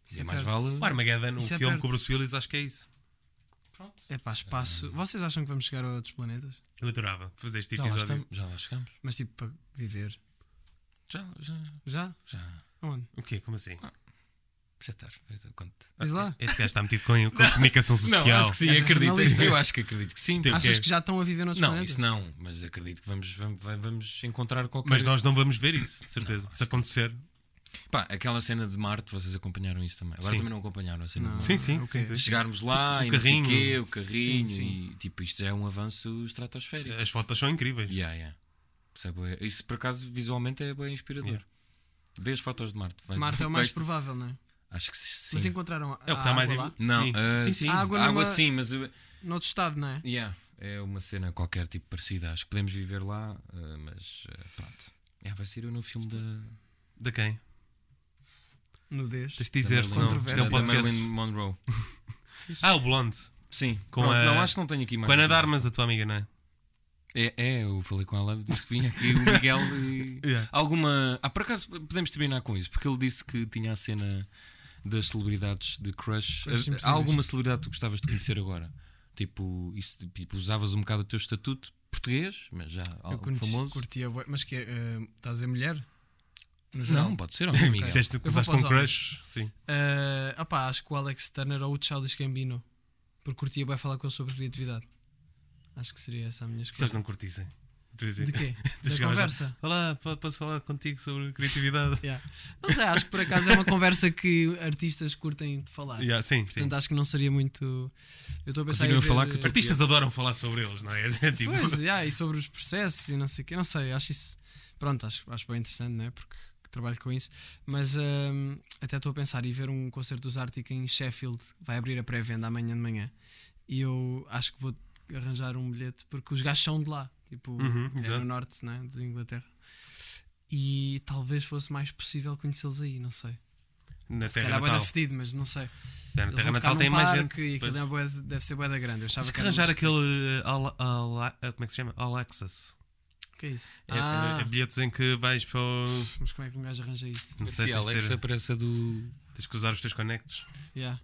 D: Isso
C: E
D: é
C: mais
D: perto.
C: vale.
B: O Armageddon, o
D: Isso é
B: filme
D: perto.
B: com o Bruce Willis, acho que é isso.
C: Pronto.
D: É pá, espaço. Vocês acham que vamos chegar a outros planetas?
B: Eu adorava fazer este
C: Já lá,
B: episódio.
C: estamos, Tipo já lá chegamos.
D: Mas tipo, para viver.
C: Já, já,
D: Já?
C: já.
D: Onde?
B: O quê? Como assim?
C: Já estás. Eu conto.
D: Diz lá.
B: Este gajo está metido com, com a comunicação social.
C: Não, acho que sim,
D: És
C: acredito.
D: jornalista.
C: Eu acho que acredito é Tipo, que é um sim.
B: Tem-
C: pá.
B: Acho-
D: Achas
B: quê?
D: que já estão a viver noutros
C: Não,
D: planetas?
C: isso não, mas acredito que vamos, vamos, vamos encontrar qualquer
B: Mas nós não vamos ver isso, de certeza. Se acontecer.
C: Pá, aquela cena de Marte, vocês acompanharam isso também. Agora
B: Sim.
C: também não acompanharam a cena
D: Não.
C: de Marte.
B: Sim, sim.
D: ok.
B: sim, sim.
C: Chegarmos lá
B: O
C: e não sei
B: carrinho.
C: quê, o carrinho,
D: Sim,
C: e tipo, isto já é um avanço estratosférico.
B: As fotos são incríveis.
C: Yeah, yeah. Isso, é bué- isso, por acaso visualmente é bem inspirador.
B: Yeah.
C: Vê as fotos de Marte. vai-
D: Marte é o mais
C: vais-
D: provável, não é?
C: Acho que sim.
D: Mas encontraram.
B: É o que está mais em-
D: Ah, lá,
C: Não,
B: Sim.
C: ah,
B: Sim, sim.
C: água,
D: Água numa-
C: sim, mas uh,
D: Noutro estado, não é?
C: yeah, é uma cena qualquer tipo parecida. Acho que podemos viver lá, ah, mas ah, pronto. Yeah, vai ser no filme da,
B: De quem?
D: Nudez.
B: Tens de dizer,
C: Da
B: senão
C: Marilyn-
B: isto é um
C: da
B: podcast.
C: Marilyn Monroe.
B: Ah, o Blonde.
C: Sim,
B: Com
C: Pronto,
B: a-
C: não, acho que não tenho aqui mais.
B: Com a Ana
C: notícias.
B: Darmas, a tua amiga, não é?
C: É, é, eu falei com ela, disse que vinha aqui o Miguel e.
B: Yeah.
C: Alguma. Ah, por acaso podemos terminar com isso, porque ele disse que tinha a cena das celebridades de crush.
D: Crush
C: Há-
D: impossíveis.
C: Há alguma celebridade que tu gostavas de conhecer agora? Tipo, isso, tipo, usavas um bocado o teu estatuto português, mas já
D: Eu
C: algo
D: curti,
C: famoso.
D: curtia. bué- Mas que é. eh, Estás a dizer mulher? No geral.
C: Não, pode ser, homem, Miguel.
B: Disseste que
D: Eu vou
B: usaste
D: para os
B: um crush. Sim.
D: Ah, opá, acho que o Alex Turner ou o Charles Gambino. Porque curtia bem falar com ele sobre criatividade. Acho que seria essa a minha
B: Se eles
D: escolha.
B: não curtissem. Tu dizia.
D: De quê?
B: Tu
D: da
B: chegavas lá,
D: conversa.
B: Olá, po- posso falar contigo sobre criatividade?
D: Yeah. Não sei, acho que por acaso é uma conversa que artistas curtem de falar.
B: Yeah, sim, sim.
D: Portanto, acho que não seria muito. Eu estou a pensar em
C: Continuem a
D: ver-
C: falar que eu tô-
B: Artistas adoram falar sobre eles, não é? É tipo,
D: Pois, yeah, e sobre os processos e não sei o quê, não sei, acho isso. Pronto, acho, acho bem interessante, né? Porque trabalho com isso. Mas hum, até estou a pensar em ver um concerto dos Arctic em Sheffield, vai abrir a pré-venda amanhã de manhã. E eu acho que vou arranjar um bilhete, porque os gajos são de lá, tipo,
B: Uhum,
D: é
B: exato.
D: no norte, né? De Inglaterra. E talvez fosse mais possível conhecê-los aí, não sei.
B: na
D: Se
B: Terra
D: calhar vai
B: Natal.
D: fedido, mas não sei.
B: Na Terra
D: Eles vão tocar
B: Natal
D: num
B: tem mais
D: parque
B: gente.
D: E
B: Pois.
D: aquilo é bué de- deve ser bué da grande. Eu achava
B: Tens que
D: era
B: arranjar
D: uma-
B: aquele. uh, Al- Al- uh, como é que se chama? All Access.
D: Que é isso?
B: É,
D: ah,
B: é bilhetes em que vais para o.
D: mas como é que um gajo arranja isso?
B: Não sei,
C: Se
B: tens, de
C: Alex
B: ter,
C: apareça do.
B: tens que usar os teus conectos.
D: Yeah.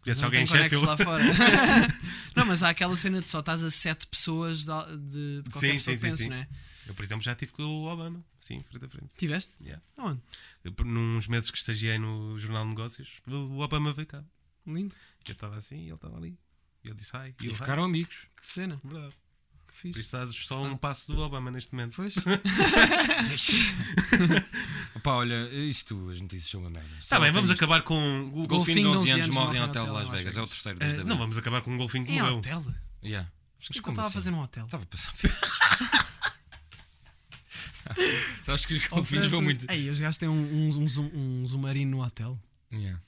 B: Conheces
D: Não
B: alguém em
D: tem conexos
B: Sheffield?
D: lá fora. não, mas há aquela cena de só estás a sete pessoas de, de, de qualquer
B: Sim, sim,
D: pessoa
B: sim,
D: que penses,
B: sim.
D: não é?
B: Eu, por exemplo, já tive com o Obama. Sim, frente a frente.
D: Tiveste?
B: Yeah.
D: Aonde?
B: Eu, por- Nuns meses que estagiei no Jornal de Negócios, o o Obama veio cá.
D: Lindo.
B: Eu estava assim e ele estava ali. E eu disse hi.
C: E
B: ele, hi.
C: ficaram amigos.
D: Que cena.
B: Verdade.
D: Que
B: Por isso
D: fixe.
B: estás só um passo do Obama neste momento.
D: Pois.
C: Pá, olha, isto, as notícias são uma merda.
B: Está Tá bem, vamos acabar com.
C: O
B: o-
C: golfinho de 11 anos morre em hotel de Las Vegas. É o terceiro
B: Eh,
C: desde
B: não vamos acabar com um golfinho que
D: em
B: morreu.
D: hotel?
C: Yeah. Mas
D: O que é que eu
C: como
D: estava a
C: assim?
D: fazer num hotel?
C: Estava a passar Sabes que os golfinhos vão
D: Oferece-
C: muito.
D: Ei, os gajos têm um, um, um, zoom- um submarino no hotel.
C: Yeah.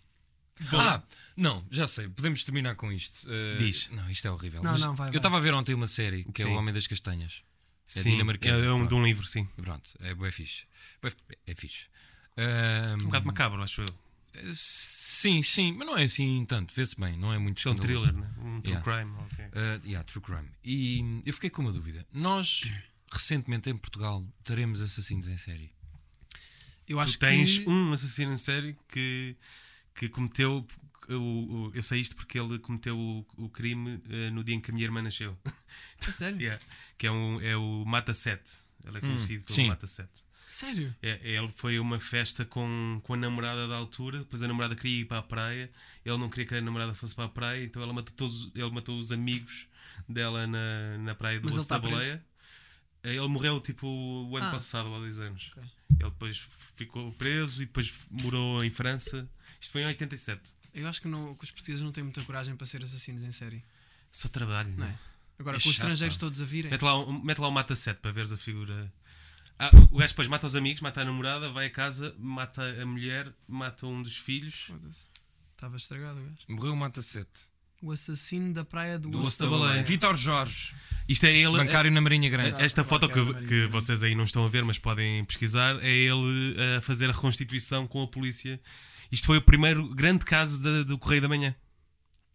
C: Ah, não, já sei, podemos terminar com isto. Uh,
B: Diz.
C: Não, isto é horrível.
D: Não,
C: Mas
D: não, vai,
C: eu
D: vai.
C: estava a ver ontem uma série que é
B: Sim.
C: O Homem das Castanhas. É
B: Sim, é,
C: dinamarquesa,
B: é um,
C: pá.
B: de um livro, sim.
C: E Pronto, é bué fixe. Bué- É fixe. Ah,
B: Um bocado macabro, acho eu.
C: Sim, sim, mas não é assim tanto. Vê-se bem, não é muito
B: Isto é um
C: escandaloso.
B: thriller, né? um true
C: Yeah.
B: crime. ou o quê.
C: Uh, yeah, True Crime. E hum, eu fiquei com uma dúvida. Nós, recentemente em Portugal, teremos assassinos em série.
D: Eu acho
B: tu tens
D: que.
B: um assassino em série que, que cometeu. o- o- eu sei isto porque ele cometeu o, o crime eh, no dia em que a minha irmã nasceu.
D: A Sério?
B: Yeah. Que é, um, é o Mata 7. Ele é conhecido pelo
C: sim.
B: Mata 7.
D: Sério?
B: É, ele foi a uma festa com, com a namorada da altura, depois a namorada queria ir para a praia, ele não queria que a namorada fosse para a praia, então ela matou todos, ele matou os amigos dela na, na praia do
D: Mas ele
B: Osso da
D: está preso?
B: Baleia. Eh, Ele morreu tipo o ano
D: Ah.
B: passado, há dois anos.
D: Ok.
B: Ele depois ficou preso e depois morou em França. Isto foi em 87.
D: Eu acho que, não, que os portugueses não têm muita coragem para ser assassinos em série.
B: Só trabalho,
D: Não
B: não
D: é?
B: é?
D: Agora,
C: É
D: com os
C: chato,
D: estrangeiros
C: pá.
D: todos a virem.
B: Mete lá, um, mete lá um mata-sete para veres a figura. Ah, o gajo depois mata os amigos, mata a namorada, vai a casa, mata a mulher, mata um dos filhos.
D: Foda-se. Estava estragado o gajo.
C: Morreu mata 7.
D: O assassino da praia do,
B: Do
D: Osso
B: Osso da Baleia.
C: Vitor Jorge,
B: Isto é ele.
C: bancário na Marinha Grande.
B: Esta foto que, que vocês aí não estão a ver, mas podem pesquisar, é ele a fazer a reconstituição com a polícia. Isto foi o primeiro grande caso da- do Correio da Manhã.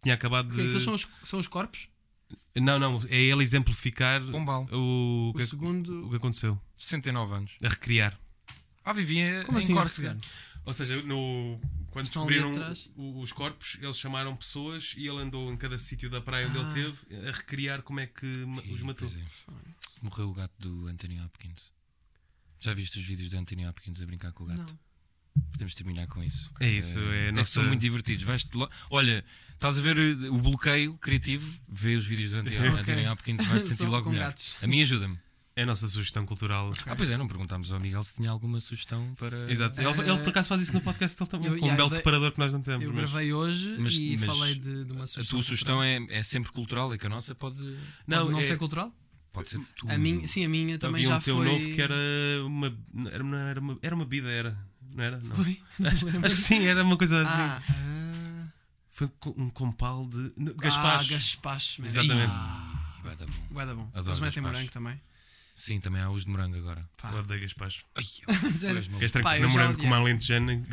B: Tinha acabado
D: Porque aqueles é são
B: de.
D: os, são os corpos?
B: Não, não, é ele exemplificar
C: Pombal,
B: o,
D: O
B: que,
D: segundo.
B: o que aconteceu,
C: 69 anos.
B: a recriar.
C: Ah, vivia
D: Como
C: em
D: assim,
C: Córcega.
B: Ou seja, no, quando
D: Estão ali
B: descobriram
D: atrás?
B: o- os corpos, eles chamaram pessoas e ele andou em cada sítio da praia onde
D: Ah.
B: ele teve a recriar como é que ma- os
C: E,
B: matou.
C: pois é, Morreu o gato do Anthony Hopkins. Já viste os vídeos do Anthony Hopkins a brincar com o gato?
D: Não.
C: Podemos terminar com isso.
B: É isso, é a
C: que
B: nossa-
C: são muito divertidos. Vais-te lo- Olha, estás a ver eh, o bloqueio criativo, vê os vídeos do Anthony, Anthony Hopkins, vais-te sentir
D: Só
C: logo
D: com
C: melhor.
D: gatos.
C: A mim ajuda-me.
B: É a nossa sugestão cultural.
C: Ah, pois é, não perguntámos ao Miguel se tinha alguma sugestão para.
B: Exato. Ele,
D: Eh,
B: ele, por acaso faz isso no podcast dele também,
D: eu-
B: com um
D: yeah,
B: belo
D: eu-
B: separador que nós não temos.
D: Eu
B: Então, mas-
D: gravei hoje
C: Mas-
D: e
C: mas
D: falei de, de uma
C: A
D: sugestão.
C: tua sugestão é, é sempre cultural, é que a nossa pode,
D: Não, não
B: é-
D: ser cultural?
C: pode ser tudo.
D: A minha, sim, a minha também
B: havia
D: já
B: um teu
D: foi.
B: novo que era uma. Era, não era, uma, era uma bida, era. Não era? Não.
D: Foi? Não me lembro.
B: Acho que sim, era uma coisa assim.
D: Ah, ah,
B: Foi com- um compal de. no-
D: Ah,
B: Gaspar.
D: gaspacho mesmo.
B: Exatamente.
C: Ih, vai dar bom.
D: Vai dar bom.
C: Adoro
D: Eles metem
C: gaspacho.
D: morango também.
C: Sim, também há os de morango agora.
D: Pá.
B: Eu odeio Gaspacho.
C: Ai, pois,
D: Sério?
B: Que é estranho
D: Pá,
B: que
D: eu já
B: namorando com
D: odiei.
B: uma alentejana.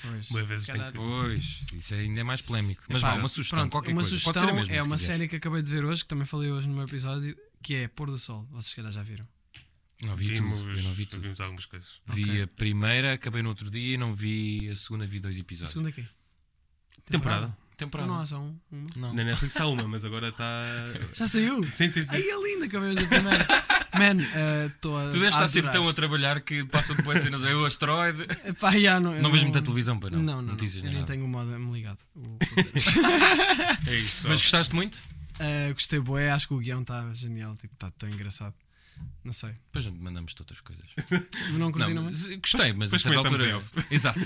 D: Pois.
B: Boas vezes
D: Caralho.
C: Pois, isso ainda é mais polémico. Mas
D: Epá,
C: vá, uma sugestão,
D: pronto,
C: qualquer
D: uma
C: coisa.
D: sugestão
C: Pode ser a mesma,
D: é
C: se
D: uma
C: quiseres.
D: série que acabei de ver hoje, que também falei hoje no meu episódio, que é Pôr do Sol. Vocês se calhar já viram.
C: Não vi tudo, eu não vi tudo.
B: vimos algumas coisas.
C: Vi
D: Ok.
C: a primeira, acabei no outro dia, não vi a segunda, vi dois
D: A
C: episódios.
D: segunda aqui.
B: Temporada.
C: Temporada.
D: Não, há só um- uma.
C: Não.
B: Na Netflix está uma, mas agora está.
D: Já saiu?
B: Sim, sim, sim.
D: Ai, é linda, acabei hoje a primeira. Man, eh, estou a.
C: Tu deves
D: a
C: estar sempre
D: adorar.
C: tão a trabalhar que passam depois cenas. É o asteroide.
D: Epá, já, não, eu
C: Não, vejo muita televisão, para
D: Hum, Não,
C: não.
D: não, não.
C: Notícias
D: eu
C: nem
D: nem
C: nada.
D: tenho o modem ligado. O- o-
B: É isso.
C: Mas gostaste muito?
D: Eh, gostei, boé, acho que o guião está genial, tipo, está tão engraçado. Não sei.
C: Depois mandamos-te outras coisas.
D: Não curti, não,
C: Não, mas, gostei, mas a
B: depois
C: certa
B: comentamos
C: altura. Exato.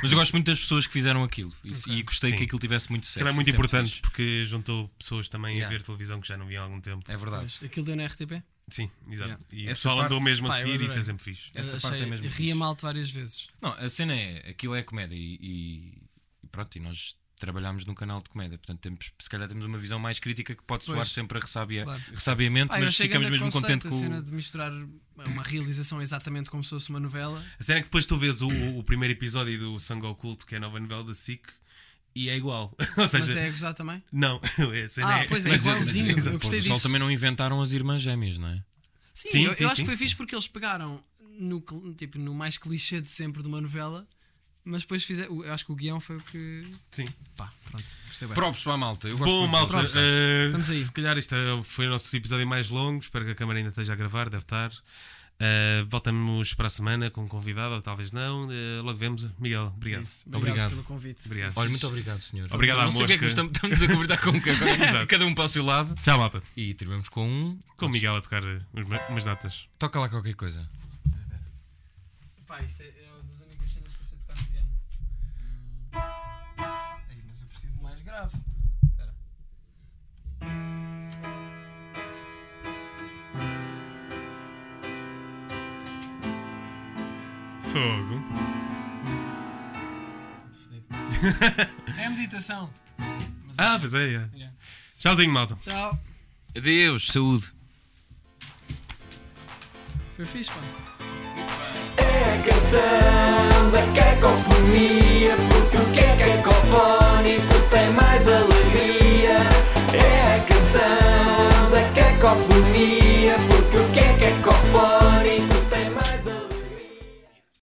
C: Mas eu gosto muito das pessoas que fizeram aquilo. E, e gostei
B: Sim.
C: que aquilo tivesse é muito sucesso.
B: Era muito
C: Sempre
B: importante
C: fiz.
B: porque juntou pessoas também
C: Yeah.
B: a ver televisão que já não viam há algum tempo.
C: É verdade.
D: Mas Aquilo deu na RTP?
B: Sim, exato. E o
C: Essa
B: pessoal andou
C: parte-
B: mesmo
D: pá,
B: a
D: eu
B: seguir e isso
D: adorei.
B: é sempre fixe.
C: Essa
D: Eh, Achei-
C: parte é mesmo
D: Ria
C: fixe.
D: malte várias vezes.
C: Não, a cena é, aquilo é comédia e, e- e pronto, e nós trabalhámos num canal de comédia, portanto temos, se calhar temos uma visão mais crítica que pode soar
D: Pois.
C: sempre a ressabia,
D: Claro.
C: ressabiamente,
D: Pá, eu
C: É. mas
D: achei
C: ficamos
D: grande
C: mesmo
D: conceito,
C: contentes
D: A
C: com um
D: cena de misturar uma realização exatamente como se fosse uma novela.
B: A cena é que depois tu vês o, o primeiro episódio do Sangue ao Culto, que é a nova novela da SIC, e é igual. Ou
D: Mas
B: seja,
D: é a gozar também?
B: não. A cena
D: Ah, pois é,
B: mas-
D: igualzinho.
B: mas-
D: eu
C: o Pôr
D: gostei
C: do Sol
D: disso.
C: também não inventaram as irmãs gêmeas, não é?
D: Sim,
B: Sim,
D: eu,
B: sim,
D: eu acho
B: sim.
D: que foi fixe porque eles pegaram no, cl- tipo, no mais clichê de sempre de uma novela, mas depois fizeram. Eu acho que o guião foi o que.
B: Sim.
D: Pá, pronto, gostei bem.
C: Props para a malta, eu gosto
B: Bom,
C: muito
B: malta,
C: deles.
B: eh,
D: Estamos aí.
B: se calhar este é- foi o nosso episódio mais longo. Espero que a câmara ainda esteja a gravar, deve estar. Eh, voltamos para a semana com um convidado, ou talvez não. Eh, logo vemos. Miguel, obrigado.
D: Isso.
C: Obrigado.
D: pelo convite.
B: Obrigado.
C: Olha, muito obrigado, senhor.
B: Obrigado à
C: não sei o que é que
B: mosca.
C: estamos, estamos a convidar com o quê?
B: Exato.
C: Cada um para o seu lado
B: Tchau, malta.
C: e terminamos com um.
B: Com o Miguel a tocar eh, umas- umas notas.
C: Toca lá qualquer coisa.
D: Pá, isto é, é uma das únicas cenas que eu sei tocar no piano. Aí, mas eu preciso de mais grave. Espera.
B: Fogo.
D: Tudo fodido. é meditação. Mas
B: Ah, pois é. é.
D: Yeah.
B: Tchauzinho, malta.
D: Tchau.
C: Adeus, saúde.
D: Foi fixe, pá.
A: É a canção da cacofonia, porque o que é cacofónico tem mais alegria. É a canção da cacofonia, porque o que é cacofónico